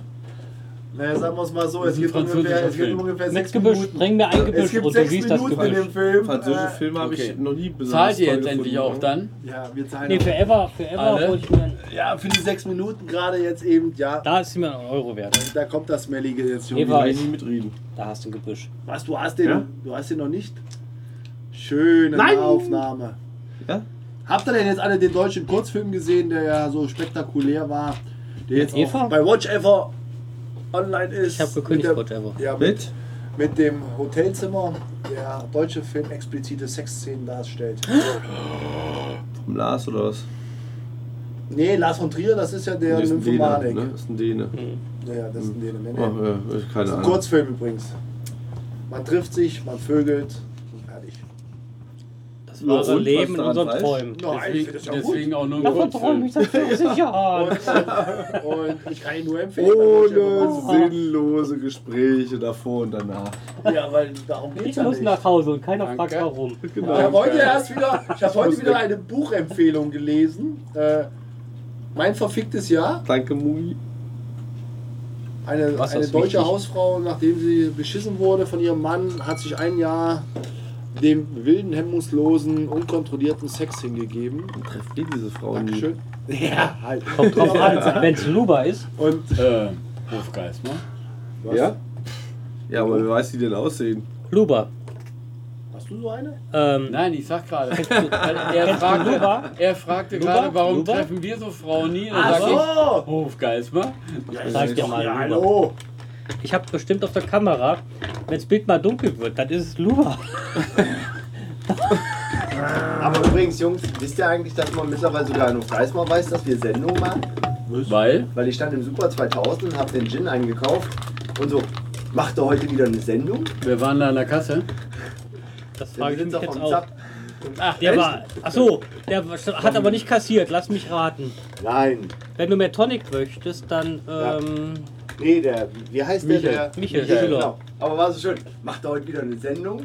Naja, sagen wir es mal so,
Das ist
es
ein
gibt ungefähr,
französischer
es gibt
Film.
ungefähr
Mit
sechs
Gebüsch.
Minuten.
Bring mir ein
Es
Gebüsch
gibt
und du
sechs
siehst das
Minuten in
Gebüsch.
dem Film.
Französische
äh,
Filme habe ich
okay.
noch nie besonders
Zahlt ihr
toll
jetzt endlich
gefunden. ne?
auch dann?
Ja, wir zahlen
Nee,
auch.
für Ever, für Ever
Alle?
hol ich mir einen.
Ja, für die sechs Minuten gerade jetzt eben, ja.
Da ist sie mir ein Euro wert.
Da kommt das Mellige jetzt,
Ich
Eva.
Junge.
kann nicht mitreden.
Da hast du ein Gebüsch.
Was, du hast den,
Ja?
du hast den noch nicht? Schöne
Nein!
Aufnahme.
Ja?
Habt ihr denn jetzt alle den deutschen Kurzfilm gesehen, der ja so spektakulär war? Der jetzt
Eva?
auch bei Watch Ever online ist.
Ich habe
Mit
gekündigt,
der-
whatever.
Ja, mit,
Mit?
mit dem Hotelzimmer, der deutsche Film explizite Sexszenen darstellt.
Vom Lars oder was?
Nee, Lars von Trier, das ist ja der
Nee, ist ein Däne.
Nymphomanik.
Ne? Ist ein Däne.
Ja, das ist ein Däne. Nee, nee.
Oh, ja, ich-
Das
keine
ist ein
Ahnung.
Kurzfilm übrigens. Man trifft sich, man vögelt und fertig.
Das war unser
und?
Leben
Was
in
daran
unseren
falsch?
Träumen.
Nein, ich
Deswegen,
finde das ja
deswegen
gut.
auch nur ein
Davon träume
Kurzfilm.
ich seit 40 Jahren.
Und ich kann ihn nur empfehlen.
Ohne sinnlose Gespräche davor und danach.
Ja, weil darum geht's
Ich
ja
muss
nicht.
nach Hause und keiner
Danke.
fragt warum.
Ich habe
Genau.
heute erst wieder, ich habe heute wieder eine Buchempfehlung gelesen. Äh, mein verficktes Jahr.
Danke, Mugi.
Eine,
Was,
eine
das ist
deutsche
wichtig?
Hausfrau, nachdem sie beschissen wurde von ihrem Mann, hat sich ein Jahr dem wilden, hemmungslosen, unkontrollierten Sex hingegeben.
Trefft ihr diese Frau nie?
Dankeschön. Ja, halt.
Kommt drauf an, wenn es Luba ist.
Und
Äh, Hofgeist, ne?
was?
Ja? Ja, aber wer weiß, wie die denn aussehen?
Luba.
Hast du so eine?
Ähm,
Nein, ich sag gerade.
du-
weil Er
Luba?
fragte, er fragte
Luba?
gerade, warum
Luba?
treffen wir so Frauen nie? Da
Ach
sag ich,
so!
Hofgeist, ne?
Sag dir mal,
Ja,
Luba.
hallo!
Ich habe bestimmt auf der Kamera, wenn das Bild mal dunkel wird, dann ist es Luba.
Aber übrigens, Jungs, wisst ihr eigentlich, dass man mittlerweile sogar in Kreis mal weiß, dass wir Sendung machen?
Weil?
Weil ich stand im Super 2000 und hab den Gin eingekauft und so, macht ihr heute wieder eine Sendung?
Wir waren da an der Kasse.
Das
Der
frage ich mich
Besitzer
jetzt
vom
auch.
Zapp.
Ach, der war. Achso, der hat aber nicht kassiert. Lass mich raten.
Nein.
Wenn du mehr Tonic möchtest, dann. Ähm,
Nee, der, wie heißt
Michael.
der? der
Michael, genau.
genau. Aber war so schön. Macht ihr heute wieder eine Sendung?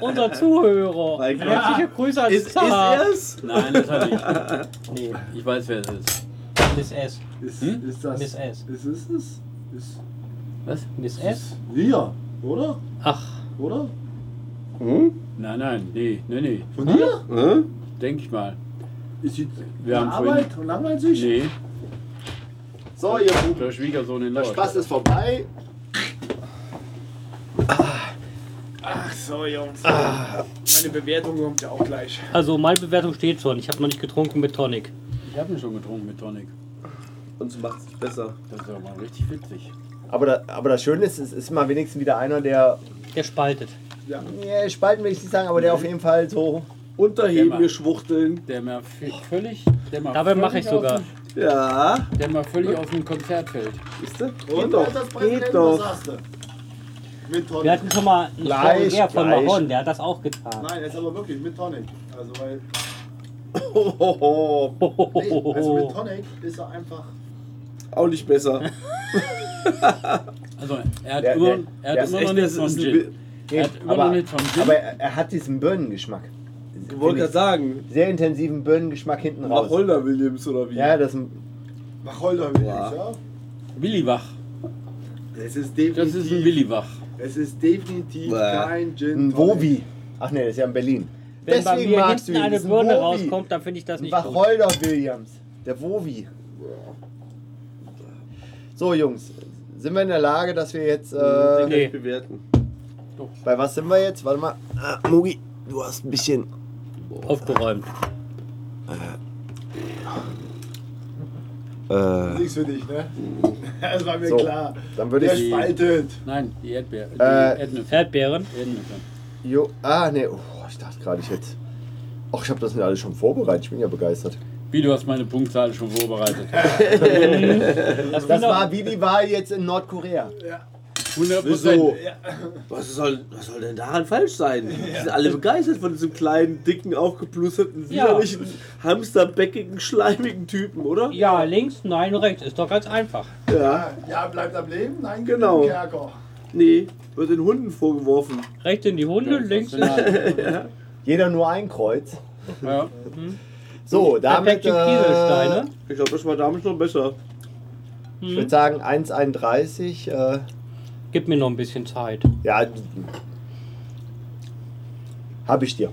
Unser Zuhörer.
genau. Mein Gott.
Herzliche Grüße an
Ist, ist
Zara.
er's?
Nein, das hat ich. Nee, ich weiß, wer es ist.
Miss S.
Ist,
Hm?
ist das.
Miss S.
Ist es das? Ist
Was?
Miss S?
wir, oder?
Ach,
Oder?
Hm?
Nein, nein, nee, nee, nee.
Von dir?
Hm?
Denk ich mal.
Ist sie
Wir haben
Arbeit und langweilt sich?
Nee,
So, ihr Buben,
der Schwiegersohn in
der
Lorsch.
Spaß ist vorbei.
Ach so, Jungs. Meine Bewertung kommt ja auch gleich.
also meine Bewertung steht schon. Ich habe noch nicht getrunken mit Tonic.
Ich hab ihn schon getrunken mit Tonic.
Und so macht's sich besser.
Das ist aber mal richtig witzig.
Aber, da, aber das Schöne ist, es ist mal wenigstens wieder einer, der,
Der spaltet.
Ja.
nee, spalten will ich nicht sagen, aber der auf jeden Fall so,
Unterheben,
Emma.
wir schwuchteln.
Der mal f- völlig. Der mal
Dabei
völlig
mache ich
aus
sogar.
dem-
Ja,
Der mal völlig aus dem Konzert fällt.
ist du?
Und
Geht doch, geht doch.
Was hast du? Mit
Wir
Tonic.
hatten schon mal einen
Gleich,
Vorgänger von
gleich.
Mahon, der hat das auch
Ah,
getan.
Nein, jetzt aber wirklich mit Tonic. Also, weil,
Hohoho.
Oh,
nee, also mit Tonic ist er einfach.
Auch nicht besser.
Also, er hat
Der-
immer,
der-
er
der
hat
ist
immer noch
echt,
nichts
das
vom
ist ein
Gin.
Bi-
Nee,
Er hat immer
aber,
noch nicht vom Gin.
aber er, er hat diesen Birnengeschmack.
Ich wollte gerade sagen,
sehr intensiven Birnengeschmack hinten raus.
Wacholder Williams oder wie?
Ja, das
Wacholder Williams,
Boah.
ja?
Williwach. Das
Es ist
ist ein
definitiv,
Williwach.
es ist definitiv
Bäh.
kein Gin
ein
Tonic.
Wovi. Ach nee, das ist ja in Berlin.
Wenn bei mir hinten
ihn.
eine
Das ist ein
Birne
Wovi.
rauskommt, dann finde ich das
Ein
nicht gut.
Wacholder Williams. Der Wovi. So, Jungs. Sind wir in der Lage, dass wir jetzt. Äh,
Den kann ich bewerten.
Bei was sind wir jetzt? Warte mal. Ah, Mugi, du hast ein bisschen.
Aufgeräumt.
Äh,
Nichts für dich, ne? Das war mir
So.
klar.
dann würde
Der
ich.
spaltet.
Nein, die Erdbeere. Die
Äh,
Erdnüsse.
Erdbeeren.
Erdnüsse.
Jo, ah, nee. Oh, ich dachte gerade, ich hätte. Ach, ich habe das nicht alles schon vorbereitet. Ich bin ja begeistert.
Wie, du hast meine Punktzahl schon vorbereitet.
Das,
Das
war
war wie die Wahl jetzt in Nordkorea.
100
Wieso?
Prozent.
Was soll, was soll denn daran falsch sein? Die sind alle begeistert von diesem kleinen, dicken, aufgeplusterten,
Ja.
widerlichen, hamsterbäckigen, schleimigen Typen, oder?
ja, links, nein, rechts. Ist doch ganz einfach.
Ja.
Ja, bleibt am Leben? Nein,
Genau.
Kerker.
Nee, wird den Hunden vorgeworfen.
Rechts in die Hunde, links
genau.
in
Jeder nur ein Kreuz.
Ja.
So, damit.
Perspektive
Äh,
Kieselsteine.
Ich glaube, das war damals noch besser.
ich würde sagen 1,31. Äh,
Gib mir noch ein bisschen Zeit.
ja. Hab ich dir.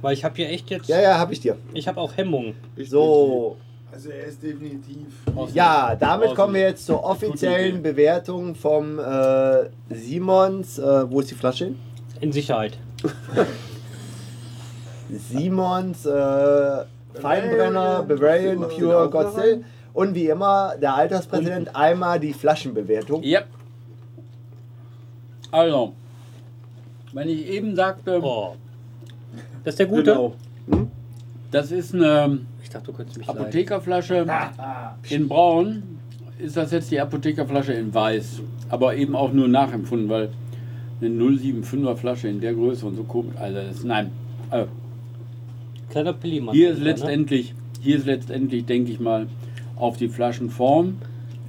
Weil ich habe hier echt jetzt,
Ja, ja, hab ich dir.
ich habe auch Hemmungen.
Ich
So.
Also er ist definitiv.
Aus-
Ja, damit
aus-
kommen wir jetzt zur
Gute
offiziellen
Idee.
Bewertung vom äh, Simons. Äh, wo ist die Flasche hin?
In Sicherheit.
Simons äh, Feinbrenner Bavarian
Machst du den
Pure
auch da
Godzilla.
rein?
Und wie immer, der Alterspräsident einmal die Flaschenbewertung.
Yep. Also, wenn ich eben sagte,
Genau.
Oh. Das ist der gute.
Genau.
das ist eine
Ich dachte, du könntest mich leiden.
Apothekerflasche in Braun, ist das jetzt die Apothekerflasche in Weiß. Aber eben auch nur nachempfunden, weil eine 075er Flasche in der Größe und so komisch. Also, das ist, nein. Also,
Kleiner Pillimann.
Hier ist
wieder, ne?
letztendlich, hier ist letztendlich, denke ich mal, auf die Flaschenform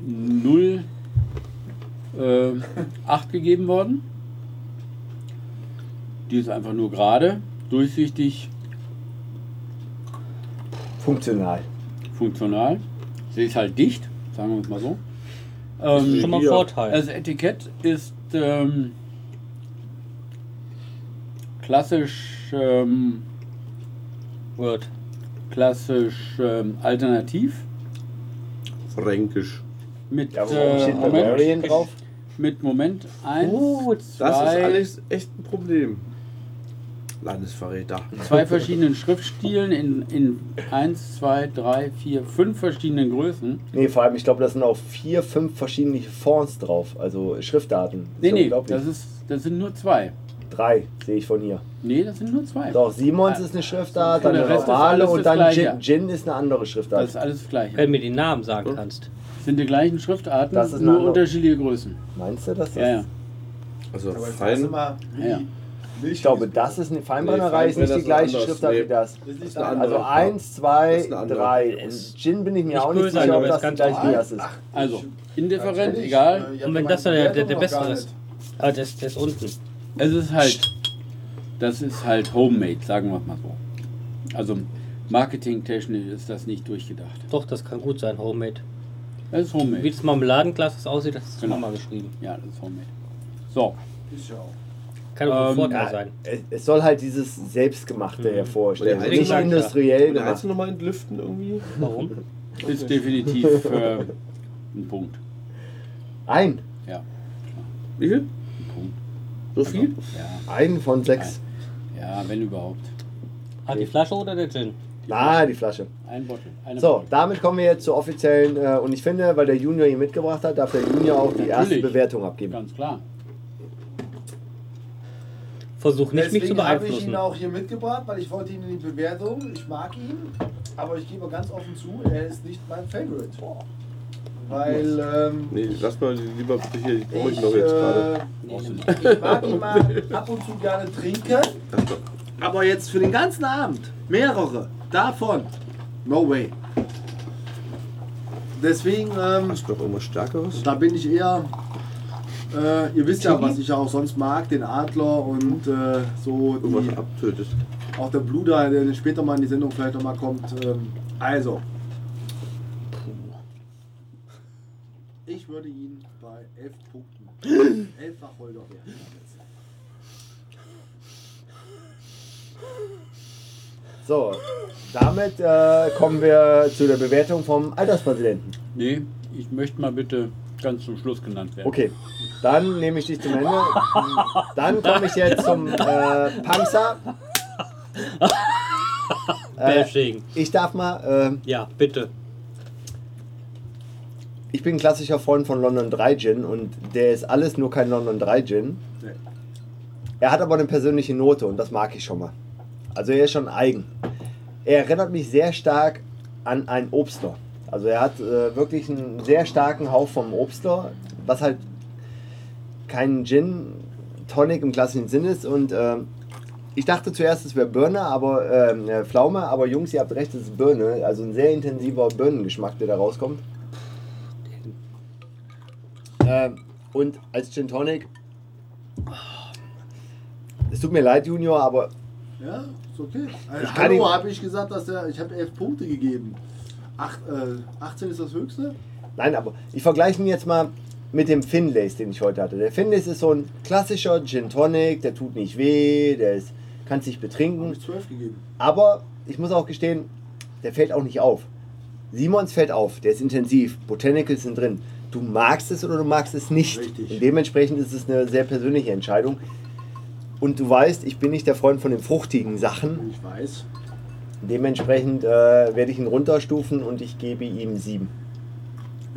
0 äh, 8 gegeben worden. Die ist einfach nur gerade, durchsichtig,
Funktional.
funktional. Sie ist halt dicht, sagen wir es mal so.
Das ist
Ähm,
schon mal ein
Hier.
Vorteil.
das Etikett ist ähm, klassisch ähm,
Word.
klassisch ähm, alternativ
Fränkisch.
mit
Ja, warum
äh,
steht
Moment,
Bavarian drauf?
Mit Moment eins,
Gut.
Das ist
zwei,
alles echt ein Problem. Landesverräter.
zwei verschiedenen Schriftstilen in, in eins, zwei, drei, vier, fünf verschiedenen Größen.
Nee, vor allem, ich glaube, da sind auch vier, fünf verschiedene Fonts drauf. Also Schriftarten. Das
Nee,
ist
nee,
unglaublich.
das, ist, das sind nur zwei.
Drei sehe ich von hier.
Nee, das sind nur zwei.
Doch, Simons ist eine Schriftart,
Und
dann
der
eine
Rest ist
normale
alles
und
das
dann
Gleiche.
Gin. Gin ist eine andere
Das ist
Schriftart.
alles das gleiche.
Wenn du mir den Namen
Hm?
sagen kannst.
Sind die gleichen Schriftarten,
Das ist eine
nur
andere.
unterschiedliche Größen.
Meinst du, dass das?
Ja, ja.
Also
Aber jetzt sagst du
fein.
mal, wie
Ja.
Ich glaube, das ist eine Feinbrennerei, ist
Nee,
nicht
Feinbrenner
die
ist
gleiche
anders.
Schriftart
Nee.
wie das.
Das ist nicht
ist eine
dein-
andere.
Also
Ja.
eins, zwei,
Das ist eine andere.
drei.
Ist
Und Gin bin ich mir
nicht
auch nicht
böse,
sicher,
aber
ob
ist
das die
ganz
gleiche wie
normal.
das ist.
Also, indifferent,
Natürlich.
egal.
Ja,
Und wenn
meine
das dann der, der, der
Bewertung
bessere
noch gar
ist.
nicht.
Ah, der ist, der ist unten.
Es ist halt, das ist halt homemade, sagen wir es mal so. Also, marketingtechnisch ist das nicht durchgedacht.
Doch, das kann gut sein, Homemade.
Es ist
Wie
homemade.
das Marmeladenglas das aussieht, das ist
Genau.
genau. mal geschrieben.
Ja, das ist homemade. So,
Ist ja auch.
Kann auch ein
Ähm,
Vorteil
Ja,
sein.
Es, es soll halt dieses Selbstgemachte
Mhm.
hervorstellen.
Weil die
Nicht
Einzelmarke-
industriell
Und
gemacht.
Kannst du nochmal entlüften irgendwie?
Warum?
ist definitiv äh, ein Punkt.
Ein.
Ja,
Wie viel?
ein Punkt.
So viel?
Ja,
Ein von sechs.
ja wenn überhaupt.
Hat die Flasche oder der Gin?
Ah, die Flasche.
Ein Bottle. Eine
So,
Bottle.
damit kommen wir jetzt zur offiziellen. Äh, und ich finde, weil der Junior hier mitgebracht hat, darf der Junior auch die erste
Natürlich.
Bewertung abgeben.
Ganz klar.
Versuch nicht, mich zu
Deswegen habe ich ihn
beeinflussen.
auch hier mitgebracht, weil ich wollte ihn in die Bewertung. Ich mag ihn, aber ich gebe ganz offen zu, er ist nicht mein Favorite. Weil ähm,
Nee, lass mal die lieber bitte hier. Die brauche ich
ich,
noch jetzt gerade.
äh, ich mag ihn mal ab und zu gerne trinken. Aber jetzt für den ganzen Abend mehrere davon. No way. Deswegen, ähm,
Hast du noch irgendwas Stärkeres?
da bin ich eher Äh, ihr wisst ja, was ich ja auch sonst mag, den Adler und äh, so die,
Irgendwas abtötet.
auch der Bluder, der später mal in die Sendung vielleicht nochmal kommt. Ähm, also. Ich würde ihn bei elf Punkten. Elffach Holger werden.
So, damit äh, kommen wir zu der Bewertung vom Alterspräsidenten.
Nee, ich möchte mal bitte ganz zum Schluss genannt werden.
Okay, dann nehme ich dich zum Ende. Dann komme ich jetzt zum äh, Panzer. Äh,
Bashing.
ich darf mal, äh,
Ja, bitte.
ich bin ein klassischer Freund von London 3 Gin und der ist alles nur kein London 3 Gin.
Nee.
Er hat aber eine persönliche Note und das mag ich schon mal. Also er ist schon eigen. Er erinnert mich sehr stark an einen Obstler. Also er hat äh, wirklich einen sehr starken Hauch vom Obstler, was halt kein Gin Tonic im klassischen Sinn ist. Und ähm, ich dachte zuerst, es wäre Birne, aber ähm, äh, Pflaume, aber Jungs, ihr habt recht, es ist Birne. Also ein sehr intensiver Birnengeschmack, der da rauskommt. Ähm, und als Gin Tonic. Es tut mir leid, Junior, aber
Ja, ist okay. Also,
Ich kann ihn-
hallo, habe ich gesagt, dass er. Ich habe elf Punkte gegeben. Acht, äh, 18 ist das höchste?
Nein, aber ich vergleiche ihn jetzt mal mit dem Finlays, den ich heute hatte. Der Finlays ist so ein klassischer Gin Tonic, der tut nicht weh, der ist, kann sich
Habe
betrinken.
ich 12 gegeben.
Aber ich muss auch gestehen, der fällt auch nicht auf. Simons fällt auf, der ist intensiv, Botanicals sind drin. Du magst es oder du magst es nicht.
Richtig.
Und dementsprechend ist es eine sehr persönliche Entscheidung. Und du weißt, ich bin nicht der Freund von den fruchtigen Sachen.
Ich weiß.
Dementsprechend äh, werde ich ihn runterstufen und ich gebe ihm sieben.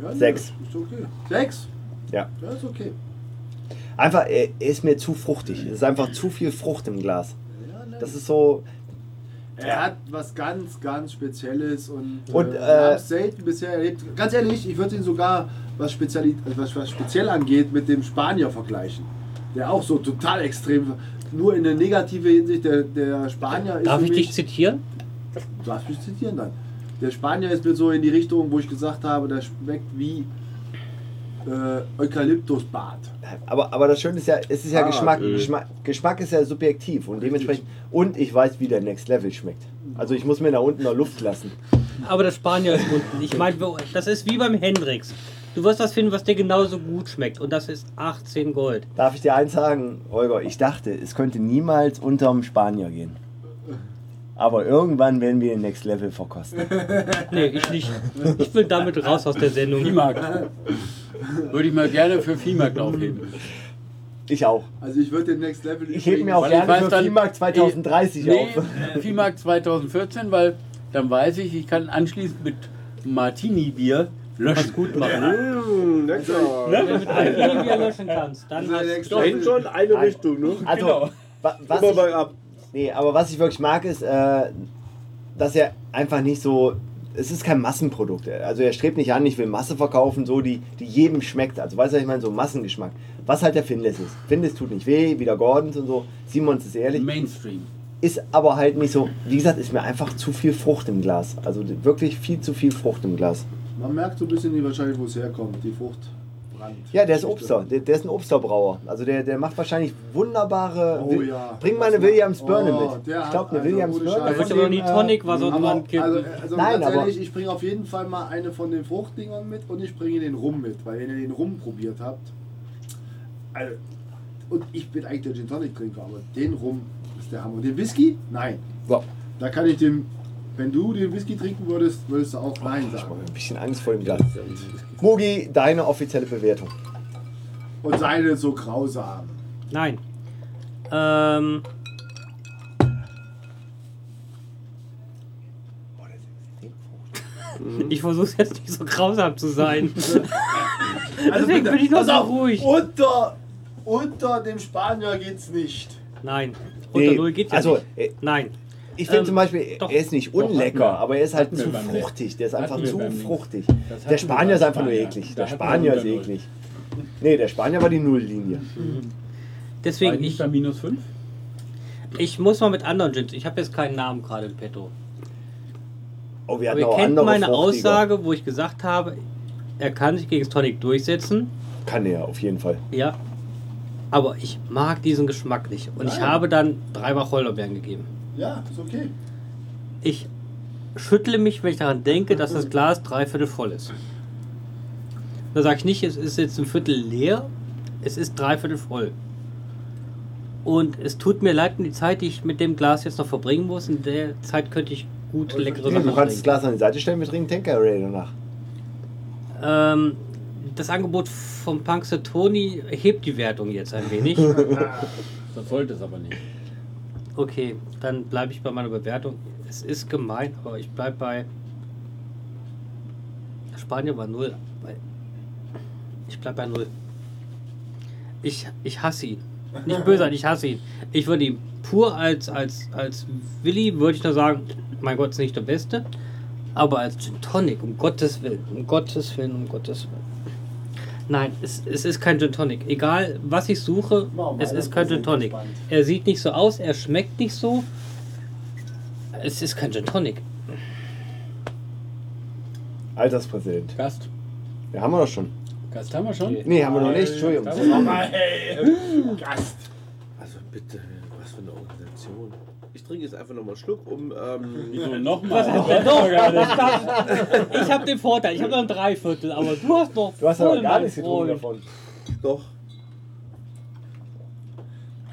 Ja, nee,
Sechs.
Ist okay. Sechs?
Ja.
Ja, ist okay.
Einfach, er er ist mir zu fruchtig. Es ist einfach zu viel Frucht im Glas.
Ja, nee.
Das ist so.
Er hat was ganz, ganz Spezielles und,
Und,
äh,
äh,
wir haben's selten bisher erlebt. Ganz ehrlich, ich würde ihn sogar, was, Speziali also was, was speziell angeht, mit dem Spanier vergleichen. Der auch so total extrem, nur in der negative Hinsicht, der, der Spanier ist
Darf
für
ich
mich,
dich zitieren?
Du darfst mich zitieren dann. Der Spanier ist mir so in die Richtung, wo ich gesagt habe, der schmeckt wie äh, Eukalyptusbad.
Aber, aber das Schöne ist ja, es ist ja
Ah,
Geschmack.
öh.
Geschmack. Geschmack ist ja subjektiv und dementsprechend. Und ich weiß, wie der Next Level schmeckt. Also ich muss mir da unten noch Luft lassen.
Aber der Spanier ist unten. Ich meine, das ist wie beim Hendrix. Du wirst was finden, was dir genauso gut schmeckt. Und das ist 18 Gold.
Darf ich dir eins sagen, Holger? Ich dachte, es könnte niemals unterm Spanier gehen. Aber irgendwann werden wir den Next Level verkosten.
Nee, ich nicht. Ich will damit raus aus der Sendung.
Viehmarkt. Würde ich mal gerne für Viehmarkt aufheben.
Ich auch.
Also ich würde den Next Level
Ich hebe mir auch
Weil ich weiß
gerne für
dann-
Viehmarkt 2030
Nee, äh,
auf.
Viehmarkt 2014, weil dann weiß ich, ich kann anschließend mit Martini-Bier löschen. gut machen.
Mmh,
Hm,
lecker.
Wenn du mit einem Bier löschen kannst, dann
Dieser
hast
Also Next
du
Dahin Also, schon eine Richtung, ne?
Also,
Genau.
wa- was
Immer
ich,
bergab.
Nee, aber was ich wirklich mag, ist, äh, dass er einfach nicht so. Es ist kein Massenprodukt. Also er strebt nicht an, ich will Masse verkaufen, so die, die jedem schmeckt. Also weißt du, was ich meine, so Massengeschmack. Was halt der Finless ist. Finless tut nicht weh, wieder Gordons und so. Simons ist ehrlich.
Mainstream.
Ist aber halt nicht so. Wie gesagt, ist mir einfach zu viel Frucht im Glas. Also wirklich viel zu viel Frucht im Glas.
Man merkt so ein bisschen wahrscheinlich, wo es herkommt, die Frucht. Brand.
Ja, der ist Obster. Der, der ist ein Obsterbrauer. Also der, der macht wahrscheinlich wunderbare.
Oh ja.
Bring mal eine
Das macht-
Williams Birne
Oh,
mit.
der
Ich glaube,
hat
eine
also
Williams
gute
Birne.
Scheiße.
Da wird
von
aber
dem,
nie
äh,
Tonic, was sonst
Aber,
dran
also,
kippen.
also
Nein,
ganz
aber-
ehrlich, ich bringe auf jeden Fall mal eine von den Fruchtdingern mit und ich bringe den Rum mit, weil wenn ihr den Rum probiert habt, also, und ich bin eigentlich der Gin Tonic Trinker, aber den Rum ist der Hammer. Und den Whisky? Nein.
Ja.
Da kann ich dem, wenn du den Whisky trinken würdest, würdest du auch Nein
Ich habe
sagen.
ein bisschen Angst vor dem Glas. Mugi, deine offizielle Bewertung.
Und seine so grausam.
Nein. Ähm.
Mhm.
Ich versuche jetzt nicht so grausam zu sein. Deswegen bin ich noch
Also pass
so
auf,
ruhig.
Unter, unter dem Spanier geht's nicht.
Nein.
Nee,
Unter Null geht ja
also, äh,
nicht. Nein.
Ich finde
Ähm,
zum Beispiel,
doch.
er ist nicht
Doch, hatten
unlecker,
wir.
aber er ist halt
Hatten wir
zu
beim Lesen.
fruchtig. Der ist
Hatten
einfach
wir
zu
beim Lesen.
fruchtig.
Das hatten
Der
wir
Spanier ist
beim
einfach nur
Spanier.
eklig.
Da
Der
hatten wir
Spanier ist
unter Null.
eklig. Nee, der Spanier war die Nulllinie.
Deswegen,
nicht
ich,
bei minus 5?
ich muss mal mit anderen Gins. Ich habe jetzt keinen Namen gerade in petto.
Oh, wir
Aber
hatten
ihr
auch
kennt
andere
meine
fruchtige.
Aussage, wo ich gesagt habe, er kann sich gegen das Tonic durchsetzen.
Kann er, auf jeden Fall.
Ja. Aber ich mag diesen Geschmack nicht. Und ich
Nein.
habe dann drei Wacholderbeeren gegeben.
Ja, ist okay.
Ich schüttle mich, wenn ich daran denke, dass das Glas dreiviertel voll ist. Da sage ich nicht, es ist jetzt ein Viertel leer, es ist dreiviertel voll. Und es tut mir leid um die Zeit, die ich mit dem Glas jetzt noch verbringen muss. In der Zeit könnte ich gut
Du
leckere Sachen
kannst das
trinken.
Glas an die Seite stellen, wir trinken Tankeray danach.
Ähm, das Angebot vom Punkster Toni hebt die Wertung jetzt ein wenig.
Das sollte es aber nicht.
Okay, dann bleibe ich bei meiner Bewertung. Es ist gemein, aber ich bleibe bei. Spanien war null. Bei- Ich bleibe bei null. Ich, ich hasse ihn. Nicht böse, sein, ich hasse ihn. Ich würde ihm pur als, als, als Willi, würde ich nur sagen, mein Gott, ist nicht der Beste. Aber als Gin Tonic, um Gottes Willen, um Gottes Willen, um Gottes Willen. Nein, es, es ist kein Gin Tonic. Egal, was ich suche,
Na, um
es
einer
ist kein Gin
Prozent
Tonic.
gespannt.
Er sieht nicht so aus, er schmeckt nicht so. Es ist kein Gin Tonic.
Alterspräsident.
Gast.
Ja, haben wir doch schon.
Gast haben wir schon?
Nee, haben wir noch nicht. Entschuldigung.
Nochmal, hey. Gast.
Also bitte, was für eine Organisation. Ich trinke jetzt einfach nochmal einen Schluck, um. Ähm,
Wieso nochmal?
Ja, doch, das- ich habe den Vorteil, ich habe noch ein Dreiviertel, aber du hast noch
Du hast aber
voll,
gar
mein
nichts getrunken
Freund.
davon.
doch.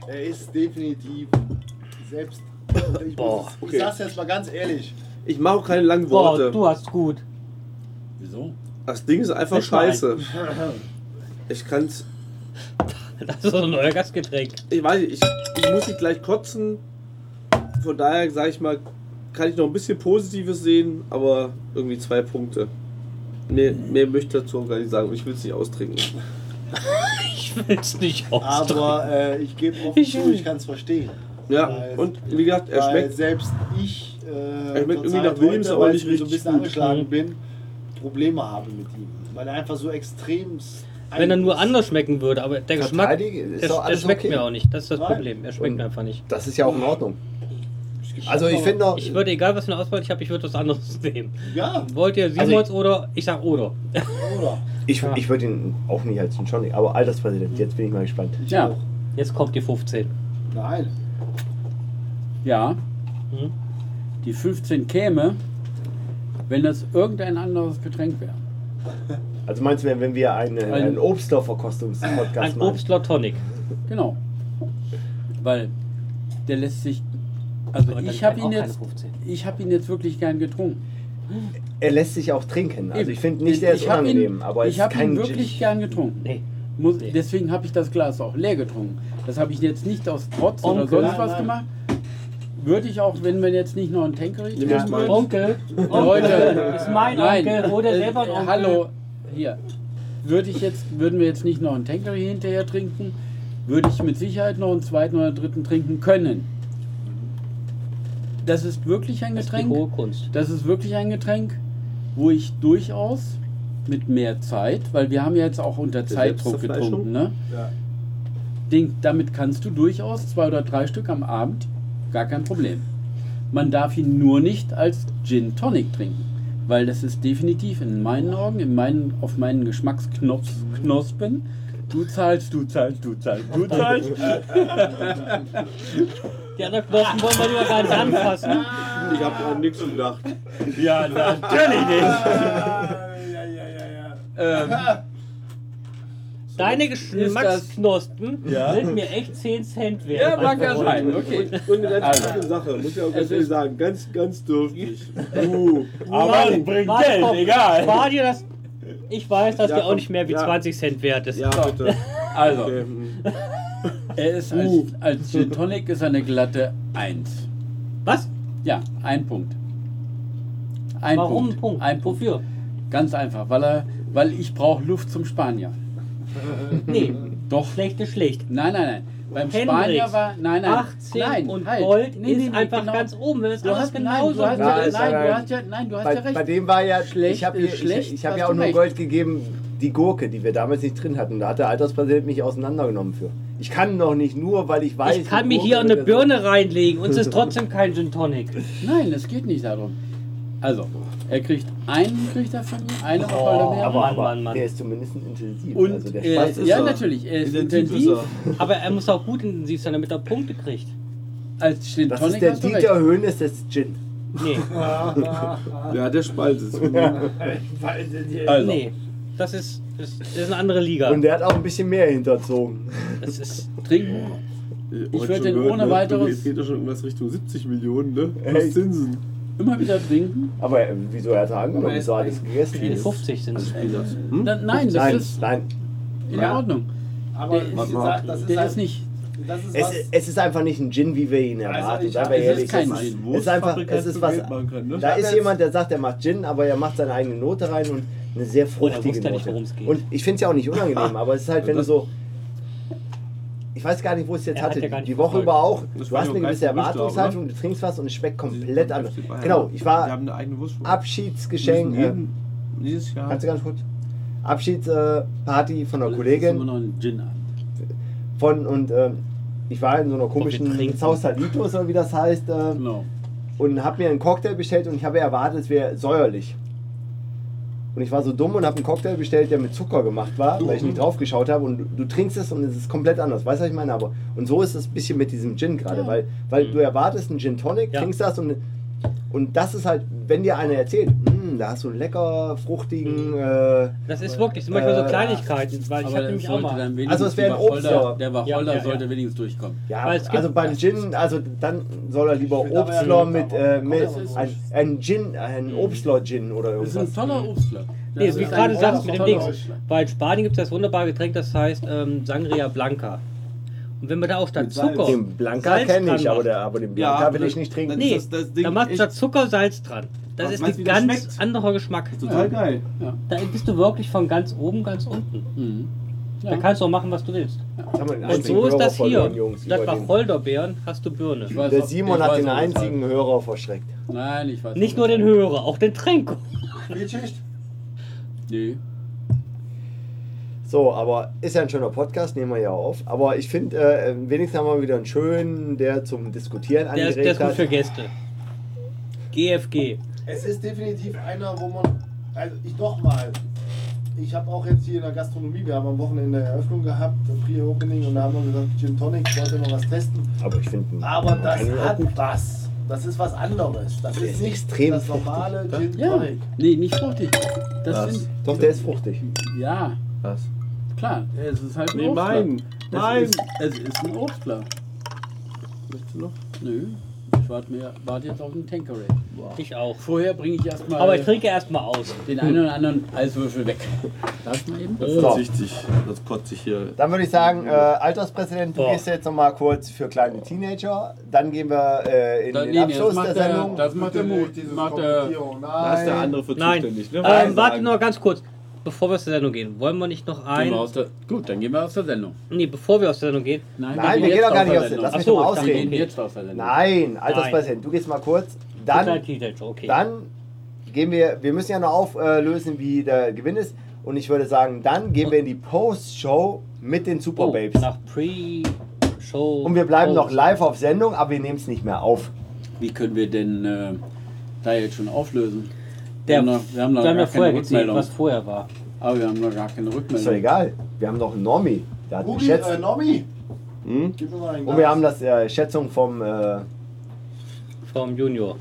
Er ist definitiv selbst. Ich,
Boah,
muss,
okay.
ich sag's jetzt mal ganz ehrlich.
Ich mache auch keine langen
Boah,
Worte.
du hast gut.
Wieso?
das Ding ist einfach
Nicht mal
scheiße. Ich kann's.
Das ist so ein neuer Gastgetränk.
Ich weiß nicht, ich, ich muss nicht gleich kotzen. Von daher sage ich mal, kann ich noch ein bisschen Positives sehen, aber irgendwie zwei Punkte. Mehr, mehr möchte ich dazu auch gar nicht sagen und ich will es nicht austrinken.
Ich will's nicht ausdrücken.
Aber äh, ich gebe offen
Ich-
zu, ich kann's verstehen.
Ja,
Weil-
und wie gesagt, er
weil
schmeckt.
selbst ich, äh, er
schmeckt irgendwie nach Williams, aber nicht
so ein
richtig
bisschen
gut.
angeschlagen bin, Probleme habe mit ihm. Weil er einfach so extrem.
Wenn er nur anders schmecken würde, aber der Geschmack,
Verteidige, ist
der,
doch
der
alles
schmeckt
okay.
mir auch nicht. Das ist das
Nein.
Problem. Er schmeckt
Und-
mir einfach nicht.
Das ist ja auch in Ordnung. Also ich finde noch,
Ich würde, egal was für eine Auswahl ich habe, ich würde was anderes nehmen.
Ja,
Wollt
Also
ihr
ich-
Simons oder? Ich sag oder.
oder?
ich, ich würde ihn auch nicht als einen Johnny, aber Alterspräsident, jetzt bin ich mal gespannt.
Ich
Ja.
auch.
Jetzt kommt die 15.
Nein.
Ja.
Hm?
Die 15 käme, wenn das irgendein anderes Getränk wäre.
Also meinst du, wenn- wenn wir einen,
Ein-
einen Obstdorf-Verkostungs-Podcast
Ein
machen?
Obstler Tonic.
Genau. Weil der lässt sich. Also
Aber dann
ich habe
kann
ihn
auch keine
jetzt.
15.
Ich habe ihn jetzt wirklich gern getrunken.
Er lässt sich auch trinken. Also
Eben.
ich finde nicht, der ist
Ich hab ihn-
unangenehm, aber es
ich
ist
habe ihn
kein
wirklich
Gin.
gern getrunken.
Nee.
Muss,
Nee.
Deswegen habe ich das Glas auch leer getrunken. Das habe ich jetzt nicht aus Trotz oder
Onkel,
sonst
nein,
was
nein.
gemacht. Würde ich auch, wenn wir jetzt nicht noch einen Tankery
Nimm das mal.
Onkel,
Leute.
ist mein
Nein.
Onkel oder
Äh,
selber ein Onkel.
Hallo, hier. Würde ich jetzt, würden wir jetzt nicht noch einen Tankery hinterher trinken, würde ich mit Sicherheit noch einen zweiten oder dritten trinken können. Das ist wirklich ein
Das ist die
Getränk.
hohe Kunst.
Das ist wirklich ein Getränk, wo ich durchaus mit mehr Zeit, weil wir haben ja jetzt auch unter Zeitdruck
Selbstzerfleischung?
getrunken, ne?
Ja.
Ding, damit kannst du durchaus zwei oder drei Stück am Abend, gar kein Problem. Man darf ihn nur nicht als Gin Tonic trinken, weil das ist definitiv in meinen Augen, in meinen, auf meinen
Mhm.
Geschmacksknospen. Du zahlst, du zahlst, du zahlst, du zahlst.
Die anderen Knospen wollen wir lieber gar nicht anfassen.
Ich habe an nichts gedacht.
ja, natürlich nicht.
Ah, ja, ja, ja, ja.
Ähm,
Deine Geschmacksknospen
Ja.
sind mir echt 10 Cent wert.
ja,
mein
mag ja
Freund.
sein, okay.
Und eine ganz
Also.
gute Sache, muss ich auch ganz
Es
ehrlich
ist-
sagen. Ganz, ganz dürftig. Uh.
Aber es bringt
Warte,
Geld,
komm,
egal.
Spar dir das. Ich weiß, dass
Ja,
der auch
komm,
nicht mehr wie
ja.
20 Cent wert ist.
Ja, bitte.
Also,
Okay.
er ist als, als Gin Tonic ist er eine glatte 1.
Was?
Ja, ein Punkt. Ein
Warum
Punkt.
ein Punkt?
Ein Punkt.
Wofür?
Ganz einfach, weil, er, weil ich brauche Luft zum Spanier.
Nee,
Doch.
schlecht ist schlecht.
Nein, nein, nein. Beim
Hendrix,
Spanier war. Nein, nein.
18
nein,
und
halt.
Gold
Nee,
ist
nee, nee,
einfach
genau.
ganz oben. Das ist
Du hast,
alles
nein, du
genauso.
hast,
Nein,
ja, nein,
nein.
du hast ja, nein, du hast
Bei,
ja recht.
bei dem war ja,
Schlecht
ich habe
ist
ich,
schlecht,
ich hab
hast
ja auch
du
nur
recht.
Gold gegeben, die Gurke, die wir damals nicht drin hatten. Da hat der Alterspräsident mich auseinandergenommen für. Ich kann noch nicht nur, weil ich weiß.
Ich kann
die
mir hier
Gurke
eine
wird-
Birne reinlegen und es ist trotzdem kein Gin Tonic.
Nein, es geht nicht darum. Also, Er kriegt einen, kriegt er von mir, eine Wacholderbeere.
aber- Mann, Mann, Mann.
der ist zumindest intensiv.
Und
also der
äh,
Spaß ist
ja,
er.
natürlich, er ist
Intensiv ist
intensiv.
er.
Aber er muss auch gut intensiv sein, damit er Punkte kriegt.
Als Gin
das
Tonic
ist der
hast du recht.
Dieter Höhnes des Gin.
Nee,
Ja, der Spalt ist.
Also,
nee. Das ist, das ist eine andere Liga.
Und der hat auch ein bisschen mehr hinterzogen.
Das ist,
trinken
Ich
würde den ohne weiteres-
Jetzt ne? geht er schon irgendwas Richtung 70 Millionen, ne?
Ey.
Plus Zinsen.
immer wieder trinken.
Aber äh, wieso hat er angenommen? Wieso hat er es
nee,
gegessen?
50 sind es.
Wie das? Hm?
Na, nein, das
Nein,
ist
nein.
in
Ja.
Ordnung.
Aber
Der
ich
ist-
sag, das ist,
Der
halt,
ist nicht.
Das ist
Es,
was,
es ist einfach nicht ein Gin, wie wir ihn erwarten.
ich-
Seien wir
es ist
ehrlich,
kein
es
Gin.
Es ist einfach, es ist was.
ne?
Da
hab
ist
jetzt-
jemand, der sagt, er macht Gin, aber er macht seine eigene Note rein und eine sehr
Und er
fruchtige
wusste nicht,
Note.
worum's geht.
Und ich finde es ja auch nicht unangenehm, aber es ist halt, wenn du so. Ich weiß gar nicht, wo ich es jetzt
Er hat
hatte.
ja gar nicht
die Woche
verfolgt.
über auch.
Das
Du
war
hast
ja
eine
auch
gewisse
kein Verlust,
Erwartungshaltung, du trinkst was und es schmeckt komplett anders. Genau, ich
Die
war
haben eine eigene Wurst.
Abschiedsgeschenk. Äh,
Dieses Jahr.
kannst du ganz kurz? Abschiedsparty äh, Party von einer
Das ist immer
Kollegin
noch ein Gin an.
von und ähm, ich war in so einer
wir
komischen
trinken.
Sausalitos oder wie das heißt. ähm,
Genau.
und habe mir einen Cocktail bestellt und ich habe erwartet, es wäre säuerlich. Und ich war so dumm und habe einen Cocktail bestellt, der mit Zucker gemacht war, weil ich nicht drauf geschaut habe. Und du, du trinkst es und es ist komplett anders. Weißt du, was ich meine? Aber, und so ist es ein bisschen mit diesem Gin gerade, weil, weil du erwartest einen Gin Tonic,
Ja.
trinkst das und, und das ist halt, wenn dir einer erzählt, "Mm, da hast du einen lecker, fruchtigen. Äh,
Das ist wirklich, zum Beispiel so
Äh,
Kleinigkeiten, weil ich
Aber
hatte
das
nämlich auch
sollte
mal.
dann wenigstens
Also es wäre ein
die Wacholder-
Obst, aber-
Der
Ja,
Wacholder
ja,
sollte
ja.
wenigstens durchkommen.
ja,
Weil es gibt-
also beim Gin, also dann soll er lieber
Ich will aber ja
Obstler
nicht,
mit,
aber-
äh, mit
aber es ist-
ein, ein Gin, ein Obstler-Gin oder
Das ist
irgendwas.
ein toller Obstler.
Nee,
Das
wie
ist
gerade
ein
sagst
toller
mit dem Dings.
Obstler.
Weil in Spanien gibt es das wunderbare Getränk, das heißt ähm, Sangria Blanca. Und wenn man da auch dann
Mit Salz.
Zucker.
Den Blanca
Salz
kenne
dran
ich, aber,
macht.
der, aber den Blanca will
aber
ich nicht trinken.
dann
Nee,
ist das- das Ding
da macht da
echt-
Zucker Salz dran. Das
Aber
ist
weißt du,
ein
wie das
ganz
schmeckt?
anderer Geschmack.
Total geil.
Da bist du wirklich von ganz oben, ganz unten.
Mhm.
Da
Ja.
kannst du auch machen, was du willst.
Jetzt haben wir den
Und
einzigen
so ist
Hörer
das hier.
verloren, Jungs,
Statt
über den-
Wacholderbeeren hast du Birne.
Ich weiß
der
auch-
Simon
ich
hat
weiß
den
auch weshalb.
einzigen Hörer verschreckt.
Nein, ich weiß
Nicht
auch
nur den
weshalb.
Hörer, auch den Tränko.
Spielschicht?
Nee.
So, aber ist ja ein schöner Podcast, nehmen wir ja auf. Aber ich finde, äh, wenigstens haben wir wieder einen schönen, der zum Diskutieren
Der
angeregt
ist, der ist gut
hat.
für Gäste. GFG.
Es ist definitiv einer, wo man. Also ich nochmal. Ich habe auch jetzt hier in der Gastronomie, wir haben am Wochenende Eröffnung gehabt, Pre-Opening, und da haben wir gesagt, Gin Tonic, ich wollte noch was testen.
aber ich finde, ihn-
Ah.
Aber das
einen-
hat was. Das ist was anderes. Das
Der
ist
ist
nicht
extrem
das normale Gin
Ja.
Tonic.
Nee, nicht fruchtig. Das,
Das-
sind.
Doch, der ist fruchtig.
Ja,
Was?
klar. Es ist halt ein
Nee,
Obstler.
mein.
Es
Mein.
Ist, es ist ein Obstler.
Möchtest du noch?
Nö. Ich warte mir- warte jetzt auf den Tankeray.
Ich auch.
Vorher bringe ich erstmal
Aber ich trinke erstmal aus.
den einen oder anderen Eiswürfel weg. Darf man eben?
So.
Verzichtig. Das kotze ich hier.
Dann würde ich sagen, äh, Alterspräsident, du
Boah.
gehst jetzt nochmal kurz für kleine Teenager. Dann gehen wir äh, in
Da-
den
nee, nee, das
Abschluss der
macht der-
Sendung.
das macht der Mut.
Dieses
Macht der,
Kommentierung. Nein.
Da ist der andere für
Nein,
zuständig, ne? Muss
ähm,
man
warte
sagen.
nur ganz kurz. Bevor wir aus der Sendung gehen, wollen wir nicht noch
Gehen
ein.
wir aus der, gut, dann gehen wir aus der Sendung.
Nee, bevor wir aus der Sendung gehen.
Nein, wir gehen
jetzt
doch gar nicht aus der-
Sendung.
Lass mich
Ach so,
mal
ich
Wir
ausreden.
gehen jetzt aus der Sendung.
Nein, Alterspräsident, du gehst mal kurz. Dann
Kleiner Teenager, okay.
Dann gehen wir, wir müssen ja noch auflösen, wie der Gewinn ist. Und ich würde sagen, dann gehen wir in die Post-Show mit den Super
oh,
Babes.
nach Pre-Show.
Und wir bleiben
Oh.
noch live auf Sendung, aber wir nehmen es nicht mehr auf.
Wie können wir denn äh, da jetzt schon auflösen?
Der,
wir haben noch, wir haben noch
wir haben ja
gar
vorher
keine
gezählt,
Rückmeldung.
was vorher war.
Aber wir haben noch gar keine Rückmeldung.
Ist doch egal. Wir haben noch einen Normi. Der hat
Rubi,
geschätzt.
äh, Nomi,
Hm?
gib mir mal einen
Und wir haben das äh, Schätzung vom. Äh,
Vom Junior.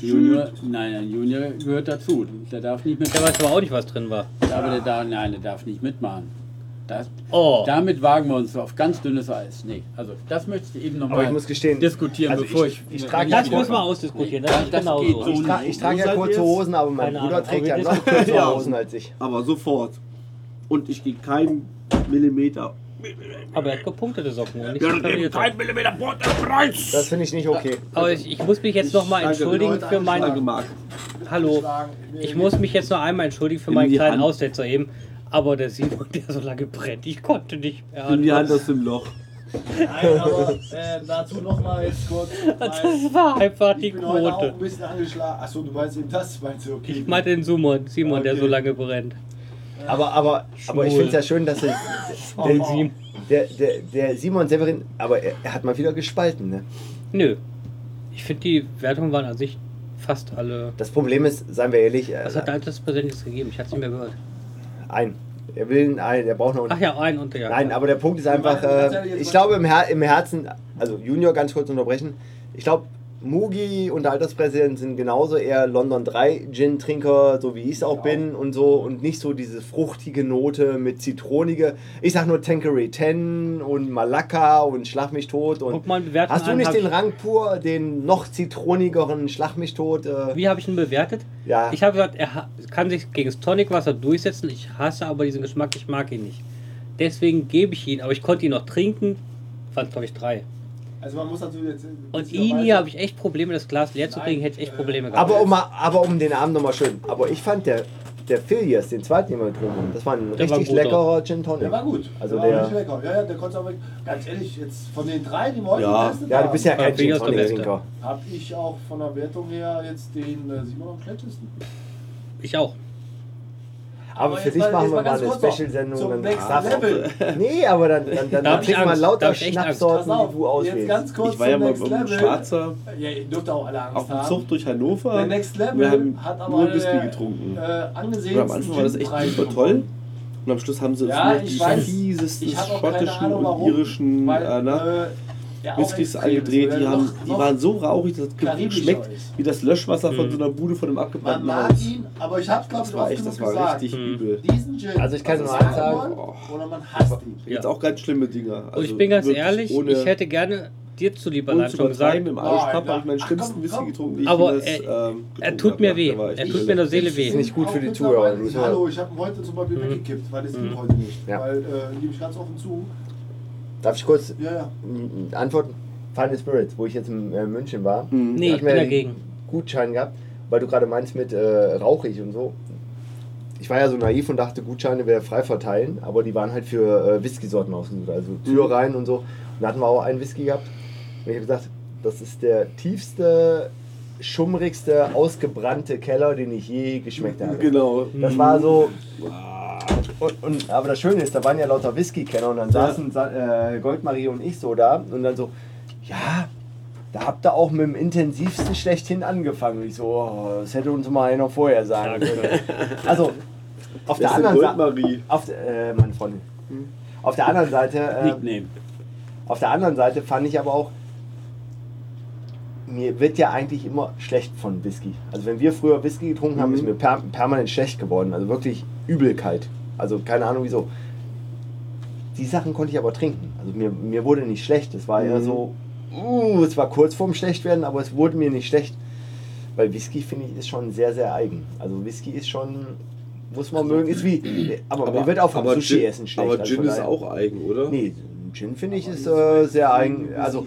Junior, nein, nein, Junior gehört dazu. Der darf nicht
Der
mitmachen.
weiß aber auch nicht, was drin war.
Aber der darf, nein, der darf nicht mitmachen. Das,
Oh.
Damit wagen wir uns auf ganz dünnes Eis. Nee, also das möchte ich eben
aber
nochmal
ich muss gestehen.
diskutieren,
also
bevor
ich-
ich.
ich trage
das
wieder-
muss man ausdiskutieren. Das,
Das-
ist
das
genau
geht
so.
so
ich, tra ich trage
Wo
ja
seid
kurze
ihr jetzt?
Hosen, aber mein
Keine
Bruder
Ahnung,
trägt
aber
ja
wir
noch
diskutieren.
kürzere Hosen als ich.
Aber sofort. Und ich gehe keinen Millimeter.
Aber er hat gepunktete Socken und nicht
Wir geben
verliert.
keinen Millimeter vor dem Preis.
Das finde ich nicht okay.
Aber ich, ich muss mich jetzt nochmal
Danke,
entschuldigen
Leute,
für
Frage,
meinen.
Marc.
Hallo. Ich muss mich jetzt noch einmal entschuldigen für meinen
die
kleinen
Hand.
Aussetzer eben. Aber der Simon, der so lange brennt, ich konnte nicht mehr.
Nimm die Hand aus dem Loch.
Nein, aber äh, dazu nochmal jetzt kurz. weil
Das war einfach die
Ich bin heute auch ein
Quote.
bisschen angeschlagen. Achso, du meinst eben das, meinst du, okay.
Ich meinte den Simon, Simon der
Okay.
so lange brennt.
Aber, aber, aber ich
Schwul. Oh
finde es ja schön, dass er,
Den Sim.
der, der, der Simon Severin, aber er, er hat mal wieder gespalten, ne?
Nö. Ich finde, die Wertungen waren an sich fast alle.
Das Problem ist, seien wir ehrlich, äh,
Was hat Also da das Präsentes gegeben? Ich hab's nicht mehr gehört.
ein. Er will einen, ein, der braucht noch einen.
Ach ja, ein und ja.
Nein, aber der Punkt ist einfach, äh, ich glaube im, Her im Herzen, also Junior ganz kurz unterbrechen, ich glaube Mugi und der Alterspräsident sind genauso eher London 3 Gin-Trinker, so wie ich es auch bin und so und nicht so diese fruchtige Note mit zitronige. Ich sag nur Tanqueray 10 und Malacca und Schlag mich tot und
Guck mal, bewerten
hast du
einen
nicht
hab
den
ich-
Rang pur, den noch zitronigeren Schlag mich tot? Äh,
Wie habe ich ihn bewertet?
Ja.
Ich habe gesagt, er ha- kann sich gegen das Tonicwasser durchsetzen. Ich hasse aber diesen Geschmack, ich mag ihn nicht. Deswegen gebe ich ihn, aber ich konnte ihn noch trinken. Fand glaube ich drei.
Also man muss natürlich jetzt.
Und ihn hier habe ich echt Probleme, das Glas leer zu kriegen, hätte ich echt Probleme gehabt.
aber, um, mal- aber um den Abend nochmal schön. Aber ich fand der, der Phileas, den zweiten, den wir getrunken haben, das war ein
Der war
richtig
ein guter.
leckerer Gin Tonic.
Der war gut.
Also
der war
der-
nicht lecker. Ja, ja, der konnte aber. Ganz ehrlich, jetzt von den drei, die wir heute
Ja.
getestet
Ja, du
haben,
bist ja kein
Bin ich
Gin
aus der
Tonic
Beste.
Trinker.
Hab ich auch von der Wertung her jetzt den äh, Simon am schlechtesten.
ich auch.
Aber für
jetzt
dich
mal-
machen
jetzt
wir
mal
mal
ganz
eine
kurz noch
Special-Sendung.
zum
dann
nächsten
darfst du-
Level.
Nee, aber dann, dann, dann,
Da
dann
hab ich
kriegt man
Angst. Da
lauter
hab ich echt
Schnapssorten,
Pass auf,
die du
Jetzt
auswählst.
ganz kurz
Ich war ja
zum
mal
Next
im
Level.
Schwarzer
Ja, ihr dürft auch alle Angst
auf dem
haben.
Zug durch Hannover.
Der Next Level
wir haben
hat aber
nur
eine
Whisky
der,
getrunken.
Äh,
Und
angesehensten
am Anfang war das echt
Gin-Preise
super toll.
gewonnen.
Und am Schluss haben sie uns
Ja,
noch
ich
die
weiß.
fiesesten
Ich habe auch keine
schottischen
Ahnung, warum.
und irischen
Weil,
äh, na,
äh, ja, auch
Whiskys
extrem
angedreht.
ist,
Die,
weil
haben,
noch-
die
noch-
waren so rauchig, dass das
karibischer
schmeckt
ist.
wie das Löschwasser von so einer Bude von einem
Man
abgebrannten
mag
Haus.
ihn, aber ich hab's glaube
Das
ich
war
oft
echt,
genug
das war
gesagt.
richtig übel.
Diesen Gin,
Also ich kann
also
nur oh. eins
mag
sagen.
man Oder man hasst ihn.
Da gibt's
Ja.
auch ganz schlimme Dinger.
Und ich
Also
bin ganz
wirklich
ehrlich,
ohne-
ich hätte gerne dir zuliebe
ohne
allein
zu
schon gesagt.
übertreiben, im
Nein,
Arschpapp habe ich meinen
ach,
schlimmsten
komm,
Whisky
komm.
getrunken, den ich
Aber
jemals,
er-
ähm,
er
getrunken
tut
hab.
mir
Ja,
weh.
der war echt
Er tut
übel.
mir in der Seele
Ist
weh.
nicht gut für die
Auch
Zuhörer,
mittlerweile
muss
nicht
man-
Hallo, ich habe heute zum Beispiel weggekippt, weil das gibt heute nicht.
Ja.
Weil, äh, gebe ich ganz offen zu.
Darf ich kurz
Ja, ja.
m, antworten? Final Spirits, wo ich jetzt in äh, München war.
Mhm.
Nee,
Da
ich
hat mir
bin
einen
dagegen.
Gutschein gehabt, weil du gerade meinst mit äh, rauchig und so. Ich war ja so naiv und dachte, Gutscheine wäre frei verteilen, aber die waren halt für äh, Whiskysorten ausgesucht, also
Mhm.
Tür rein und so. Und da hatten wir auch einen Whisky gehabt. Und ich habe gesagt, das ist der tiefste, schummrigste, ausgebrannte Keller, den ich je geschmeckt habe.
Genau.
Das
Mhm.
war so. Und, und, aber das Schöne ist, da waren ja lauter Whisky-Kenner und dann saßen sa- äh, Goldmarie und ich so da und dann so, ja, da habt ihr auch mit dem intensivsten schlechthin angefangen. Und ich so, oh, das hätte uns mal einer vorher sagen können. Also, auf
Wer
der
ist denn
anderen Seite.
Goldmarie?
Auf, der- äh, meine Freundin. Auf der anderen Seite. Äh,
Nickname.
auf der anderen Seite fand ich aber auch, mir wird ja eigentlich immer schlecht von Whisky. Also wenn wir früher Whisky getrunken haben, ist
Mhm.
mir per permanent schlecht geworden. Also wirklich Übelkeit. Also keine Ahnung wieso. Die Sachen konnte ich aber trinken. Also mir, mir wurde nicht schlecht. Es war eher
Mhm.
so, uh, es war kurz vorm Schlechtwerden, aber es wurde mir nicht schlecht. Weil Whisky, finde ich, ist schon sehr, sehr eigen. Also Whisky ist schon, muss man mögen, ist wie, aber, mir wird auch vom
Also aber
Sushi
Gin-
essen schlecht.
Aber
Also
Gin
von
ist
daher-
auch eigen, oder?
Nee, Gin finde ich ist äh, sehr eigen. Also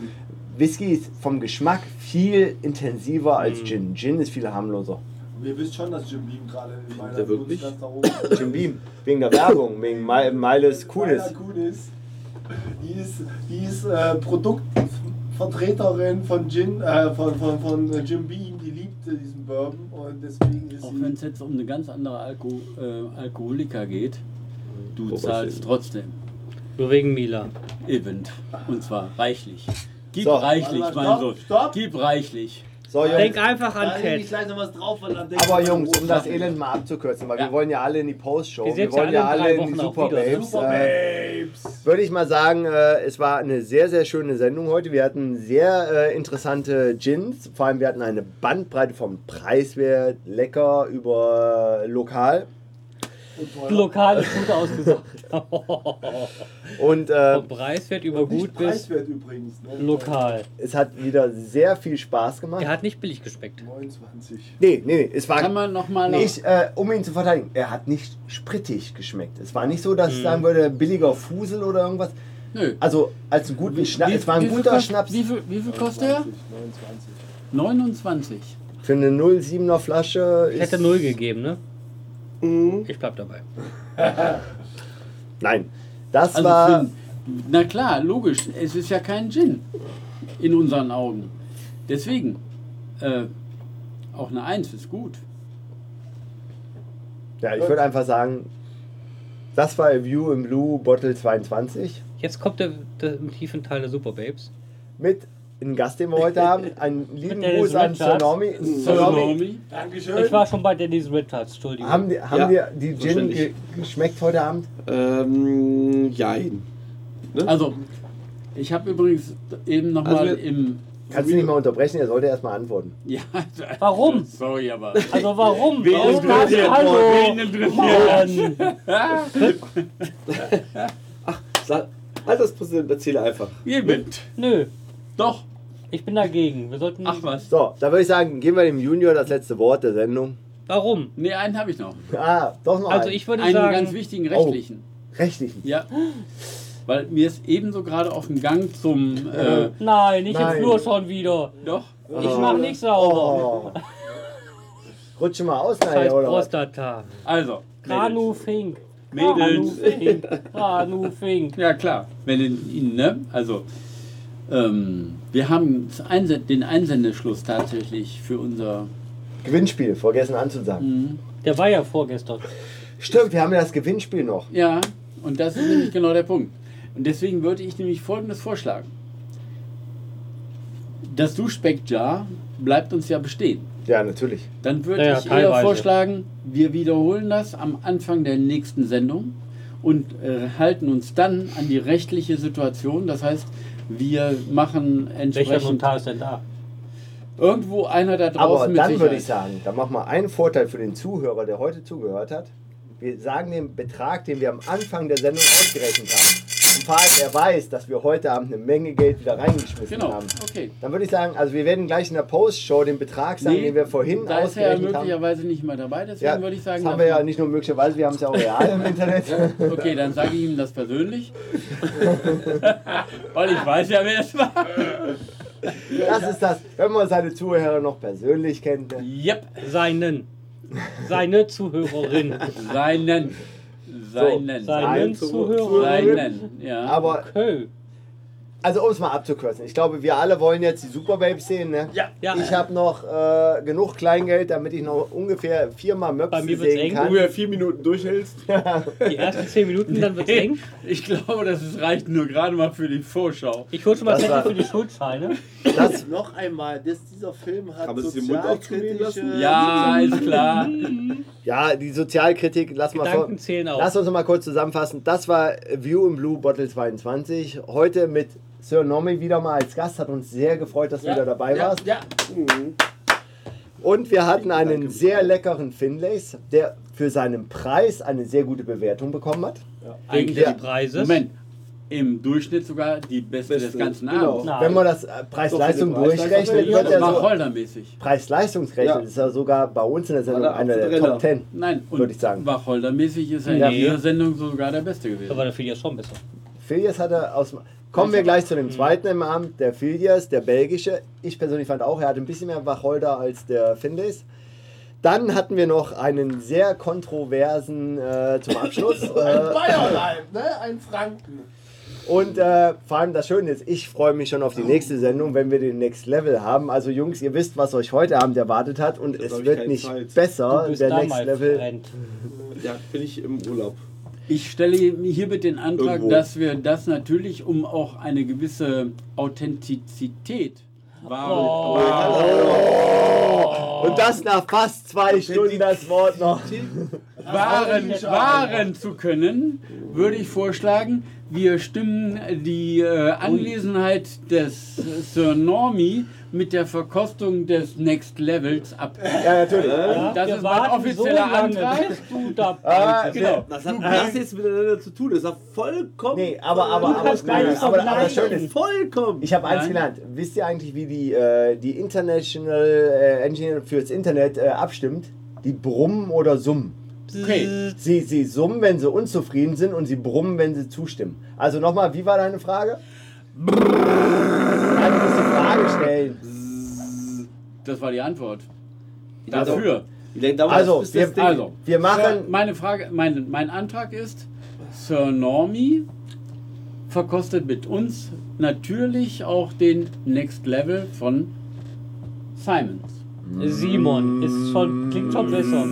Whisky ist vom Geschmack viel intensiver
Mhm.
als Gin. Gin ist viel harmloser.
Und ihr wisst schon, dass Jim Beam gerade in meiner
Der wirklich?
Bundesstadt da oben ist.
Jim Beam, wegen der Werbung, wegen Mi- Miles Kunis.
Myla Kunis. Die ist, die ist äh, Produktvertreterin von Jim, äh, von, von, von äh, Jim Beam, die liebt äh, diesen Bourbon und deswegen ist
Auch wenn es
sie.
jetzt um eine ganz andere Alko äh, Alkoholiker geht, du
Wobei
zahlst
ich-
trotzdem.
Nur wegen Mila.
Event. Und zwar reichlich. Gib
So.
reichlich,
Warte mal,
mein
stopp,
Sohn.
stopp.
Gib reichlich.
So, Jungs.
Denk einfach
Da
an
lege ich
Cat.
gleich noch was drauf, weil dann denke
Aber
ich,
Jungs,
oh,
um das
Scheiße.
Elend mal abzukürzen, weil
Ja.
wir wollen ja alle in die Post-Show, wir,
Wir sind ja
wollen ja
alle
alle
in drei
in die
Wochen auch
Super
wieder.
Babes.
Super
Äh,
Babes.
würde ich mal sagen, äh, es war eine sehr, sehr schöne Sendung heute. Wir hatten sehr äh, interessante Gins. Vor allem, wir hatten eine Bandbreite vom Preiswert, lecker über äh, lokal.
Und teuer.
Lokal ist gut ausgesagt.
Und äh,
Vom Preiswert über gut
Nicht
bis
preiswert übrigens. Ne?
lokal.
es hat wieder sehr viel Spaß gemacht.
Er hat nicht billig geschmeckt.
29.
Nee, nee, nee, es war.
Kann man nochmal.
Nee, ich, äh, um ihn zu verteidigen, er hat nicht sprittig geschmeckt. Es war nicht so,
Mhm.
dass ich sagen würde, billiger Fusel oder irgendwas.
Nö.
Also, als einen guten Schnaps. Es war ein guter
kost,
Schnaps.
Wie viel, wie viel kostet er?
29.
29.
Für eine 07er Flasche
Ich
ist.
hätte null gegeben, ne? Ich bleib dabei.
Nein. Das
Also
war.
für, na klar, logisch. Es ist ja kein Gin. In unseren Augen. Deswegen. Äh, auch eine 1 ist gut.
Ja, ich würde einfach sagen, das war A View in Blue Bottle 22
Jetzt kommt der, der im tiefen Teil der Super Babes.
mit einen Gast, den wir heute haben. Einen lieben
Dennis
Gruß an
Richards.
Sonomi. Sonomi.
Salami.
Dankeschön.
Ich war schon bei Dennis Red Tarts, Entschuldigung.
Haben, die- haben
Ja,
dir die Gin
verständlich.
ge geschmeckt heute Abend?
Ähm, jein.
Also, ich habe übrigens eben nochmal
Also wir-
im.
Kannst du nicht mal unterbrechen, er sollte erstmal antworten.
Ja,
Warum?
Sorry, aber.
Also warum?
Wen
warum hast
interessiert
du,
Wen
hallo?
interessiert
Mann.
Sa- Alterspräsident, erzähle einfach.
Jemand.
Nö,
Doch.
ich bin dagegen. Wir sollten.
Ach was.
So, da würde ich sagen, geben wir dem Junior das letzte Wort der Sendung.
Warum?
Nee, einen habe ich noch.
Ah, doch noch
Also
einen.
ich würde
Einen
sagen. Oh.
ganz wichtigen rechtlichen.
Rechtlichen.
Ja. Weil mir ist ebenso gerade auf dem Gang zum. Äh,
Nein, nicht
Nein.
im Flur schon wieder.
doch.
Ich mach nicht sauber.
Oh. Rutsche mal aus,
Scheiß
naja, oder was?
Prostata.
Also.
Kanu Fink.
Mädels.
Kanu Fink. Kanu Fink.
Ja, klar. Wenn in Ihnen, ne? Also, ähm, wir haben das Einse- den Einsendeschluss tatsächlich für unser.
Gewinnspiel, vergessen anzusagen.
Der war ja vorgestern.
Stimmt, wir haben ja das Gewinnspiel noch.
Ja, und das ist nämlich genau der Punkt. Und deswegen würde ich nämlich Folgendes vorschlagen: Das Duschbeckjar bleibt uns ja bestehen.
Ja, natürlich.
Dann würde
Ja, ja,
ich eher
teilweise.
vorschlagen, wir wiederholen das am Anfang der nächsten Sendung und äh, halten uns dann an die rechtliche Situation. Das heißt, wir machen
Welcher
entsprechend
Notar ist denn da?
Irgendwo einer da draußen
Aber
mit
dann würde
Sicherheit.
ich sagen, dann machen wir einen Vorteil für den Zuhörer, der heute zugehört hat. Wir sagen den Betrag, den wir am Anfang der Sendung ausgerechnet haben. Und falls er weiß, dass wir heute Abend eine Menge Geld wieder reingeschmissen
Genau,
haben,
okay.
dann würde ich sagen, also wir werden gleich in der Postshow den Betrag sagen, den wir vorhin
da ist er ja
Hm, ausgerechnet haben.
möglicherweise nicht mehr dabei, deswegen
Ja,
würde ich sagen,
das haben wir ja
dann-
nicht nur möglicherweise, wir haben es ja auch real im Internet.
okay, dann sage ich ihm das persönlich. Weil ich weiß ja, wer es war.
Das ist das, wenn man seine Zuhörer noch persönlich kennt.
Yep,
Seinen. Seine Zuhörerin.
seinen. Seinen.
Seinen
Zu-
Zuhörerin.
seinen. Ja.
Aber,
Köln.
also um es mal abzukürzen, ich glaube, wir alle wollen jetzt die Superbabe sehen. Ne?
ja.
Ja,
Ich habe noch äh, genug Kleingeld, damit ich noch ungefähr viermal
Bei
Möpse
mir wird's
sehen
eng.
kann.
ungefähr vier Minuten durchhältst.
die ersten 10 Minuten, dann wird's eng.
Ich glaube, das ist- reicht nur gerade mal für die Vorschau.
Ich hol schon mal
Das
Zettel
war-
für die Schuldscheine.
Das,
Noch einmal, das, dieser Film hat
Kann man es den Mund auch zunehmen lassen?
sozialkritische-
Ja, ist klar.
ja, die Sozialkritik, lass mal vor.
Gedanken zählen auch.
Lass uns noch mal kurz zusammenfassen. Das war View in Blue Bottle 22. Heute mit Sir Nomi wieder mal als Gast. Hat uns sehr gefreut, dass du wieder dabei
ja,
warst. Mhm.
Ja,
Und wir hatten einen sehr leckeren Finlays, der für seinen Preis eine sehr gute Bewertung bekommen hat.
Wegen
Ja.
des Preises.
Moment. Im Durchschnitt sogar die beste,
Beste,
des ganzen
genau.
Abends.
Nein.
Wenn man das äh, Preis-Leistung
So für den Preis,
durchrechnet,
Leistung,
wird
Das
er
ja
war
so.
holdermäßig.
Preis-Leistungs-Rechnet
Ja.
ist ja sogar bei uns in der Sendung
Aller
einer der
Renner.
Top Ten.
Nein, und
Würde ich sagen.
Wacholdermäßig ist er in
Ja.
dieser Sendung sogar der Beste
Aber
gewesen.
der Filias schon besser.
Filias hat er aus. Kommen wir gleich zu dem zweiten im Abend, der Filias, der belgische. Ich persönlich fand auch, er hatte ein bisschen mehr Wacholder als der Finlays. Dann hatten wir noch einen sehr kontroversen äh, zum Abschluss.
Ein
äh,
Bayerleib, ne? Ein Franken.
Und äh, vor allem das Schöne ist, ich freue mich schon auf die nächste Sendung, wenn wir den Next Level haben. Also Jungs, ihr wisst, was euch heute Abend erwartet hat und
hab
es
ich
wird
keine
nicht
Zeit.
besser.
Du bist
Der
da,
Next
mein
Level.
Freund.
Ja, bin ich im Urlaub.
Ich stelle hiermit den Antrag,
Irgendwo.
dass wir das natürlich, um auch eine gewisse Authentizität wahren.
Und das nach fast zwei Stunden das Wort noch.
wahren, wahren zu können, würde ich vorschlagen, wir stimmen die äh, Anwesenheit des äh, Sir Normie mit der Verkostung des Next Levels ab.
Ja, natürlich.
Ja,
Das
wir
ist mein
warten
offizieller
lange,
Antrag.
bis Du da
Ah,
Genau.
Was hat das jetzt miteinander zu tun? Das war vollkommen.
Nee, aber, aber, aber,
kannst gar
nein,
nicht so
aber, aber das
bleiben.
Schöne ist,
vollkommen.
ich habe eins
Nein.
gelernt. Wisst ihr eigentlich, wie die, äh, die International äh, Engineer fürs Internet äh, abstimmt? Die brummen oder summen.
Okay.
Sie, sie summen, wenn sie unzufrieden sind und sie brummen, wenn sie zustimmen. Also nochmal, wie war deine Frage? Nein, du musst die Frage stellen.
Das war die Antwort.
Also,
Dafür.
Wie lange dauert
Also,
das, bis
wir-
das Ding?
Also,
Wir machen-
Sir, meine Frage, mein, mein Antrag ist, Sir Normie verkostet mit uns natürlich auch den Next Level von Simons.
Simon ist schon, klingt schon besser.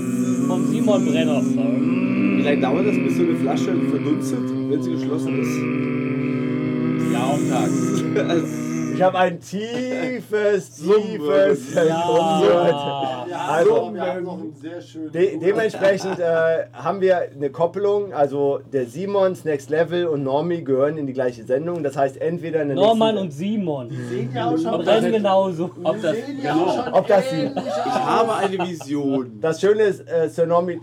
Vom Simon Brenner.
Wie lange dauert das, bis so eine Flasche verdunstet, wenn sie geschlossen ist?
Ja, am Tag.
Also,
Ich habe ein tiefes,
Summen würde
tiefes.
ich
Ah.
Ja.
Wir
Also-
haben, noch, wir haben noch einen sehr schönen.
De dementsprechend äh, haben wir eine Koppelung, also der Simons, Next Level und Normi gehören in die gleiche Sendung. Das heißt entweder in der
Norman und
nächsten
Simon.
sehen ja auch schon.
Aber das
Wir
ist genauso.
Ob das,
sehen ja auch
genau.
schon.
Ob das-
ähnlich
Ich
aus.
habe eine Vision.
Das Schöne ist, äh, Sir Normi,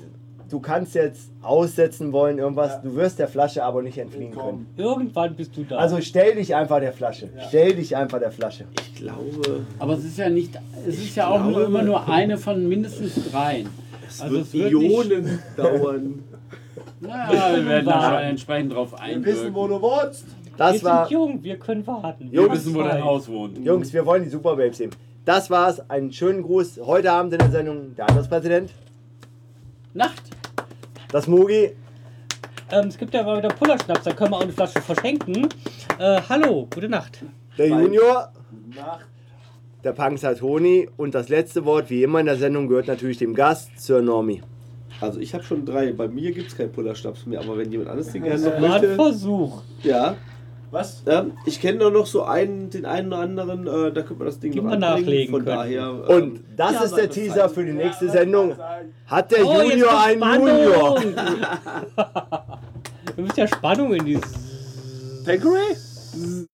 du kannst jetzt aussetzen wollen, irgendwas.
Ja.
Du wirst der Flasche aber nicht entfliehen können.
Komm.
Irgendwann bist du da.
Also stell dich einfach der Flasche.
Ja.
Stell dich einfach der Flasche.
Ich glaube,
Aber es ist ja nicht, es ist ja auch nur,
glaube-
immer nur eine von mindestens dreien.
es
Also
wird
es wird
Millionen dauern.
Naja, wir werden da schon entsprechend drauf
Wir wissen, wo
einwirken.
du wohnst.
wir
Das
sind
war,
jung, wir können verraten.
Wir
Wir
Jungs
wissen, wo dein
zwei.
Haus wohnt.
Jungs, wir wollen die Super Babes sehen. Das war's. Einen schönen Gruß heute Abend in der Sendung. Der Alterspräsident,
Nacht.
das Mogi.
Ähm, es gibt ja mal wieder Pullerschnaps, da können wir auch eine Flasche verschenken. Äh, hallo, gute Nacht.
Der Junior,
Nacht.
der Punkstar Toni und das letzte Wort, wie immer in der Sendung, gehört natürlich dem Gast, Sir Normi.
Also ich habe schon drei. Bei mir gibt es keinen Pullerschnaps mehr, aber wenn jemand anderes den gerne noch
War ein
möchte.
Versuch.
Ja.
Was?
Ähm, ich kenne doch noch so einen, den einen oder anderen, äh, da könnte man das Ding
Die
noch
man
anbringen.
nachlegen
Von
könnte.
daher. ähm,
Und das
ja,
ist der
das
Teaser
heißt- Oh,
für die
Ja,
nächste
was
Sendung.
soll ich sagen?
Hat der
Oh, jetzt
Junior
kommt
einen
Spannung.
Junior?
Wir müssen ja Spannung in dieses
Tankeray?